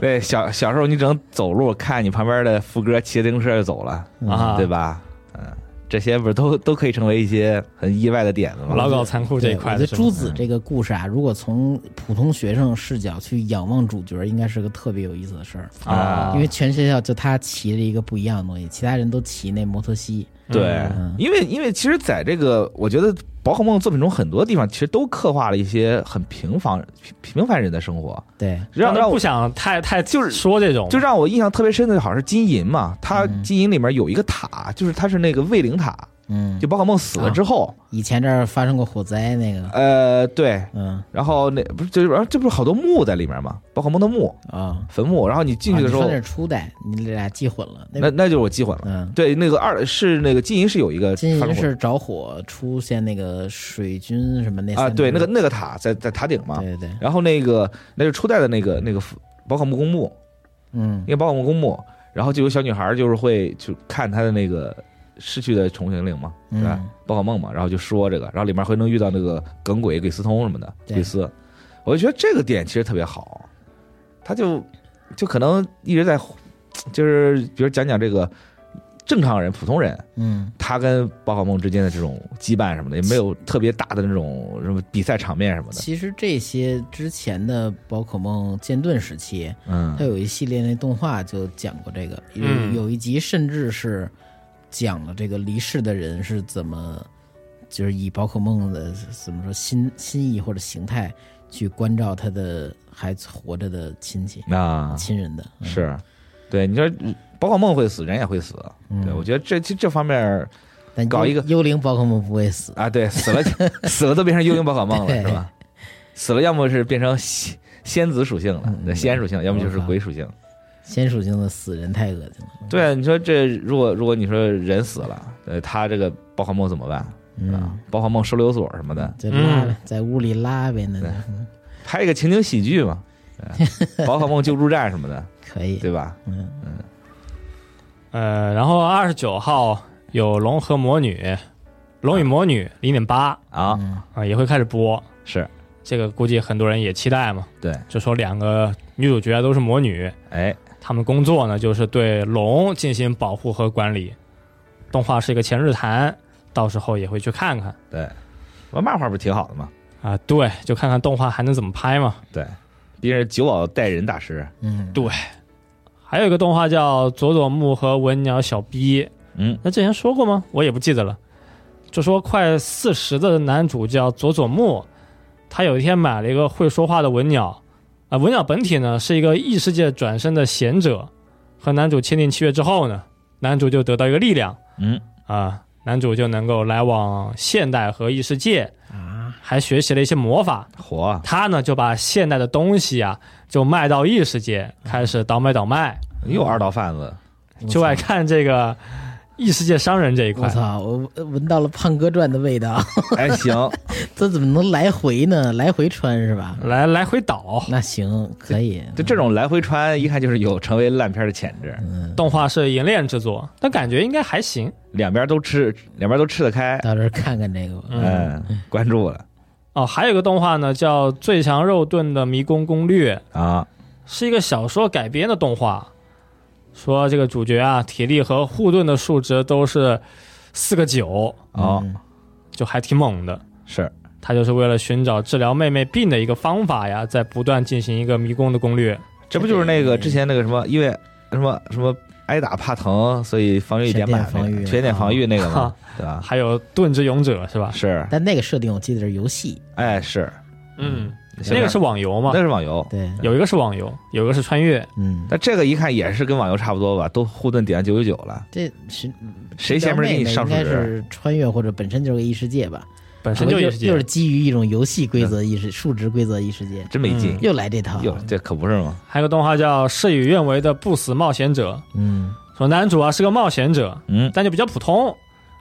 Speaker 4: 对，小小时候你只能走路，看你旁边的副哥骑自行车就走了，
Speaker 3: 啊
Speaker 4: 对吧？嗯，这些不是都都可以成为一些很意外的点子吗
Speaker 3: 老？搞残酷
Speaker 2: 的。
Speaker 3: 这一
Speaker 2: 对
Speaker 3: 块
Speaker 2: 我
Speaker 3: 的嗯
Speaker 2: 觉得
Speaker 3: 时
Speaker 2: 朱
Speaker 3: 候，
Speaker 2: 子这个故事啊，如果从普通学生视角去仰望主角，应该是个特别有意思的事儿。
Speaker 3: 啊
Speaker 2: 因为全学校就他骑着一个不一样的东西，其他人都骑那摩托西。
Speaker 4: 对
Speaker 2: 嗯，
Speaker 4: 因为因为其实在这个，我觉得宝可梦作品中很多地方其实都刻画了一些很平凡平平凡人的生活，
Speaker 2: 对，
Speaker 4: 让
Speaker 3: 让他
Speaker 4: 让
Speaker 3: 不
Speaker 4: 我
Speaker 3: 想太太
Speaker 4: 就是
Speaker 3: 说这种，
Speaker 4: 就让我印象特别深的，好像是金银嘛，它
Speaker 2: 嗯
Speaker 4: 金银里面有一个塔，就是它是那个卫灵塔，
Speaker 2: 嗯，
Speaker 4: 就宝可梦死了之后，
Speaker 2: 以前这儿发生过火灾那个，
Speaker 4: 呃，对，
Speaker 2: 嗯
Speaker 4: 然后那不是就是然后这不是好多墓在里面吗？宝可梦的墓
Speaker 2: 啊，
Speaker 4: 坟墓，然后你进去的时候，
Speaker 2: 啊你说那是初代，你俩记混了。
Speaker 4: 那那就是我记混了。
Speaker 2: 嗯，
Speaker 4: 对，那个二是那个金银是有一个
Speaker 2: 金
Speaker 4: 发
Speaker 2: 银
Speaker 4: 生火
Speaker 2: 是着火出现那个水军什么那
Speaker 4: 啊，
Speaker 2: 三
Speaker 4: 对，那
Speaker 2: 只
Speaker 4: 个那个塔在在塔顶嘛，
Speaker 2: 对对对，
Speaker 4: 然后那个那是初代的那个那个宝可梦公墓，
Speaker 2: 嗯
Speaker 4: 那个宝可梦公墓，然后就有小女孩就是会就看她的那个逝去的宠物精灵嘛，对吧？
Speaker 2: 嗯
Speaker 4: 宝可梦嘛，然后就说这个，然后里面会能遇到那个耿鬼、鬼司通什么的，
Speaker 2: 对
Speaker 4: 鬼司，我就觉得这个点其实特别好，他就就可能一直在，就是比如讲讲这个正常人、普通人，
Speaker 2: 嗯，
Speaker 4: 他跟宝可梦之间的这种羁绊什么的，也没有特别大的那种什么比赛场面什么的，
Speaker 2: 其实这些之前的宝可梦剑盾时期，
Speaker 4: 嗯
Speaker 2: 它有一系列那动画就讲过这个，有
Speaker 3: 嗯
Speaker 2: 有一集甚至是讲了这个离世的人是怎么，就是以宝可梦的怎么说心心意或者形态去关照他的还活着的亲戚、
Speaker 4: 啊
Speaker 2: 亲人的。嗯
Speaker 4: 是，对你说宝可梦会死，人也会死，
Speaker 2: 嗯
Speaker 4: 对我觉得这这这方面儿
Speaker 2: 但幽
Speaker 4: 搞一个
Speaker 2: 幽灵宝可梦不会死，
Speaker 4: 啊，对，死了死了都变成幽灵宝可梦 了，
Speaker 2: 对
Speaker 4: 是吧？死了要么是变成仙仙子属性
Speaker 2: 嗯
Speaker 4: 了，对，仙属性，要么就是鬼属性。
Speaker 2: 先属性的死人太恶心了。
Speaker 4: 对啊，你说这如果如果你说人死了，呃，他这个宝可梦怎么办？啊
Speaker 2: 嗯，，
Speaker 4: 宝可梦收留所什么的，
Speaker 2: 再拉呗
Speaker 3: 嗯，
Speaker 2: 在屋里拉呗，那就
Speaker 4: 拍一个情景喜剧嘛，呃 宝可梦救助站什么的，
Speaker 2: 可以，
Speaker 4: 对吧？
Speaker 2: 嗯，
Speaker 3: 呃，然后二十九号有《龙和魔女》，《龙与魔女》零点八
Speaker 4: 啊，
Speaker 2: 嗯
Speaker 3: 啊也会开始播，
Speaker 4: 是
Speaker 3: 这个估计很多人也期待嘛。
Speaker 4: 对，
Speaker 3: 就说两个女主角都是魔女，
Speaker 4: 哎，
Speaker 3: 她们工作呢就是对龙进行保护和管理。动画是一个前日谈，到时候也会去看看
Speaker 4: 对，我漫画不是挺好的吗？
Speaker 3: 啊。对，就看看动画还能怎么拍嘛。
Speaker 4: 对，毕竟是九保带人大师，
Speaker 2: 嗯，
Speaker 3: 还有一个动画叫《佐佐木和文鸟小逼》，
Speaker 4: 嗯，
Speaker 3: 那之前说过吗？我也不记得了。就说快四十的男主叫佐佐木，他有一天买了一个会说话的文鸟，啊、文鸟本体呢是一个异世界转生的贤者，和男主签订契约之后呢，男主就得到一个力量，
Speaker 4: 嗯
Speaker 3: 啊、男主就能够来往现代和异世界，
Speaker 2: 啊，
Speaker 3: 还学习了一些魔法。
Speaker 4: 火，
Speaker 3: 他呢就把现代的东西啊，就卖到异世界，开始倒卖倒卖，
Speaker 4: 又二道贩子，
Speaker 2: 嗯
Speaker 3: 就爱看这个异世界商人这一
Speaker 2: 我
Speaker 3: 块。
Speaker 2: 操，我呃闻到了《胖哥传》的味道，
Speaker 4: 哎， 行，
Speaker 2: 这怎么能来回呢？来回穿是吧？
Speaker 3: 来来回倒，
Speaker 2: 那行，可以，
Speaker 4: 就这种来回穿，一看就是有成为烂片的潜质，
Speaker 3: 动画是银链制作，但感觉应该还行。
Speaker 4: 两边都吃，两边都吃得开，
Speaker 2: 到这儿看看这个吧。
Speaker 3: 嗯
Speaker 4: 嗯，关注了
Speaker 3: 哦，还有一个动画呢，叫《最强肉盾的迷宫攻略》，
Speaker 4: 啊，
Speaker 3: 是一个小说改编的动画，说这个主角啊，体力和护盾的数值都是四个九，
Speaker 4: 哦，
Speaker 2: 嗯
Speaker 3: 就还挺猛的。
Speaker 4: 是，
Speaker 3: 他就是为了寻找治疗妹妹病的一个方法呀，在不断进行一个迷宫的攻略。
Speaker 4: 这不就是那个之前那个什么，因为什么什么挨打怕疼，所以防御点满
Speaker 2: 全点防御
Speaker 4: 全点防御那个嘛
Speaker 3: 啊，
Speaker 4: 对吧？
Speaker 3: 还有盾之勇者是吧？
Speaker 4: 是，
Speaker 2: 但那个设定我记得是游戏，
Speaker 4: 哎，是，
Speaker 3: 嗯，
Speaker 4: 行
Speaker 3: 那个是网游嘛
Speaker 4: 那，是网游，
Speaker 2: 对，
Speaker 3: 有一个是网游，有一个是穿越。
Speaker 2: 嗯，
Speaker 4: 那这个一看也是跟网游差不多吧，都护盾点九九九了，
Speaker 2: 这是
Speaker 4: 谁前面给
Speaker 2: 妹
Speaker 4: 你
Speaker 2: 妹
Speaker 4: 上啊
Speaker 2: 应
Speaker 4: 数
Speaker 2: 该
Speaker 4: 值？
Speaker 2: 是穿越或者本身就是个异世界吧？
Speaker 3: 本身就
Speaker 2: 又
Speaker 3: 异世界
Speaker 2: 又是基于一种游戏规则异世数值规则异世界，
Speaker 4: 真没劲
Speaker 3: 嗯，
Speaker 2: 又来这套，
Speaker 4: 哟，这可不是吗？
Speaker 3: 还有个动画叫《事与愿违的不死冒险者
Speaker 2: 嗯》，
Speaker 3: 说男主啊是个冒险者，
Speaker 4: 嗯
Speaker 3: 但就比较普通。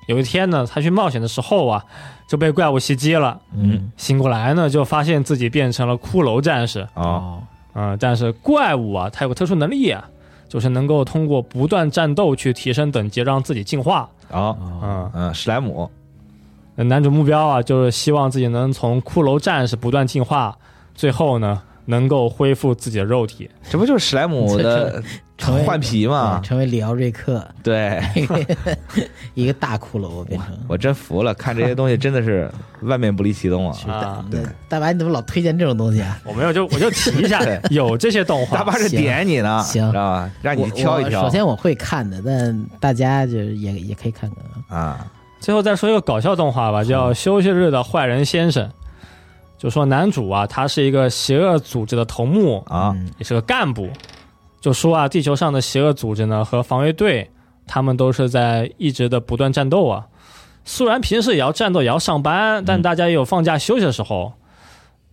Speaker 3: 有一天呢，他去冒险的时候啊，就被怪物袭击了。
Speaker 2: 嗯
Speaker 3: 醒过来呢，就发现自己变成了骷髅战士。
Speaker 4: 啊，
Speaker 3: 嗯、但是怪物啊，它有个特殊能力啊，就是能够通过不断战斗去提升等级，让自己进化。
Speaker 2: 哦
Speaker 4: 啊，
Speaker 3: 嗯、
Speaker 4: 嗯，史莱姆
Speaker 3: 男主目标啊，就是希望自己能从骷髅战士不断进化，最后呢，能够恢复自己的肉体。
Speaker 4: 这不就是史莱姆的
Speaker 2: 成为
Speaker 4: 换皮吗
Speaker 2: 对？成为里奥瑞克
Speaker 4: 对，
Speaker 2: 一个大骷髅变成。
Speaker 4: 我真服了，看这些东西真的是万变不离其宗啊！
Speaker 2: 是大
Speaker 3: 啊
Speaker 2: 那大白，你怎么老推荐这种东西啊？
Speaker 3: 我没有就我就提一下
Speaker 4: 对，
Speaker 3: 有这些动
Speaker 4: 大
Speaker 3: 画
Speaker 4: 巴。是点你呢，
Speaker 2: 行
Speaker 4: 知道吧？哎让你
Speaker 2: 我
Speaker 4: 挑一
Speaker 2: 我
Speaker 4: 挑。
Speaker 2: 首先我会看的，但大家就是也也可以看看啊。
Speaker 4: 啊，
Speaker 3: 最后再说一个搞笑动画
Speaker 4: 嗯
Speaker 3: 吧，叫《休息日的坏人先生》，就说男主啊，他是一个邪恶组织的头目，
Speaker 4: 啊，
Speaker 2: 嗯
Speaker 3: 也是个干部。就说啊，地球上的邪恶组织呢和防卫队，他们都是在一直的不断战斗啊。虽然平时也要战斗，也要上班，
Speaker 4: 嗯
Speaker 3: 但大家也有放假休息的时候。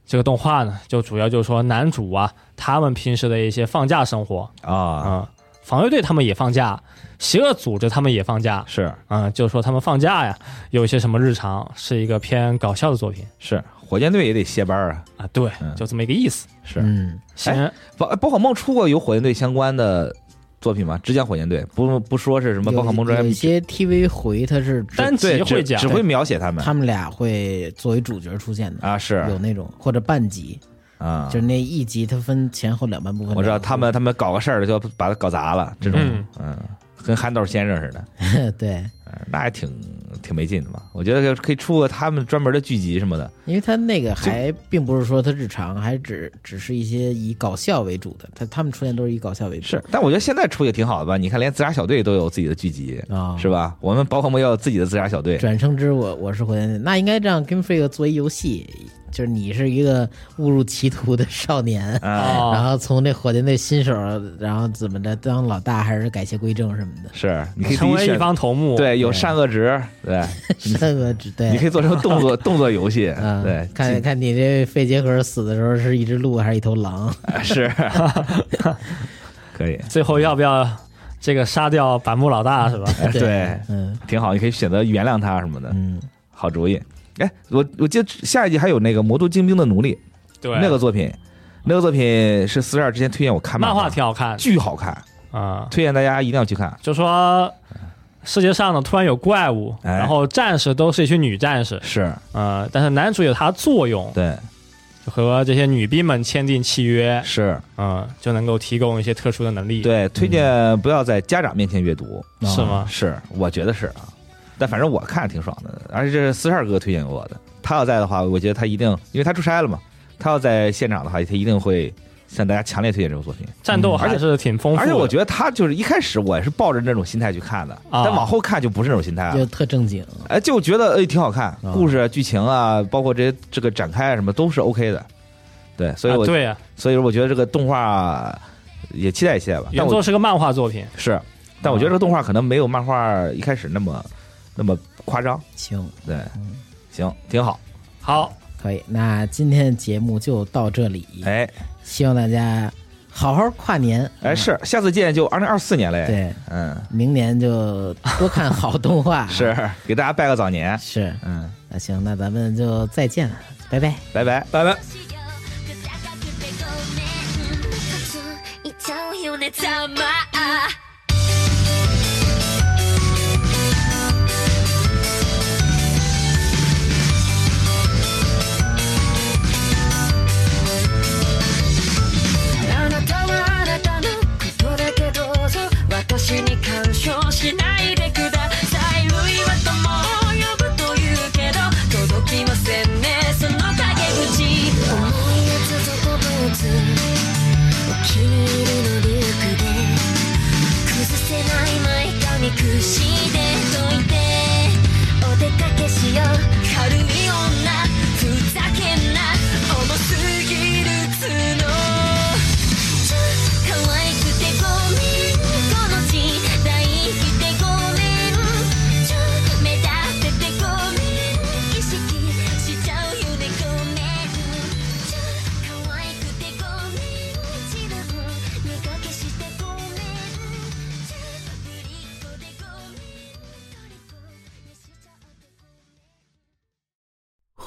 Speaker 3: 这个动画呢，就主要就是说男主啊，他们平时的一些放假生活
Speaker 4: 啊，
Speaker 3: 啊、防卫队他们也放假，邪恶组织他们也放假，
Speaker 4: 是
Speaker 3: 啊、就是说他们放假呀，有一些什么日常，是一个偏搞笑的作品
Speaker 4: 是，火箭队也得歇班儿啊，
Speaker 3: 啊，对
Speaker 4: 嗯，
Speaker 3: 就这么一个意思。
Speaker 4: 是。
Speaker 2: 嗯，
Speaker 3: 行，
Speaker 4: 宝宝可梦出过有火箭队相关的作品吗？只讲火箭队，不不说是什么宝可梦专
Speaker 2: 有有
Speaker 4: 业
Speaker 2: 一，些 TV 回它是只
Speaker 3: 单集
Speaker 4: 对，
Speaker 3: 会
Speaker 4: 只
Speaker 3: 讲
Speaker 4: 只会描写他们
Speaker 2: 他们俩会作为主角出现的，
Speaker 4: 啊，是
Speaker 2: 有那种或者半集，
Speaker 4: 啊
Speaker 2: 就，是那一集它分前后两半部分。
Speaker 4: 我知道他们他们搞个事儿就把他搞砸了，这种
Speaker 3: 嗯
Speaker 4: 嗯，跟憨豆先生似 的，
Speaker 2: 对，
Speaker 4: 嗯那还挺挺没劲的嘛。我觉得可以出个他们专门的剧集什么的，
Speaker 2: 因为他那个还并不是说他日常，还只只是一些以搞笑为主的，他他们出现都是以搞笑为主。
Speaker 4: 是，但我觉得现在出也挺好的吧？你看，连自杀小队都有自己的剧集，
Speaker 2: 啊，
Speaker 4: 是吧？我们宝可梦要有自己的自杀小队，
Speaker 2: 转生之我我是火箭队，那应该这样跟 Freak 做一游戏，就是你是一个误入歧途的少年，
Speaker 4: 啊，
Speaker 2: 然
Speaker 3: 哦，
Speaker 2: 后从这火箭队新手，然后怎么着当老大，还是改邪归正什么 的。
Speaker 4: 是，你可以自
Speaker 3: 成
Speaker 4: 己
Speaker 3: 为一
Speaker 4: 选，
Speaker 3: 方头目，，
Speaker 4: 对，有善恶值，对，
Speaker 2: 这个只对，
Speaker 4: 你可以做成 动作动作游戏，
Speaker 2: 啊，
Speaker 4: 对，
Speaker 2: 看看你这肺结核死的时候是一只鹿还是一头狼？
Speaker 4: 是，可以，
Speaker 3: 最后要不要这个杀掉板木老大是吧？
Speaker 4: 哎对，
Speaker 2: 嗯
Speaker 4: 挺好，你可以选择原谅他什么的，
Speaker 2: 嗯，
Speaker 4: 好主意。哎，我我记得下一季还有那个《魔都精兵的奴隶》
Speaker 3: 对，
Speaker 4: 那个作品，那个作品是四十二之前推荐我看
Speaker 3: 漫
Speaker 4: 画
Speaker 3: 画，挺好看
Speaker 4: 巨好看，
Speaker 3: 啊、
Speaker 4: 推荐大家一定要去看。
Speaker 3: 就说世界上呢突然有怪物，
Speaker 4: 哎
Speaker 3: 然后战士都是一群女战士，
Speaker 4: 是
Speaker 3: 呃，但是男主有他的作用，
Speaker 4: 对，
Speaker 3: 和这些女兵们签订契约，
Speaker 4: 是
Speaker 3: 嗯、就能够提供一些特殊的能力，，
Speaker 4: 对，嗯推荐不要在家长面前阅读，
Speaker 2: 嗯
Speaker 3: 是吗？
Speaker 4: 是，我觉得是啊。但反正我看着挺爽的，而且这是四十二哥推荐给我的。他要在的话，我觉得他一定，因为他出差了嘛，他要在现场的话，他一定会向大家强烈推荐这部作品。
Speaker 3: 战斗
Speaker 4: 嗯而且
Speaker 3: 还是挺丰富的，
Speaker 4: 而且我觉得他就是一开始我也是抱着那种心态去看的，
Speaker 3: 啊
Speaker 4: 但往后看就不是那种心态了
Speaker 2: 哦就。特正经，
Speaker 4: 哎，就觉得哎挺好看，
Speaker 2: 啊
Speaker 4: 故事、啊、剧情啊，包括这些这个展开啊什么都是 OK 的。对，所以我、
Speaker 3: 啊、对啊，
Speaker 4: 所以说我觉得这个动画啊也期待一些吧。但
Speaker 3: 原
Speaker 4: 我
Speaker 3: 作是个漫画作品，
Speaker 4: 是，但我觉得这个动画可能没有漫画一开始那么那么夸张。
Speaker 2: 行，
Speaker 4: 对，行，挺好。
Speaker 3: 好，
Speaker 2: 可以。那今天的节目就到这里，
Speaker 4: 哎
Speaker 2: 希望大家好好跨年。
Speaker 4: 哎，是，下次见就二零二四年嘞。，
Speaker 2: 对，
Speaker 4: 嗯，
Speaker 2: 明年就多看好动画。
Speaker 4: 是给大家拜个早年。
Speaker 2: 是，
Speaker 4: 嗯，
Speaker 2: 那行，那咱们就再见了，拜拜。
Speaker 4: 拜拜，拜拜。
Speaker 1: しようく高くてごめんついちゃうよねざまああなたはあなたのことだけどうぞ私に干渉しないでください類は友を呼ぶというけど届きませんねその陰口思い出す植物お気に入りのリュックで崩せない前髪くしで解いてお出かけしよう軽い女ふざけんな重すぎる角可愛くてごめんこの時代ってごめん目立っててごめん意識しちゃうよねごめん可愛くてごめん一度も見かけしてごめんぶりっ子でごめん虜にしちゃって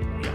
Speaker 5: 模样。